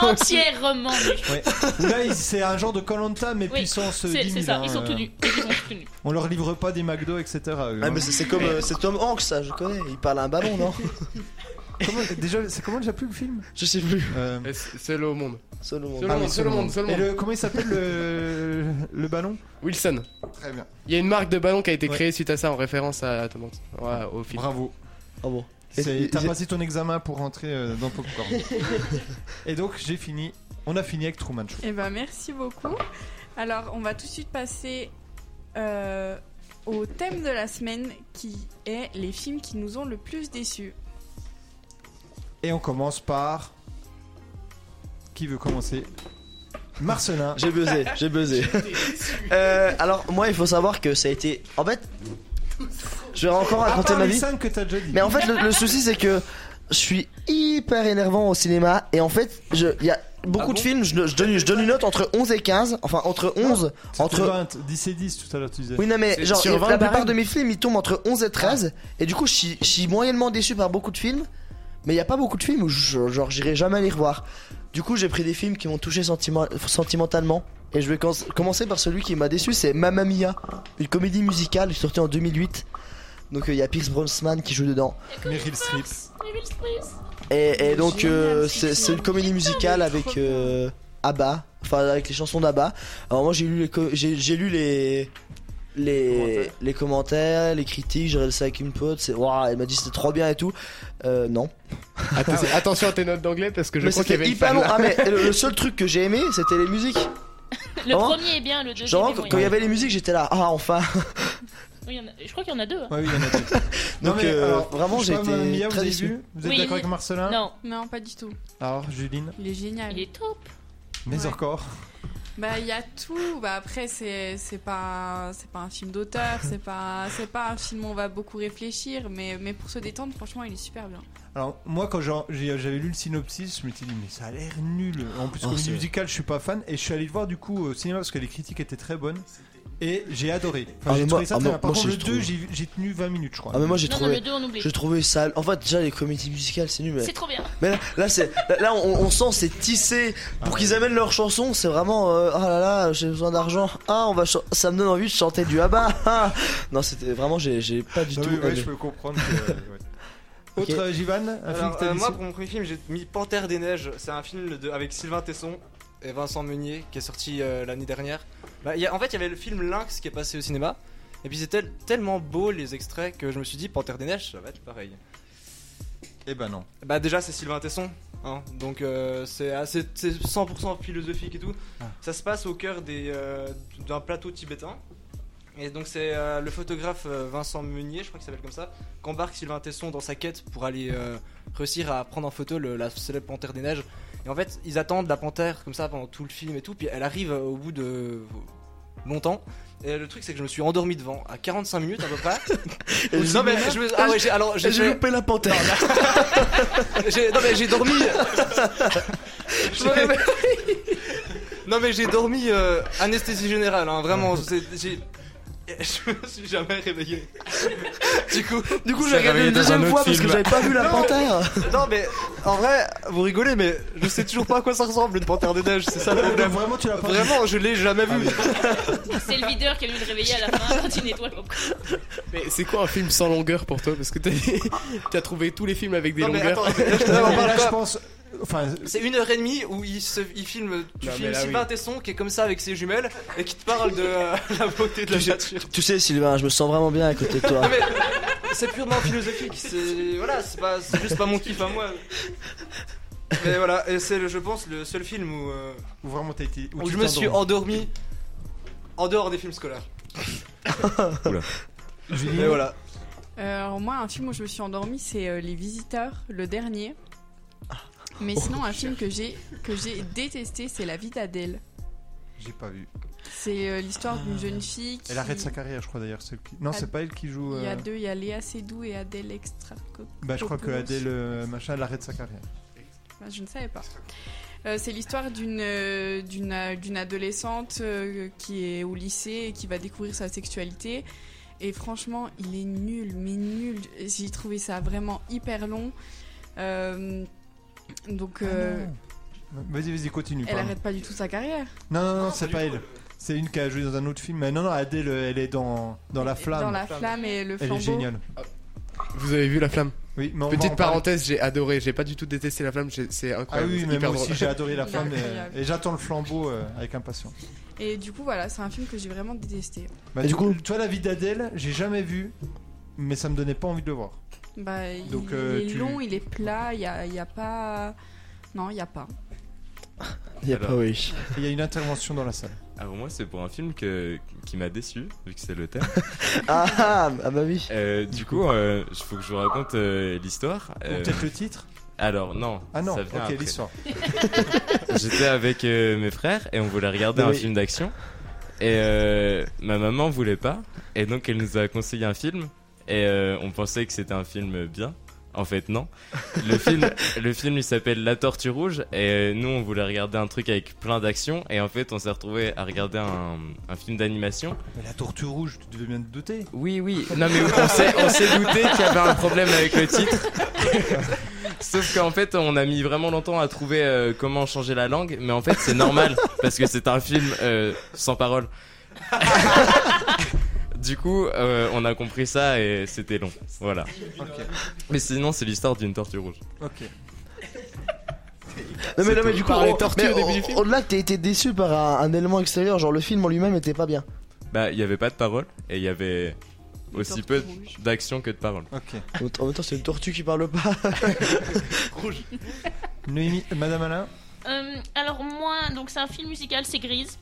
Entièrement nus.
Ouais. Là, ils- c'est un genre de Colanta, mais
Oui,
puissance euh,
C'est
10
c'est
000,
ça,
hein,
ils sont
euh,
tout nus. Ils sont tout nus.
On leur livre pas des McDo, etc. à eux,
Ah
hein.
mais c'est- c'est comme euh, c'est Tom Hanks ça, je connais. Il parle à un ballon non
Comment- déjà, c'est comment déjà plus le film
Je sais plus.
Euh,
Eh, c'est- Seul au monde.
Seul au monde.
Seul au monde, Ah seul au monde, seul au
Et
monde.
le, comment il s'appelle le, le ballon
Wilson.
Très bien.
Il y a une marque de ballon qui a été
Ouais.
créée suite à ça en référence à Tom Hanks. Ouais, au film.
Bravo.
Ah bon.
C'est-
Et-
T'as
et-
passé ton examen pour rentrer euh, dans Popcorn. et donc j'ai fini. On a fini avec Truman Show.
Eh ben merci beaucoup. Alors on va tout de suite passer euh, au thème de la semaine qui est les films qui nous ont le plus déçus.
Et on commence par. Qui veut commencer Marcelin.
J'ai buzzé, j'ai buzzé. Euh, alors moi il faut savoir que ça a été. En fait, je vais encore
À
raconter
part
ma
les
vie.
5 que t'as déjà dit.
Mais en fait le, le souci c'est que je suis hyper énervant au cinéma et en fait je il y a beaucoup
Ah
de films je, je donne je donne une note entre 11 et 15 enfin entre 11
Entre
entre
20, 10 et 10 tout à l'heure tu disais.
oui non mais
C'est
genre
sur Ah.
il-
20,
la plupart
pareil.
de mes films ils tombent entre 11 et 13 et du coup je suis, je suis moyennement déçu par beaucoup de films mais il y a pas beaucoup de films où je- genre j'irai jamais les revoir. Du coup j'ai pris des films qui m'ont touché sentiment- sentimentalement et je vais com- commencer par celui qui m'a déçu c'est Mamma Mia une comédie musicale sortie en 2008 donc euh, il y a Pierce Brosnan qui joue dedans.
Meryl Streep.
Et, et donc euh, c'est c'est une comédie musicale avec euh, ABBA, enfin avec les chansons d'ABBA. Alors moi j'ai lu les co- j'ai j'ai lu les les les commentaires, les critiques, j'ai regardé ça avec une pote, c'est waouh, elle m'a dit c'était trop bien et tout. Euh, non.
Atten- Attention à tes notes d'anglais parce que je
mais
crois qu'il y
c'était
avait une
hyper
fan
long.
là.
Ah mais le, le seul truc que j'ai aimé, c'était les musiques.
Le
Comment
premier est bien, le deuxième
Genre
est
quand
moyen.
quand il y avait les musiques, j'étais là ah enfin.
Oui, il y en a- Je crois qu'il y en a deux. hein.
Ouais, oui, il y en a deux.
Donc euh,
alors,
vraiment
je sais
j'ai
pas, Mamma
été
Mia, vous
très
avez
déçu.
vu Vous êtes
Oui.
d'accord avec Marcelin
Non,
Non, pas du tout.
Alors Juline,
Il est génial.
il est top.
mais
Ouais.
encore.
Bah il y a tout. Bah après c'est c'est pas c'est pas un film d'auteur, c'est pas c'est pas un film où on va beaucoup réfléchir, mais mais pour se détendre franchement il est super bien.
Alors moi quand j'en- j'ai- j'avais lu le synopsis, je m'étais dit mais ça a l'air nul. En plus
Oh,
comédie
c'est-
musicale, je suis pas fan et je suis allé le voir du coup au cinéma parce que les critiques étaient très bonnes. Et j'ai adoré. Enfin,
Ah,
j'ai
mais
trouvé
moi-
ça
ah,
très
moi-
bien. Par
moi,
contre,
je
le
trouve-
2, j'ai j'ai tenu 20 minutes, je crois.
Ah mais moi j'ai
Non, non, le
trouvé
deux, on oublie.
j'ai trouvé ça. En fait déjà les comédies musicales c'est nul mais.
C'est trop bien.
Mais là, là, c'est, là, là, on, on sent c'est tissé
Ah
pour qu'ils amènent leurs chansons. C'est vraiment euh, ah là là, j'ai besoin d'argent. Ah, on va chan- ça me donne envie de chanter du ABBA. Ah. Non, c'était vraiment, j'ai, j'ai
Bah
pas du
Non,
tout.
mais Ah ouais,
aimé.
je peux comprendre. que, euh, ouais.
Ok.
Autre euh, Jivan, un film
Alors,
que t'as
euh,
déçu
moi, pour mon premier film, j'ai mis Panthère des Neiges. C'est un film de, avec Sylvain Tesson et Vincent Meunier qui est sorti euh, l'année dernière. Bah, il y a- en fait, il y avait le film Lynx qui est passé au cinéma.
Et puis c'est tel- tellement beau les extraits que je me suis dit, Panthère des Neiges, ça va être pareil.
Eh ben non.
Bah déjà c'est Sylvain Tesson, hein, donc euh, c'est assez- c'est 100% philosophique et tout. Ça se passe au cœur des, euh, d'un plateau tibétain. Et donc c'est euh, le photographe euh, Vincent Meunier, je crois qu'il s'appelle comme ça, qu'embarque Sylvain Tesson dans sa quête pour aller euh, réussir à prendre en photo le- la célèbre panthère des neiges. Et en fait ils attendent la panthère comme ça pendant tout le film et tout, puis elle arrive euh, au bout de longtemps. Et le truc c'est que je me suis endormi devant à 45 minutes à peu près.
Et
non mais
j'ai-
je me... ah ouais, j'ai- alors j'ai
et j'ai
fait-
loupé la panthère.
j'ai- non mais j'ai dormi. J'ai- non mais j'ai dormi euh, anesthésie générale, hein, vraiment. c'est- j'ai- Je me suis jamais réveillé. du coup,
Du coup, j'ai regardé une deuxième fois parce que j'avais pas vu la panthère.
Non mais en vrai, vous rigolez, mais je sais toujours pas à quoi ça ressemble une panthère des neiges. C'est ça le problème.
Vraiment, tu l'as
pas vu
Vraiment, je l'ai jamais
Ah
vu.
C'est le videur qui a dû le réveiller à la fin quand il nettoie le popcorn.
Mais c'est quoi un film sans longueur pour toi Parce que t'as t'as trouvé tous les films avec des
Non, mais
longueurs.
attends, là, on parle pas-
Enfin,
C'est une heure et demie où il, se, il filme, tu
Non, mais
filmes
là,
Sylvain
oui.
Tesson qui est comme ça avec ses jumelles et qui te parle de euh, la beauté de la nature.
Tu sais, Sylvain, je me sens vraiment bien à côté de toi.
Non, mais c'est purement philosophique, c'est voilà, c'est pas c'est juste pas mon kiff à moi. Mais voilà, et c'est le- je pense le seul film où, euh,
Ou vraiment t'as été.
où je me suis endormi en dehors des films scolaires. Mais voilà.
Euh, alors moi, un film où je me suis endormie, c'est euh, Les Visiteurs, le dernier. Mais sinon, un film que j'ai que j'ai détesté, c'est La vie d'Adèle.
J'ai pas vu.
C'est euh, l'histoire d'une jeune fille qui...
Elle arrête sa carrière, je crois d'ailleurs. celle qui- Non,
Ad-
c'est pas elle qui joue.
Il y a
euh,
deux, il y a Léa Seydoux et Adèle Extra.
Bah, je crois que Adèle euh, machin, elle arrête sa carrière.
Ah, Je ne savais pas. Euh, c'est l'histoire d'une euh, d'une euh, d'une adolescente euh, qui est au lycée et qui va découvrir sa sexualité. Et franchement, il est nul, mais nul. J'ai trouvé ça vraiment hyper long. Euh, donc, euh,
Vas-y, vas-y, continue.
elle
pardon.
arrête pas du tout sa carrière.
Non, non, non, c'est pas elle. C'est une qui a joué dans un autre film. Mais non, non, Adèle, euh, elle est dans, dans La Flamme.
Dans la flamme et le
Elle
flambeau.
est géniale. Ah
Vous avez vu La Flamme
Oui, mais on va en
Petite
parler.
parenthèse, j'ai adoré, j'ai pas du tout détesté La Flamme, j'ai- c'est
Ah
incroyable.
oui,
c'est
mais
hyper
moi aussi
drôle.
j'ai adoré La
Il est
Flamme. euh,
incroyable.
Et, et j'attends le flambeau euh, avec impatience.
Et du coup, voilà, c'est un film que j'ai vraiment détesté.
Bah, du coup, toi, la vie d'Adèle, j'ai jamais vu, mais ça me donnait pas envie de le voir.
Bah, il-
Donc,
il,
euh,
est
tu-
long, il est plat, il n'y a, il y a pas. Non, il n'y a pas.
Y'a pas oui.
Il y a une intervention dans la salle.
Alors moi c'est Ah, pour un film que, qui m'a déçu, vu que c'est le thème.
Ah, ah, ah bah oui.
Euh, du coup, euh, il faut que je vous raconte euh, l'histoire.
Ou peut-être le titre
Alors non,
Ah non,
ça vient
ok,
après.
l'histoire.
J'étais avec euh, mes frères et on voulait regarder
Mais
un
oui.
film d'action. Et euh, ma maman voulait pas. Et donc elle nous a conseillé un film. Et euh, on pensait que c'était un film bien. En fait, non. Le film, le film il s'appelle La Tortue Rouge. Et euh, nous, on voulait regarder un truc avec plein d'actions. Et en fait, on s'est retrouvé à regarder un, un film d'animation.
Mais la tortue rouge, tu devais bien te douter.
Oui, oui. Non, mais on s'est, on s'est douté qu'il y avait un problème avec le titre. Sauf qu'en fait, on a mis vraiment longtemps à trouver euh, comment changer la langue, mais en fait, c'est normal parce que c'est un film euh, sans parole. du coup, euh, on a compris ça et c'était long. Voilà. Mais sinon, c'est l'histoire d'une tortue rouge.
Ok.
Non mais,
C'est
non, mais
tout.
du coup,
Par les
on-
tortues
mais
au début du
on-
film.
au-delà que t'as été déçu par un, un élément extérieur, genre le film en lui-même était pas bien.
Bah, il n'y avait pas de parole et il y avait aussi peu d'action que de parole.
Ok.
En- En même temps, c'est une tortue qui parle pas.
Noémie, euh, Madame Alain
Euh, alors moi, donc c'est un film musical, c'est Grise.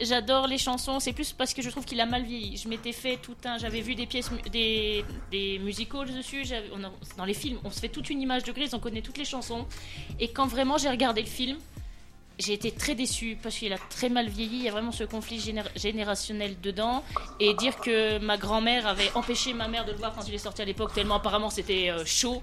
J'adore les chansons, c'est plus parce que je trouve qu'il a mal vieilli. Je m'étais fait tout un, j'avais vu des pièces, mu- des, des musicals dessus. j'avais- on en- dans les films, on se fait toute une image de Grise, on connaît toutes les chansons. Et quand vraiment j'ai regardé le film, j'ai été très déçue parce qu'il a très mal vieilli. Il y a vraiment ce conflit généra- générationnel dedans. Et dire que ma grand-mère avait empêché ma mère de le voir quand il est sorti à l'époque, tellement apparemment c'était euh, chaud.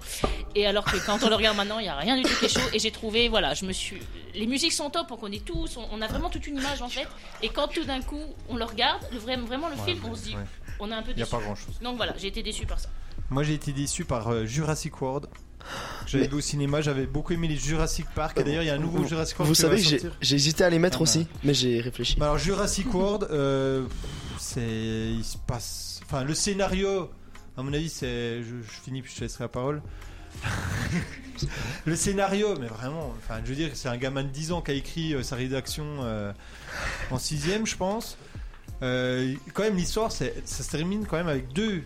Et alors que quand on le regarde maintenant, il n'y a rien du tout qui est chaud. Et j'ai trouvé, voilà, je me suis. Les musiques sont top, on connaît tous, on, on a vraiment toute une image en fait. Et quand tout d'un coup on le regarde, le vrai- vraiment le
Ouais,
film,
mais-
on se dit,
ouais.
on a un peu
Y a
déçu.
pas grand-chose.
Donc voilà, j'ai été déçu par ça.
Moi, j'ai été déçu par euh, Jurassic World. J'avais vu au cinéma, j'avais beaucoup aimé les Jurassic Park. Et d'ailleurs, il y a un nouveau
Euh, Vous-
Jurassic World.
Vous
qui
savez
va
que j'ai
sortir.
j'ai hésité à les mettre
Ah,
aussi, mais j'ai réfléchi. Ah,
Bah alors Jurassic World, euh, pff, c'est, il se passe, enfin le scénario, à mon avis c'est, je, je finis puis je te laisserai la parole. le scénario, mais vraiment, enfin je veux dire c'est un gamin de 10 ans qui a écrit euh, sa rédaction euh, en sixième je pense. Euh, quand même, l'histoire, c'est- ça se termine quand même avec deux.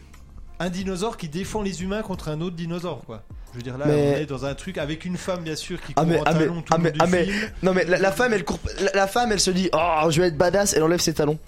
Un dinosaure qui défend les humains contre un autre dinosaure, quoi. Je veux dire, là,
Mais-
on est dans un truc avec une femme, bien sûr, qui
Ah
court
mais,
en
ah mais,
talons tout
ah
le
mais,
long du
ah mais-
film.
non mais la, la femme elle court, la, la femme elle se dit oh je vais être badass elle enlève ses talons.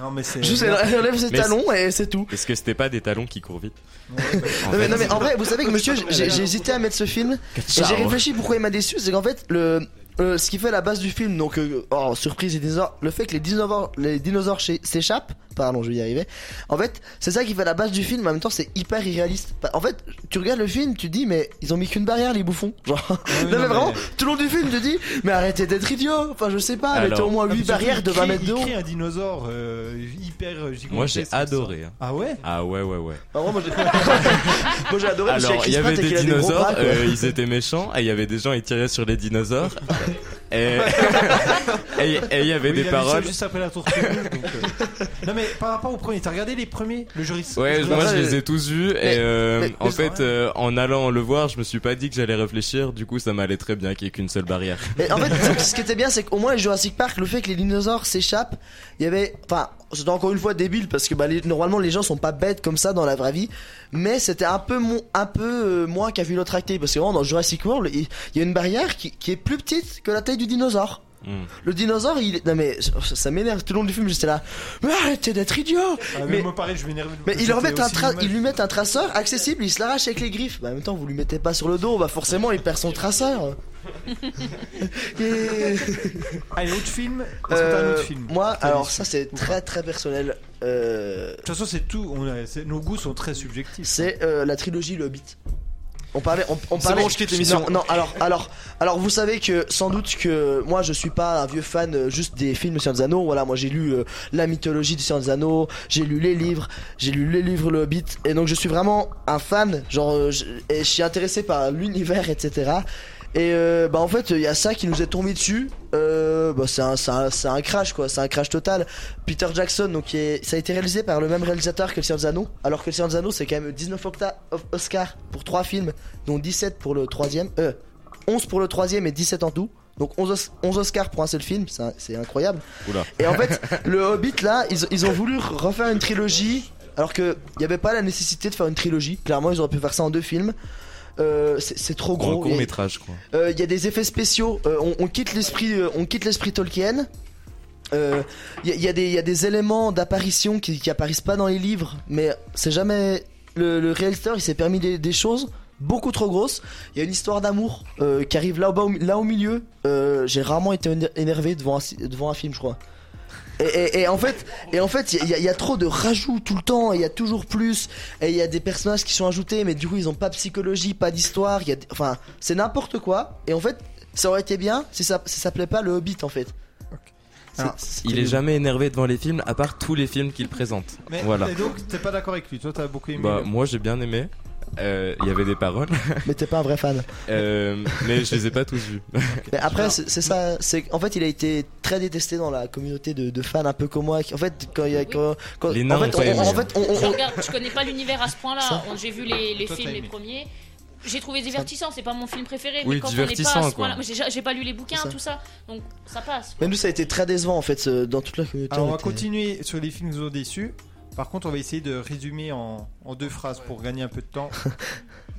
Non, mais c'est.
Juste elle, elle enlève ses
Mais
talons et c'est tout.
Est-ce que c'était pas des talons qui courent vite En
Non mais,
fait,
non mais en vrai vous savez que monsieur j'ai- j'ai j'ai hésité à mettre ce film et j'ai
Ciao.
réfléchi pourquoi il m'a déçu c'est qu'en fait le euh, ce qui fait la base du film donc euh, oh, surprise les dinosaures le fait que les dinosaures les dinosaures s'é- s'échappent pardon je vais y arriver en fait c'est ça qui fait la base du film mais en même temps c'est hyper irréaliste Bah, en fait tu regardes le film tu te dis mais ils ont mis qu'une barrière les bouffons genre non, mais,
non, mais-
vraiment tout le long du film tu te dis mais arrêtez d'être idiot enfin je sais pas mettez au moins
Ah, mais
8
surtout,
barrières de
il
20
crée-
mètres de
Il
haut
crée un dinosaure euh, hyper gigantesque.
Moi j'ai
comme ça.
adoré. hein.
Ah ouais
Ah ouais ouais ouais.
Ah, vraiment, moi, j'ai- moi j'ai adoré parce qu'il y a
Alors,
Chris
il y avait
Pratt et
des
qu'il a gros
dinosaures,
bras, quoi.
euh, ils étaient méchants, et il y avait des gens, ils tiraient sur les dinosaures. et et- et il y avait
Oui,
des
il ça
paroles.
juste après la tour Toulouse, donc, euh. Non, mais par rapport au premier, t'as regardé les premiers Le jury
Ouais,
le
moi
jury-
je les ai tous vus et
Mais-
euh,
mais-
en fait euh, en allant le voir, je me suis pas dit que j'allais réfléchir, du coup ça m'allait très bien qu'il y ait qu'une seule barrière.
Et en fait, ce qui était bien, c'est qu'au moins les Jurassic Park, le fait que les dinosaures s'échappent, il y avait. Enfin, c'était encore une fois débile parce que bah, les- normalement les gens sont pas bêtes comme ça dans la vraie vie, mais c'était un peu, mon, un peu euh, moins qu'à tracté parce que vraiment dans Jurassic World, il il y a une barrière qui, qui est plus petite que la taille du dinosaure. Le dinosaure, il est. Non mais ça, ça m'énerve tout le long du film, j'étais là. Mais arrêtez d'être idiot
Ah, mais,
Mais-
moi pareil, je m'énerve.
mais ils,
C'était
leur mettent un
aussi
tra-
dommage.
ils lui mettent un traceur accessible, il se l'arrache avec les griffes. Bah, en même temps, vous lui mettez pas sur le dos, bah forcément il perd son traceur. Et-
Allez, autre film. Est-ce que t'as un
Euh,
autre film
Moi,
T'as
alors
des-
ça c'est très très personnel. Euh,
De toute façon, c'est tout. on a- c'est- Nos goûts sont très subjectifs. hein.
c'est euh, la trilogie Le Hobbit. On parlait, on, on
C'est
parlait.
bon, je quitte l'émission.
Non, non, alors, alors, alors, vous savez que sans doute que moi je suis pas un vieux fan euh, juste des films Seigneur des Anneaux. Voilà, moi j'ai lu euh, la mythologie du Seigneur des Anneaux, j'ai lu les livres, j'ai lu les livres Le Hobbit, et donc je suis vraiment un fan. Genre, euh, je, et je suis intéressé par l'univers, etc. Et euh, bah en fait il y a ça qui nous est tombé dessus. Euh, bah c'est un, c'est un, c'est un crash quoi, c'est un crash total. Peter Jackson donc qui est- ça a été réalisé par le même réalisateur que Le Seigneur des Anneaux. Alors que Le Seigneur des Anneaux c'est quand même 19 octa- of- Oscars pour 3 films, dont 17 pour le troisième, euh, 11 pour le troisième et 17 en tout. Donc 11, os- 11 Oscars pour un seul film, c'est un- c'est incroyable.
Oula.
Et en fait, le Hobbit là, ils, ils ont voulu refaire une trilogie, alors que il y avait pas la nécessité de faire une trilogie. Clairement, ils auraient pu faire ça en deux films. Euh, c'est c'est trop
En
gros.
court métrage, je crois.
Il y a des effets spéciaux. Euh, on, on quitte l'esprit, euh, on quitte l'esprit Tolkien. Euh, Il y, a- il y a des- il y a des éléments d'apparition qui, qui apparaissent pas dans les livres, mais c'est jamais le, le réalisateur. Il s'est permis des, des choses beaucoup trop grosses. Il y a une histoire d'amour euh, qui arrive là au, bas- là au milieu. Euh, J'ai rarement été éner- énervé devant un, si- devant un film, je crois. Et, et- et en fait, et en fait, il y, a- il y a trop de rajouts tout le temps. et Il y a toujours plus. Et il y a des personnages qui sont ajoutés, mais du coup, ils ont pas de psychologie, pas d'histoire. il y a des- Enfin, c'est n'importe quoi. Et en fait, ça aurait été bien si ça, si ça s'appelait pas le Hobbit, en fait. C'est-
Alors,
c'est
il est
terrible.
jamais énervé devant les films, à part tous les films qu'il présente.
Mais,
voilà.
Et donc, t'es pas d'accord avec lui Toi, t'as beaucoup aimé.
Bah
le-
moi j'ai bien aimé. Euh, Il y avait des paroles,
Mais t'es pas un vrai fan.
euh, mais je les ai pas tous vus.
Mais après, c'est c'est ça. C'est en fait, il a été très détesté dans la communauté de, de fans un peu comme moi. En fait, quand il y a quand, quand-
Les nains
en fait,
ont pas aimé,
on, en
hein.
fait, on- on-
Je regarde, je connais pas l'univers à ce point-là. On- J'ai vu les, les
Toi,
films,
t'as
les
aimé.
premiers. J'ai trouvé divertissant, c'est pas mon film préféré,
Oui,
mais quand on est pas à
divertissant,
ce point-là,
quoi.
j'ai j'ai pas lu les bouquins,
C'est ça.
tout ça, donc ça passe.
mais nous, ça a été très décevant en fait euh, dans toute la communauté.
Alors, Ah, on
on
va
était-
continuer sur les films qui nous ont déçus. Par contre, on va essayer de résumer en, en deux phrases pour gagner un peu de temps.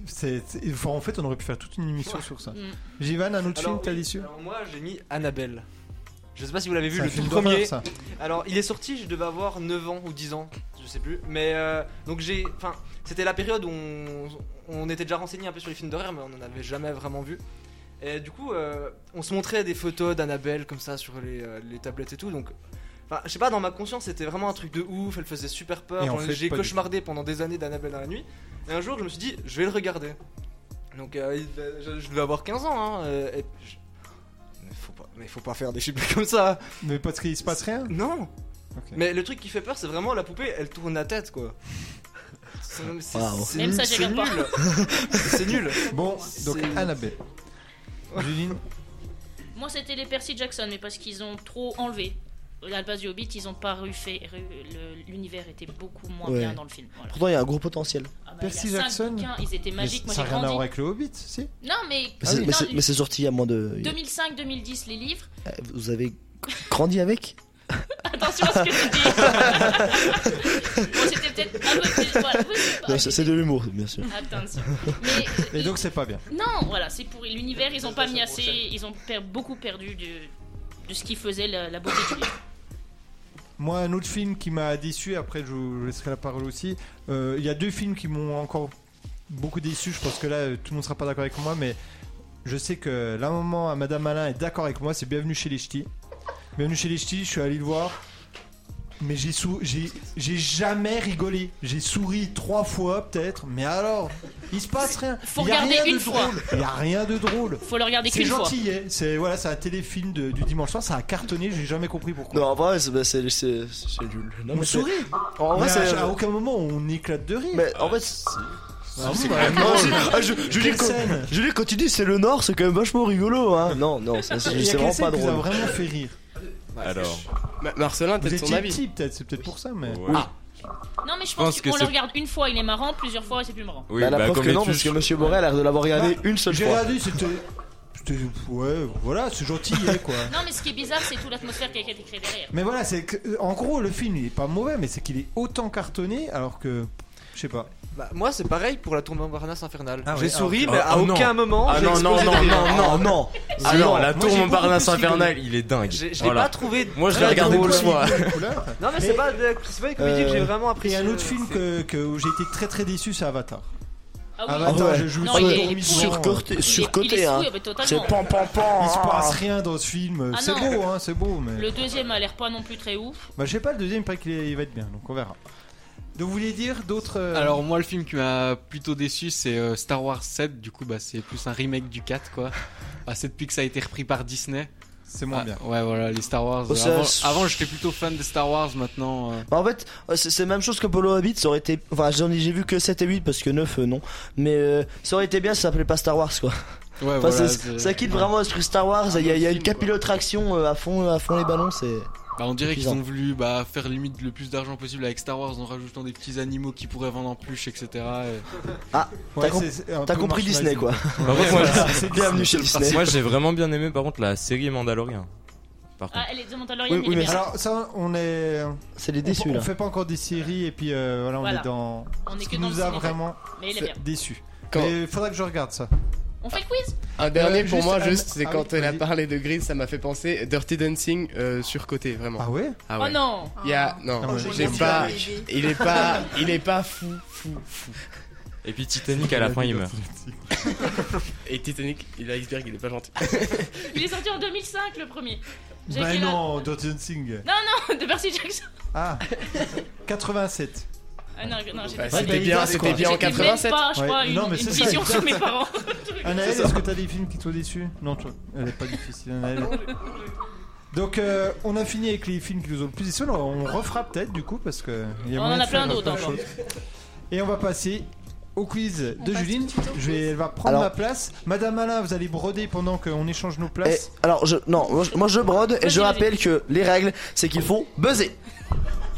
C'est- c'est- enfin, en fait, on aurait pu faire toute une émission sur ça. Jivan, un autre
Alors,
film, t'as
oui,
déçu
alors moi j'ai mis Annabelle. Je sais pas si vous l'avez vu
C'est un
le
film
tout
d'horreur,
premier.
ça.
Alors il est sorti, je devais avoir 9 ans ou 10 ans, je sais plus. Mais euh, donc j'ai enfin c'était la période où on, on était déjà renseigné un peu sur les films d'horreur mais on n'en avait jamais vraiment vu. Et du coup euh, on se montrait des photos d'Annabelle comme ça sur les, euh, les tablettes et tout donc enfin je sais pas dans ma conscience c'était vraiment un truc de ouf, elle faisait super peur,
Et en fait,
j'ai
pas du
cauchemardé pendant des années d'Annabelle dans la nuit. Et un jour je me suis dit je vais le regarder. Donc euh, il- euh, je, je devais avoir 15 ans hein, euh, et je- mais faut pas mais faut pas faire des films comme ça.
Mais parce qu'il se passe rien
Non Mais le truc qui fait peur, c'est vraiment la poupée, elle tourne la tête, quoi. C'est c'est-
Waouh.
c'est
Même
nul,
ça, j'y
c'est
regarde
nul.
pas.
C'est nul.
Bon, donc
C'est-
Annabelle. Juline
Moi, c'était les Percy Jackson, mais parce qu'ils ont trop enlevé. À la base du Hobbit, ils ont pas refait. le- L'univers était beaucoup moins
Ouais.
bien dans le film. voilà.
Pourtant, il y a un gros potentiel.
Ah bah, il y a cinq bouquins, ils étaient magiques,
Mais
moi
ça
j'ai
a rien à
grandi.
voir
avec le Hobbit, si
Non, mais.
Mais
Ah
c'est-
non,
mais c'est- mais c'est sorti il y a moins de. Eh,
2005-2010, les livres.
Vous avez grandi avec
attention à ce que tu dis. bon, c'était peut-être un peu plus. Voilà, oui, c'est pas-
Non, c'est c'est de l'humour, bien sûr.
Ah,
Attention.
Et donc c'est pas bien.
Non, voilà, c'est pourri. L'univers, ils ont pas mis assez. Ils ont per- beaucoup perdu de, de ce qui faisait la, la beauté du livre.
Moi, un autre film qui m'a déçu, après je vous je laisserai la parole aussi. Euh, Il y a deux films qui m'ont encore beaucoup déçu. Je pense que là, euh, tout le monde sera pas d'accord avec moi, mais je sais que la maman à Madame Alain est d'accord avec moi. C'est Bienvenue chez les Ch'tis. Bienvenue chez les Ch'tis, je suis allé le voir. Mais j'ai sou- j'ai j'ai jamais rigolé. J'ai souri trois fois peut-être, mais alors, il se passe rien.
Faut
Il y a
regarder
rien
une
de
fois.
drôle. Il y a rien de drôle.
Faut le regarder
C'est
qu'une fois.
gentil, hein. c'est voilà, c'est un téléfilm de- du dimanche soir, ça a cartonné, j'ai jamais compris pourquoi.
Non, en vrai, c'est bah, c'est- c'est- c'est nul. Non,
On
mais c'est-
sourit.
En vrai,
Mais
c'est.
à, à aucun moment on éclate de rire.
Mais en fait, c'est.
Ah,
c'est
oui,
quand
bah,
même
non.
drôle. Ah, je- je
Quelle
dis quand-
scène
je dis, quand tu dis c'est le Nord, c'est quand même vachement rigolo, hein. Non, non, ça,
Il y
c'est c'est
a quelle
vraiment
scène
pas
qui vous
drôle.
a vraiment fait rire.
Alors.
Marcelin,
Vous
peut-être son
étiez
avis.
petit, peut-être, c'est peut-être pour ça, mais.
Ouais. Ah.
Non, mais je
Je
pense,
pense que
qu'on le
c'est-
regarde une fois, il est marrant, plusieurs fois, c'est plus marrant.
Oui,
Bah, la
bah,
preuve
comme
que non,
es-tu,
parce que
je-
Monsieur Borel a l'air de l'avoir regardé une seule
Bah, J'ai
fois.
regardé, c'était. c'était- Ouais, voilà, c'est gentil, hein, quoi.
Non, mais ce qui est bizarre, c'est toute l'atmosphère qui a été créée derrière.
Mais voilà, c'est que- euh, en gros, le film il est pas mauvais, mais c'est qu'il est autant cartonné alors que. Je sais pas.
Bah, moi, c'est pareil pour la tombe en Parnasse infernale.
Ah
j'ai
ouais,
souri,
ah,
mais
ah,
à
non.
aucun moment.
Ah
j'ai
non, non,
explosé
non,
de rire.
non, non, non. Ah
Si,
non, la
moi,
tour
j'ai
Montparnasse
beaucoup plus rigolé.
infernale, il est dingue.
Je je l'ai
Voilà.
pas trouvé.
Moi, je l'ai
très
regardé
drôle.
une fois.
Non, mais c'est pas, de- c'est pas une comédie que j'ai
Euh,
vraiment
Et
appréciée.
un autre film que, que- où j'ai été très très déçu, c'est Avatar.
Ah oui.
Avatar,
Ah ouais.
je joue
Non,
sur
il
le
est-
dormi
il est
souvent.
Surcoté,
il est
surcoté, hein.
fou, mais totalement.
C'est pan pan pan. hein.
Il se passe rien dans ce film.
Ah
c'est
non.
beau, hein, c'est beau, mais.
Le deuxième a l'air pas non plus très ouf.
Bah, je sais pas, le deuxième, il paraît qu'il est- il va être bien, donc on verra. Donc, vous voulez dire d'autres. euh,
Alors moi le film qui m'a plutôt déçu c'est euh, Star Wars 7 du coup bah c'est plus un remake du 4 quoi. Bah, c'est depuis que ça a été repris par Disney.
C'est moins
Ah,
bien.
Ouais voilà les Star Wars.
Oh,
euh,
ça-
avant avant, j'étais plutôt fan de Star Wars maintenant. euh,
Bah, en fait, euh, c'est c'est la même chose que Polo Hobbit, ça aurait été. Enfin, j'en ai- j'ai vu que 7 et 8 parce que 9 euh, non. Mais euh, ça aurait été bien si ça s'appelait pas Star Wars quoi.
Ouais,
Enfin,
voilà,
c'est-
c'est-
ça quitte
ouais.
vraiment l'esprit Star Wars, il y a, il y a une
film, quoi.
capillotraction euh, à fond, à fond les ballons, c'est.
Bah, on dirait qu'ils
Bizarre.
ont voulu bah, faire limite le plus d'argent possible avec Star Wars en rajoutant des petits animaux qui pourraient vendre en plus etc. et-
Ah, T'as
Ouais,
com-
c'est- c'est un
T'as
peu
compris Disney quoi.
Par contre, moi,
C'est bienvenu chez Disney.
Moi j'ai vraiment bien aimé par contre la série Mandalorian. Par contre.
Ah, elle est de Mandalorian,
Oui,
il
oui,
est
mais
bien.
Alors ça, on est,
C'est les
on,
déçus
on
là.
fait pas encore des séries et puis euh, voilà, on
Voilà.
est dans.
On est
ce
que
qui
dans
nous
le
a
cinéma.
vraiment
Mais il est bien.
déçu.
Quand-
Mais faudra que je regarde ça.
On fait le quiz
Un dernier
Euh,
pour
juste
moi,
un-
juste, c'est
ah
quand
oui,
elle a
vas-y.
parlé de Grease, ça m'a fait penser Dirty Dancing euh, surcoté, vraiment.
Ah ouais
Ah
Oh non
Il y a non,
Ah ouais.
j'ai pas il est pas Ah, il est pas fou fou fou.
Et puis Titanic à la fin il meurt.
Et Titanic, il a iceberg, il est pas gentil.
Il est sorti en 2005 le premier. J'ai
Bah
quel âge
non, Dirty Dancing.
De Percy Jackson.
Ah, 87.
Ah non, non, j'ai
Bah,
bah,
c'était
il
bien,
date,
c'était
quoi.
bien en
J'étais même
87.
pas, je
Ouais.
crois,
Non,
une,
mais
une
c'est ça,
vision sur
exact.
mes parents.
Anaël, est-ce que t'as des films qui t'ont déçu Non, toi, elle est pas difficile. Anaël. Donc euh, on a fini avec les films qui nous ont le plus déçu. On- On refera peut-être du coup parce que il y
On en
moyen
a
de faire
plein d'autres hein.
de
encore.
choses. Et on va passer au quiz de
passe
Juline.
tout de suite au
Je vais, elle va prendre
Alors-
ma place. Madame Alain, vous allez broder pendant qu'on échange nos
Et,
places.
Eh, alors je non, moi, je- moi je brode et
Vas-y,
je
vas-y.
rappelle que les règles c'est qu'il faut buzzer.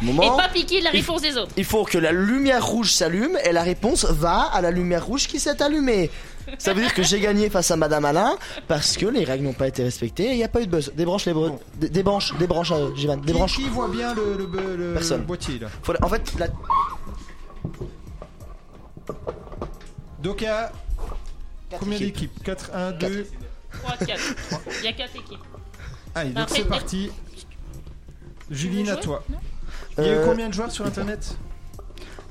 Et
Moment.
pas piquer la réponse des autres.
Il faut que la lumière rouge s'allume et la réponse va à la lumière rouge qui s'est allumée. Ça veut dire que j'ai gagné face à Madame Alain parce que les règles n'ont pas été respectées et il n'y a pas eu de buzz. Débranche les bro-
Bon.
dé- Débranche, débranche, euh, Jivan,
Qui,
débranche.
qui voit bien le, le be- le-
Personne.
le boîtier là
Faut la- En fait, la-
Donc il y a combien d'équipes 4, 1, 2.
3, 4. Il y a 4 équipes.
Allez, donc
Après,
c'est
il y a-
parti. Juline, à
jouer
toi.
Non
Il y a eu
Euh,
combien de joueurs sur internet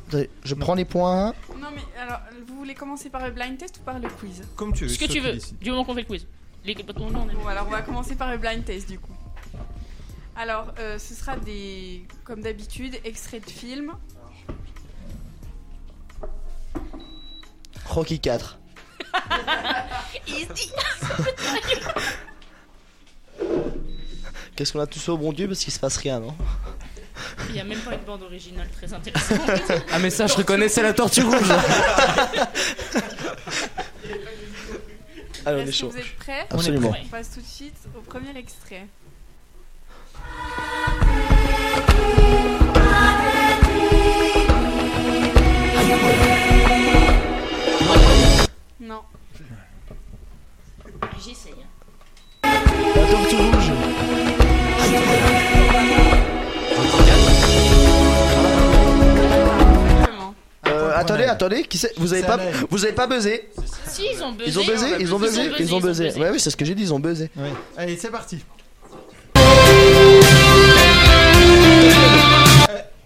attendez, je prends les points.
Non mais alors, vous voulez commencer par le blind test ou par le quiz
Comme tu veux.
Ce que
c'est
tu
toi qui
veux,
décides.
du moment qu'on fait le quiz. Les- on- on est-
Bon alors on va commencer par le blind test du coup. Alors euh, ce sera des, comme d'habitude, extraits de films.
Rocky 4. Qu'est-ce qu'on a tous au bon Dieu parce qu'il se passe rien, non
Il n'y a même pas une bande originale très intéressante.
Ah, mais ça, je reconnaissais la tortue rouge.
Allez, on est
Est-ce que
chaud.
vous êtes prêts
Absolument.
prêt.
On passe tout de suite au premier extrait. Non.
J'essaye. hein.
La tortue rouge. euh, attendez,
Poinel.
attendez, qui c'est Vous avez
C'est
pas,
Amel.
vous avez pas buzzé
Si, ils ont buzzé.
Ils ont buzzé, hein. ils ont buzzé, ils ont buzzé. Ouais, oui, c'est ce que j'ai dit, ils ont buzzé.
Allez, c'est parti.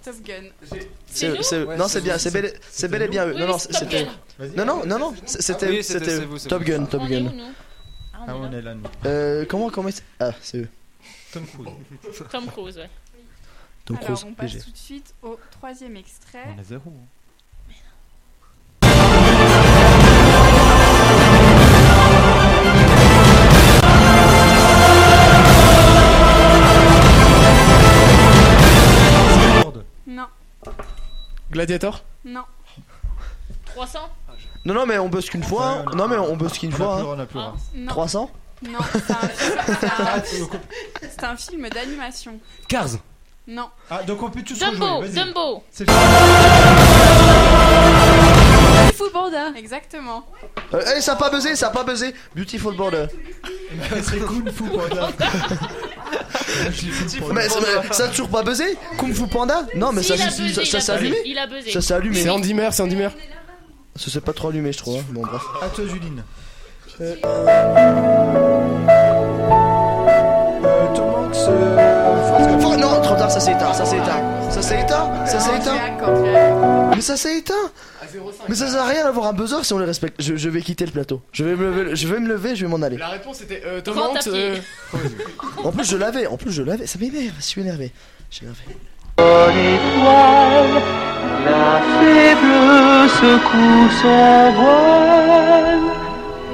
Top Gun.
C'est- c'est- non, c'est bien, c'est bel, c'est bel et bien eux. Non, non, c'était. Non, non, non, non, c'est-
Ah
c'était,
oui, c'était-
c'était
c'est vous, c'est
Top
vous.
Gun, Top
On est
Gun.
où, nous Ah, on est là, nous.
Euh, comment, comment ils- Ah, c'est eux.
Tom Cruise.
Tom Cruise, ouais.
Tom
Alors,
Cruise,
on passe
léger.
tout de suite au troisième extrait.
On est zéro. hein.
Non,
Gladiator
non.
300
Non, non, mais on buzz qu'une fois. hein. Non, mais on buzz qu'une fois.
On a plus
hein.
Non.
300
Non, c'est un film- c'est
Ah,
un- c'est un, film d'animation.
Cars.
Non.
Ah, donc on peut tous
Dumbo,
rejouer, vas-y.
Dumbo.
C'est
Fou Banda. Exactement.
Euh, eh, ça a pas buzzé, ça a pas buzzé. Beautiful Border.
c'est Kung Fu Panda.
mais, mais ça a toujours pas buzzé Kung Fu Panda Non, mais
Si,
ça,
il a
ça-
buzzé,
ça,
il
ça
a
s'est
buzzé,
allumé.
il a buzzé.
Ça s'est allumé.
C'est Andy
Mer, c'est Andy Mer. Ça s'est pas trop allumé, je trouve. hein. Bon, bref.
À toi, Juline.
Euh,
Tom Hanks. euh,
Force- Non, trop tard, ça s'est éteint, ça s'est éteint. Ça s'est éteint, ça s'est éteint. Mais ça s'est éteint. Mais ça sert à rien d'avoir un buzzer si on les respecte. Je, je vais quitter le plateau. Je vais me lever, je vais me lever, je vais m'en aller.
La réponse était euh, Tom
Prends
Hanks,
ta
euh,
En plus, je l'avais, en plus, je l'avais. Ça m'énerve, je suis énervé. Je suis énervé.
La faible secoue son voile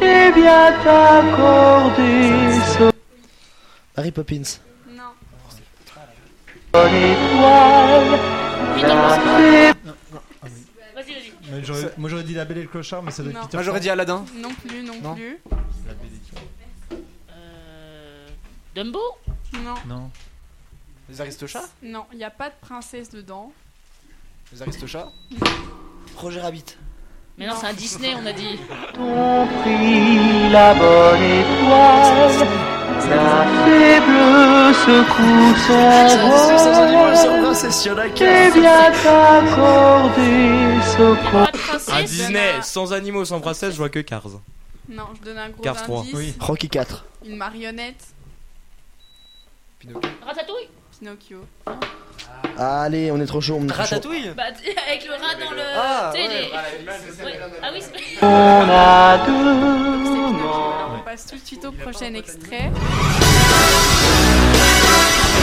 et vient t'accorder son
Harry Poppins.
étoile. La faible
ah, mais j'aurais- Moi j'aurais dit la belle et le clochard, mais ça doit être
Non.
Peter
Moi, j'aurais
Pan.
dit Aladdin. Non plus, non, plus.
La belle et le
Euh, Dumbo
Non.
Non.
Les Aristochats
Non, il n'y a pas de princesse dedans.
Les Aristochats
Roger Rabbit.
Mais non, c'est un Disney, on a dit.
ton prix, la bonne étoile. La faible secoue son voile et vient t'accorder ce
À Disney, sans animaux, sans princesse, je vois que Cars.
Non, je donne un gros
Cars 3.
indice.
Rocky 4.
Une marionnette.
Ratatouille
Pinocchio.
Allez, on est trop chaud, on est trop chaud.
Bah, t- avec le rat dans le.
Ah,
tu sais,
ouais,
les- Ouais. Ah oui, c'est
On a deux
C'est Pinocchio.
moments.
On passe tout de suite au prochain extrait.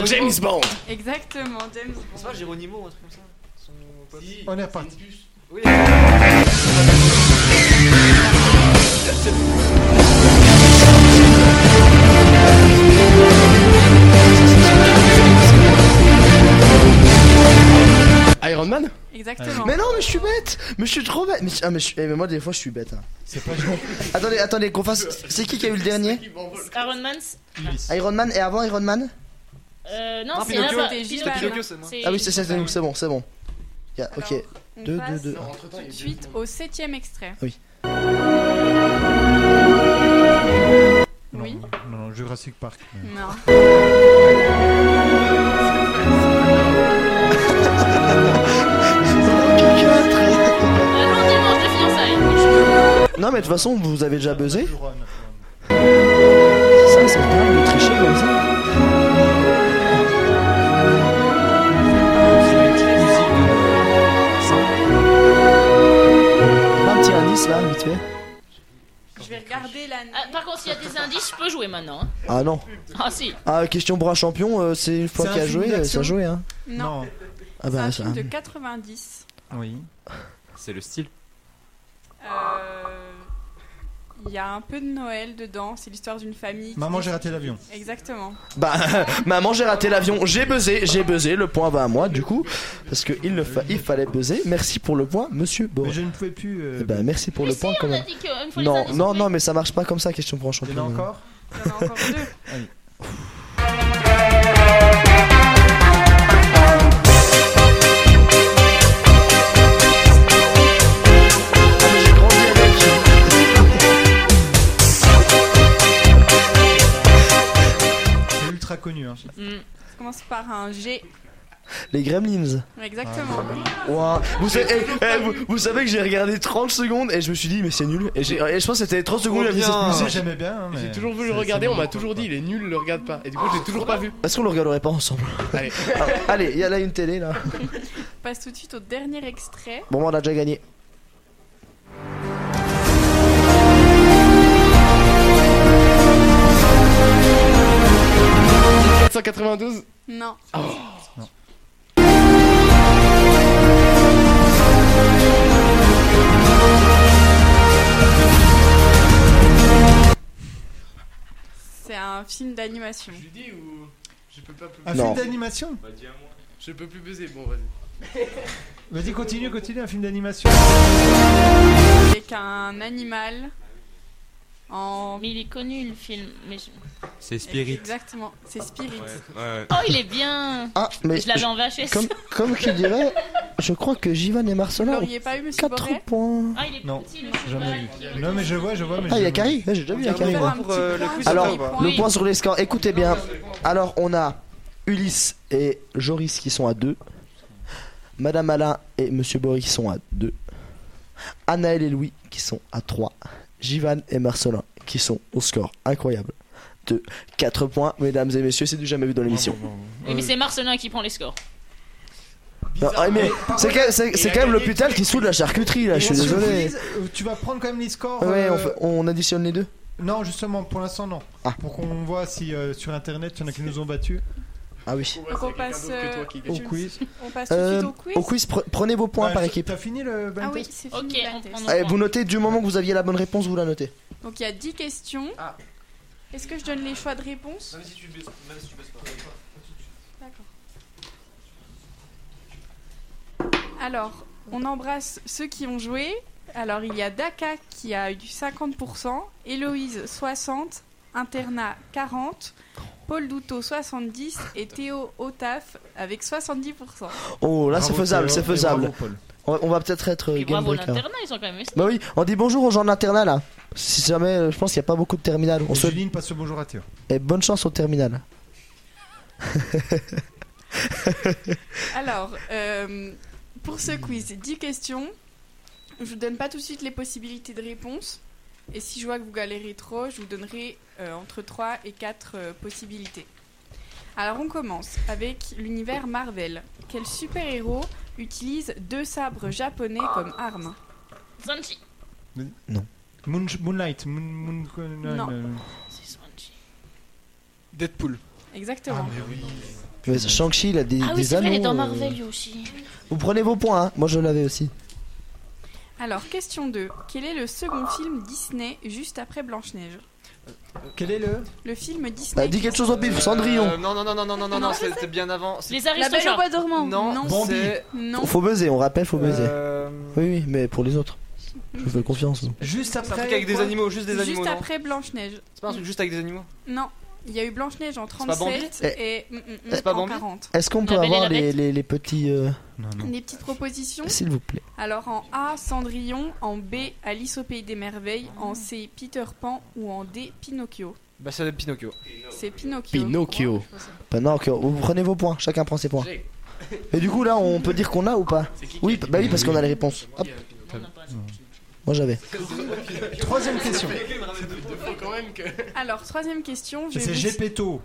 James Bond.
Exactement, James Bond.
C'est pas Géronimo, un truc comme ça Son pote.
On est reparti.
Oui.
Iron Man
Exactement.
Mais non, mais je suis bête Mais je suis trop bête Mais, je- ah, mais, je- eh, mais moi, des fois, je suis bête. hein. attendez, attendez, qu'on fasse. C'est qui qui a eu le dernier
Iron Man.
Iron Man et avant Iron Man
Euh, non,
Non,
c'est
Pinocchio,
là-bas.
c'était Gilles
Pinocchio.
Balin.
Ah oui, c'est c'est- c'est nous, c'est bon, c'est bon. Y a- ok.
On
2,
passe
2, 2.
tout de suite au septième extrait.
Oui.
Oui.
Non, non, Jurassic Park.
Non.
Non, mais de toute façon, vous avez déjà buzzé. Ça, c'est dingue de tricher comme ça. Pas Un petit indice là, vite fait.
Je vais regarder la. Ah, par contre, s'il y a des indices, je peux jouer maintenant. hein.
Ah non.
Ah si.
Ah, question pour un champion, euh, c'est une fois
C'est un
qu'il a
film
joué, euh,
d'action.
ça a joué, hein.
Non.
Ah
C'est
bah,
un
ça.
film de 90.
Oui.
C'est le style.
Euh, Il y a un peu de Noël dedans. C'est l'histoire d'une famille. qui-
Maman, j'ai raté l'avion.
Exactement.
Bah, maman, j'ai raté l'avion, j'ai buzzé, j'ai buzzé, le point va à moi du coup, parce que il, le fa- il fallait buzzer. Merci pour le point, monsieur Bon.
Mais je ne pouvais plus. euh,
Bah, merci pour le point quand même.
dit qu'une fois les
Non,
indices
non, non, mais ça marche pas comme ça, question pour un champion.
Il y en a encore
Il y en a encore deux.
Allez. C'est ultra connu. Hein.
Ça commence par un G.
Les Gremlins. Ah,
Exactement.
Ouah. Vous, savez, eh, eh, vous, vous savez que j'ai regardé 30 secondes et je me suis dit, mais c'est nul. Et, j'ai- et je pense que c'était 30 secondes, il y avait cette musique.
J'aimais bien. hein, mais-
J'ai toujours voulu le
c'est-
regarder,
c'est
on m'a
beaucoup,
toujours dit il est nul, le regarde pas. Et
Ah,
du coup, j'ai toujours pas vu.
Est-ce qu'on le regarderait pas ensemble
Allez.
Ah, Allez, il y a là une télé là.
On passe tout de suite au dernier extrait.
Bon, on a déjà gagné.
Non. C'est un film d'animation. Je
dis ou je peux pas plus
Un film d'animation
Je peux plus baiser, bon vas-y.
Vas-y, continue, continue, un film d'animation.
Avec un animal en.
Mais il est connu le film. Mais je-
C'est Spirit.
Exactement, c'est Spirit.
Ouais.
Oh, il est bien.
Ah, mais.
je l'avais en VHS.
Comme, comme qui dirait, je crois que Jivan et
Vous
Marcelin.
l'auriez pas eu, monsieur
4
Boré
points.
Ah, il est
Non,
petit, le
jamais vu. Non, mais je vois, je vois. Mais
Ah, il y a
j'ai-
Carrie Ah, J'ai déjà vu, il y a
On dirait
Carrie.
un
moi.
petit point pour, euh, le quiz
Alors,
sur les points.
le point sur les scores. Écoutez bien. Alors, on a Ulysse et Joris qui sont à 2. Madame Alain et Monsieur Bory qui sont à 2. Anaël et Louis qui sont à 3. Jivan et Marcelin qui sont au score incroyable de 4 points. Mesdames et messieurs, c'est du jamais vu dans l'émission.
Oui, mais c'est Marcelin qui prend les sceurs.
Non, ah, mais c'est quand, c'est- c'est quand même l'hôpital qui soude la charcuterie là, Ah, je suis
Et on se
désolé.
frise, euh, Tu vas prendre quand même les scores.
Ouais, on,
euh,
fait- Ah. on additionne les deux.
Non, justement, pour l'instant, non. Pour qu'on voit si euh, sur internet, il y en a qui nous ont battus.
Ah oui.
Donc on passe, euh,
Au quiz.
on passe tout de
Euh,
suite au quiz.
au quiz, pre- prenez vos points
Ouais,
par équipe.
T'as fini le blind
Ah oui,
test
c'est fini. le blind test.
Eh, vous notez du moment que vous aviez la bonne réponse, vous la notez.
Donc il y a 10 questions. Est-ce que je donne les choix de réponse
Même si tu baisses, même si tu baisses pas.
D'accord. Alors, on embrasse ceux qui ont joué. Alors, il y a Daka qui a eu 50%, Héloïse 60%, Interna 40%, Paul Douto 70% et Théo Otaf avec 70%.
Oh là,
Bravo,
c'est faisable,
Théo,
c'est
et
faisable.
bravo, Paul.
On, on va peut-être être, euh,
Et
game
bravo,
break là.
l'internat, ils sont quand même
Bah oui, on dit bonjour aux gens de l'internat là. Si jamais, euh, je pense qu'il n'y a pas beaucoup de terminal. On
Et
souhaite
Juline passe le bonjour à Théo.
et bonne chance au terminal.
Alors, euh, pour ce quiz, 10 questions. Je vous donne pas tout de suite les possibilités de réponse. Et si je vois que vous galérez trop, je vous donnerai euh, entre 3 et 4 euh, possibilités. Alors, on commence avec l'univers Marvel. Quel super-héros utilise deux sabres japonais comme armes
Sanji.
Non.
Moonlight. Moon, Moon- euh,
Non.
euh,
Deadpool.
Ah,
Exactement.
Ah,
Mais Shang-Chi, il a des,
Ah oui,
des
c'est vrai, il est
anneaux,
dans
euh,
Marvel, lui aussi.
Vous prenez vos points, hein. moi je l'avais aussi.
Alors, question 2. Quel est le second film Disney juste après Blanche-Neige
Quel est le
Le film Disney.
Bah, dis quelque chose au pif, Cendrillon.
Euh, non, non, non, non, non, non, non,
Non,
non,
je
c'était bien avant. c'est-
Les Aristochats. La Belle au Bois dormant.
Non,
Non.
Bambi.
c'est-
Non.
Faut buzzer, on rappelle, faut buzzer.
Euh,
Oui, oui, mais pour les autres. Je vous fais confiance. vous.
Juste
C'est un truc avec des animaux, juste des animaux.
Juste
non
après Blanche-Neige.
C'est pas un truc juste avec des animaux
Non, il y a eu Blanche-Neige en
pas Bambi
37 et mm, mm, mm,
C'est pas
en
Bambi
40.
Eh, Est-ce qu'on peut
La Belle et
avoir
la
les,
Bête.
les, les petits. euh,
Des petites propositions
S'il vous plaît.
Alors en A, Cendrillon, en B, Alice au Pays des Merveilles, en C, Peter Pan ou en D, Pinocchio.
Bah, c'est Pinocchio.
C'est Pinocchio.
Pinocchio.
Bah non, ok, vous prenez vos points, chacun prend ses points. Et du coup là, on peut dire qu'on a ou pas Oui, bah oui, euh, parce qu'on a les réponses. Hop. Moi j'avais.
Troisième question.
Alors, troisième question. je
C'est
vous-
Gepetto.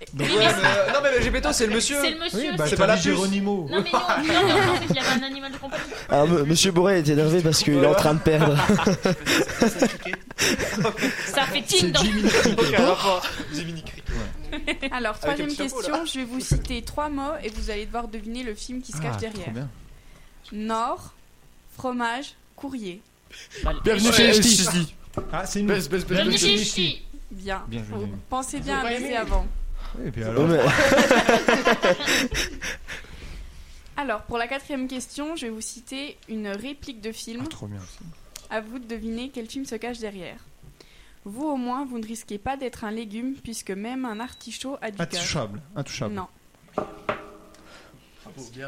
Oui, mais, euh, non, mais le Gepetto, c'est le monsieur.
C'est le monsieur,
Oui, bah,
c'est
t'as
pas la
dit
puce.
Géronimo.
Non, mais non, non, mais on pensait qu'il avait un animal de compagnie.
Alors, m- Ah, monsieur Boré est énervé parce qu'il est en train de perdre.
Ça fait ting dans
Aucun rapport. Jiminy Cricket. Avec
Alors,
un
troisième
petit chapeau, là. Ah,
question, je vais vous citer trois mots et vous allez devoir deviner le film qui se cache derrière. Nord, fromage, courrier.
Bah,
Bienvenue chez HT. Ah, c'est une.
Bienvenue chez
HT.
HT. Bien.
Bien joué.
Pensez bien à
auraient
baiser
aimé.
avant.
Et puis alors.
Ouais,
Alors, pour la quatrième question, je vais vous citer une réplique de
Ah,
film.
Trop bien.
À vous de deviner quel film se cache derrière. Vous, au moins, vous ne risquez pas d'être un légume, puisque même un artichaut a du cœur.
Intouchable. Intouchable.
Non.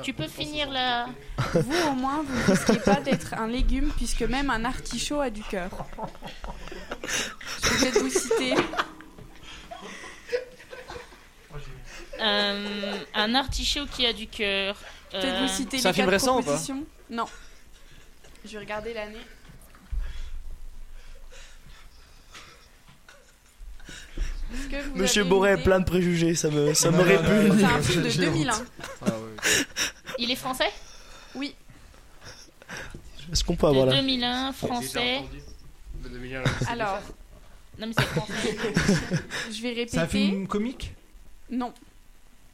Tu peux finir la.
Vous, au moins, vous ne risquez pas d'être un légume, puisque même un artichaut a du cœur. Je vais peut-être vous citer.
Euh, un artichaut qui a du cœur. euh,
Peut-être vous citer
C'est un
les
film
quatre
récent ou pas
propositions. Non. Je vais regarder l'année. Est-ce que vous
Monsieur
avez
Boré a
une idée
plein de préjugés, ça me, ça me
Non, non,
répugne.
C'est un film de 2001.
Ah
Il est français
Oui.
Est-ce qu'on peut avoir
de
là
2001, français.
Alors.
Non, mais c'est français.
Je vais répéter.
C'est un film comique
Non.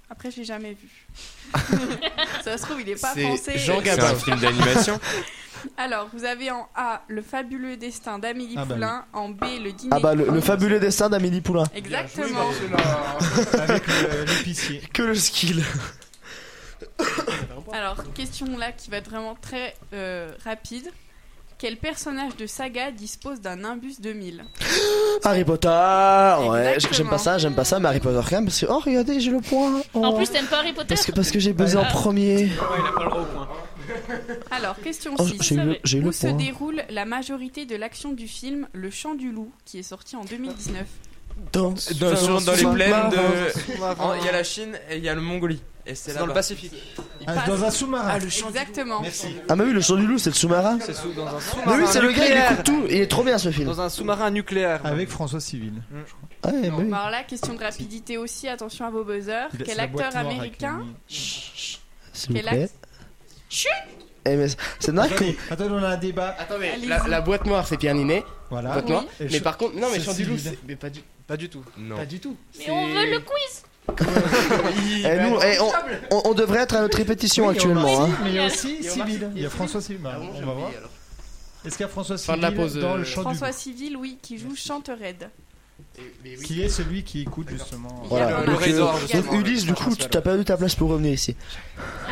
Après, je l'ai jamais vu. Ça se trouve, il est pas
C'est
français.
Jean Gabin. C'est un film d'animation
Alors, vous avez en A le fabuleux destin d'Amélie
Ah bah
Poulain, en B le dîner.
Ah bah le, le fabuleux destin d'Amélie Poulain.
Exactement.
Avec le- l'épicier.
Que le skill.
Alors, question là qui va être vraiment très euh, rapide. Quel personnage de saga dispose d'un Nimbus 2000
Harry Potter. Ouais,
Exactement.
j'aime pas ça, j'aime pas ça, mais Harry Potter quand même parce que oh regardez j'ai le point. Oh.
En plus, t'aimes pas Harry Potter
Parce que parce que j'ai buzzé en premier.
Alors, question
Oh,
6.
j'ai eu le- j'ai eu
Où
le
se
point.
déroule la majorité de l'action du film Le Chant du Loup, qui est sorti en 2019
Dans,
Dans, sur- dans les plaines de. en-
sous-marin.
Il y a la Chine et il y a le Mongolie. Et c'est
C'est dans le
là-bas.
Pacifique.
Ah, dans un sous-marin.
Exactement. Merci.
Ah mais oui le chant du loup c'est le sous-marin.
C'est sous- dans un sous-marin
Mais oui c'est le gars il
nucléaire.
écoute tout, il est trop bien ce film.
Dans un sous-marin nucléaire. Mm.
Avec François Civil.
Ah,
Ouais, mais oui.
bah, Alors là, question de rapidité aussi, attention à vos buzzers.
Il- c'est
Quel
la boîte
acteur
noire avec
américain
S'il vous
Quel
plaît.
acte Chut
Eh, mais c'est dingue que-
Attendez, attendez, on a un débat.
Attendez,
Allez-y.
la, la boîte noire, c'est Pierre Ninet.
Voilà.
Boîte noire.
Oui. Et
Mais
Ch-
par contre, non, mais
Cécile
Chant du Loup,
Hidalgo.
c'est. Mais pas du,
pas du tout.
Non. Pas du tout.
Mais on veut le quiz
Eh, nous, eh, on, on- on devrait être à notre répétition
Oui,
actuellement.
il y a Omar Sy,
hein.
Mais il y a aussi Civil. Il y a
Civil.
François Civil. Bah, On va voir. Est-ce qu'il y a François
Fin de la pause,
Civil dans
euh,
le chant du
François Civil, oui, qui joue Chantered.
loup Qui est celui qui écoute justement.
Voilà. Donc,
l'oreille
euh,
d'or,
donc,
justement,
Ulysse,
le
du coup,
François
tu t'as perdu ta place pour revenir ici.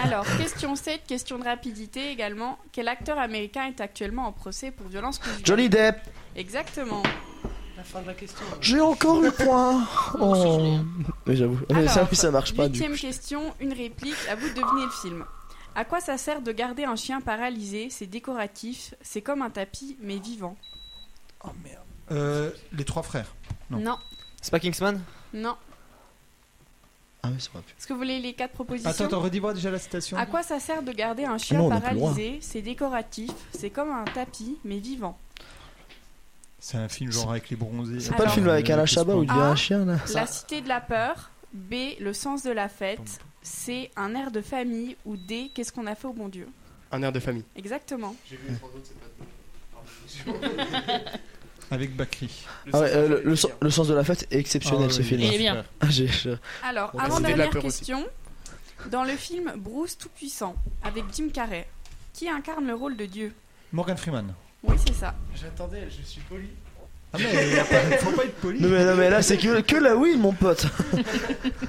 Alors, question 7, question de rapidité également. Quel acteur américain est actuellement en procès pour violence conjugale
Johnny Depp,
Exactement.
La fin de la question.
j'ai encore le point. Oh. Mais j'avoue, mais ça, oui, ça marche pas. Du...
Huitième question, une réplique, à vous de deviner le film. À quoi ça sert de garder un chien paralysé C'est décoratif, c'est comme un tapis, mais vivant.
Oh,
Euh, Les trois frères.
Non. Non.
C'est pas Kingsman
Ah oui, ça aurait pu.
Est-ce que vous voulez les quatre propositions
Attends, attends, redis-moi déjà la citation.
À quoi ça sert de garder un chien
Ah non, on est plus
paralysé C'est décoratif, c'est comme un tapis, mais vivant.
C'est Ah, un film genre avec les bronzés.
C'est pas le Alors, film
avec Alain
qu'est-ce
Chabat où il
qu'on-
y a un chien là
La cité de la peur. B. Le sens de la fête. C. Un air de famille. Ou D. Qu'est-ce qu'on a fait au bon Dieu
Un air de famille.
Exactement.
J'ai vu les trois autres,
Avec Bakri.
Ah ouais, euh, le, le sen- le sens de la fête est exceptionnel
Ah
ce
oui,
film.
il est bien.
Ah, j'ai- je-
Alors,
Bon,
avant
c'était de la
dernière
peur aussi.
question. Dans le film Bruce Tout-Puissant, avec Jim Carrey, qui incarne le rôle de Dieu
Morgan Freeman.
Oui, c'est ça.
J'attendais, je suis poli.
Ah mais il a pas- faut pas être poli.
Non mais, non, mais là c'est que, que la oui mon pote.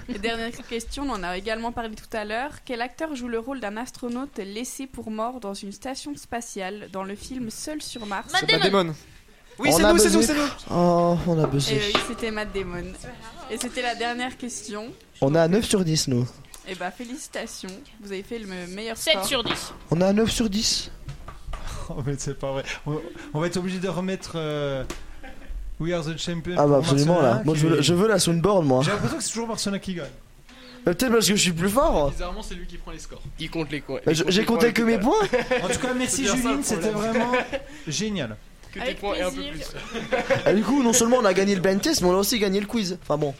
Et dernière question, on en a également parlé tout à l'heure. Quel acteur joue le rôle d'un astronaute laissé pour mort dans une station spatiale dans le film Seul sur Mars
C'est pas Damon. Oui,
On
c'est
a
nous, c'est
buzzé.
nous, c'est nous.
Oh on a
Et euh,
buzzé.
Eh oui, c'était Matt Damon. Et c'était la dernière question.
On a 9 sur 10 nous.
Et bah félicitations, vous avez fait le me- meilleur
7
score.
sur 10.
On a 9 sur 10.
Oh, mais c'est pas vrai. On, on va être obligé de remettre euh, We Are the Champions.
Ah bah
pour
absolument
Marcelin,
là. Moi
qui
je veux,
est-
le- je veux la soundboard moi.
J'ai l'impression que c'est toujours Barcelona qui gagne.
Euh, Peut-être parce que je suis plus fort.
Bizarrement, c'est lui qui prend les scores.
Il compte les coins.
Bah, je- J'ai compté que mes points.
En tout cas, merci
C'est bien ça,
Juline,
le
c'était
problème.
vraiment génial.
Que tes points et un peu plus.
Et du coup non seulement on a gagné le blind test mais on a aussi gagné le quiz. Enfin bon.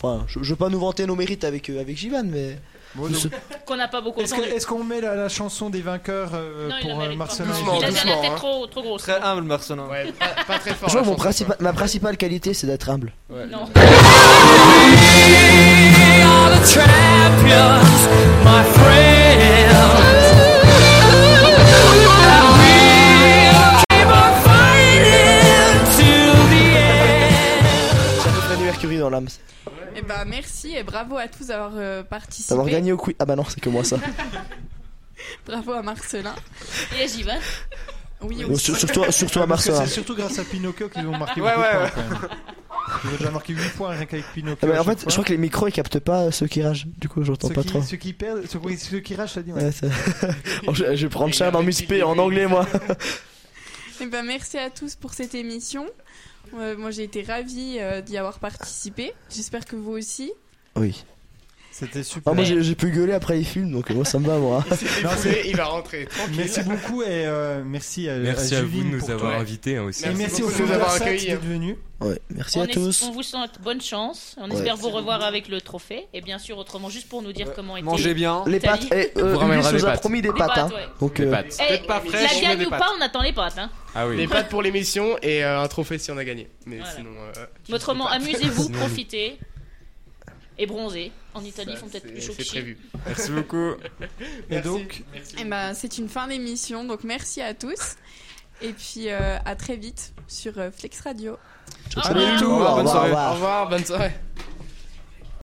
Enfin je, je veux pas nous vanter nos mérites avec euh, avec Jivan mais. Nous se-
Qu'on n'a pas beaucoup
Est-ce que-
entendu.
est-ce qu'on met la, la chanson des vainqueurs euh,
Non, il la
pour euh,
mérite pas.
Marcelin et
Doucement,
Il a déjà la
doucement,
tête
hein.
trop, trop grosse.
Très humble, Marcelin.
Ouais, pas, pas très fort.
Je
la
crois que mon
chanson,
principal- ma principale qualité c'est d'être humble.
Non.
J'ai un peu Freddie Mercury dans l'âme.
Et bah merci et bravo à tous d'avoir euh, participé.
D'avoir gagné au quiz. Ah bah non c'est que moi ça.
Bravo à Marcelin.
Et j'y vais.
Oui,
Bon, sur- Surtout surtout à
Parce que
Marcelin.
C'est surtout grâce à Pinocchio qu'ils ont marqué
Ouais,
beaucoup
ouais,
de points
ouais.
quand même. Ils ont déjà marqué 8 points rien qu'avec
Ah
Pinocchio.
bah,
à
en fait,
chaque
je
fois.
crois que les micros ils captent pas ceux qui ragent, du coup j'entends
Ceux
pas
qui-
trop.
Ceux qui perdent, ceux, oui, ceux qui rachent, ça dit. ouais.
Ouais, ça- Oh, je, je vais prendre cher dans Muspé en anglais moi.
Et bah merci à tous pour cette émission. Euh, moi j'ai été ravie euh, d'y avoir participé. J'espère que vous aussi.
Oui.
C'était super.
Ah, moi j'ai j'ai pu gueuler après les films donc euh, moi ça me va moi.
Non, c'est-
il va rentrer tranquille.
Merci beaucoup et euh, merci à,
Merci
à,
à vous de
Juline
nous
pour
avoir
tout.
invités, hein, aussi.
Et
Merci
merci,
beaucoup
aux
de nous avoir
Fondersat
accueillis, hein.
d'être venus.
Ouais, merci
on
à
es-
tous.
On vous souhaite bonne chance. On
Ouais.
espère vous revoir avec le trophée. Et bien sûr, autrement, juste pour nous dire comment était.
mangez bien.
Les pâtes
l'Italie.
et euh,
Vous ramènera
Ulysse
des
nous a
pâtes.
promis des
Des
pâtes.
pâtes,
hein.
ouais.
Donc
Des
euh,
pâtes.
Eh,
Peut-être pas fraîche,
la
mais
gagne
des
ou
pâtes.
pas, on attend les potes. Hein.
Ah oui.
Des pâtes pour l'émission et euh, un trophée si on a gagné. Mais sinon. euh,
Mais Autrement,
des pâtes.
amusez-vous,
Sinon,
profitez et bronzez. En Italie, ils font peut-être
c'est-
plus chaud
C'est
qu'ici.
prévu.
Merci beaucoup.
Et donc,
Eh ben, c'est une fin d'émission, donc merci à tous. Et puis euh, à très vite sur euh, Flex Radio.
Salut, Loulou.
Au revoir,
Bonne
au
soirée.
revoir.
Au revoir, bonne soirée.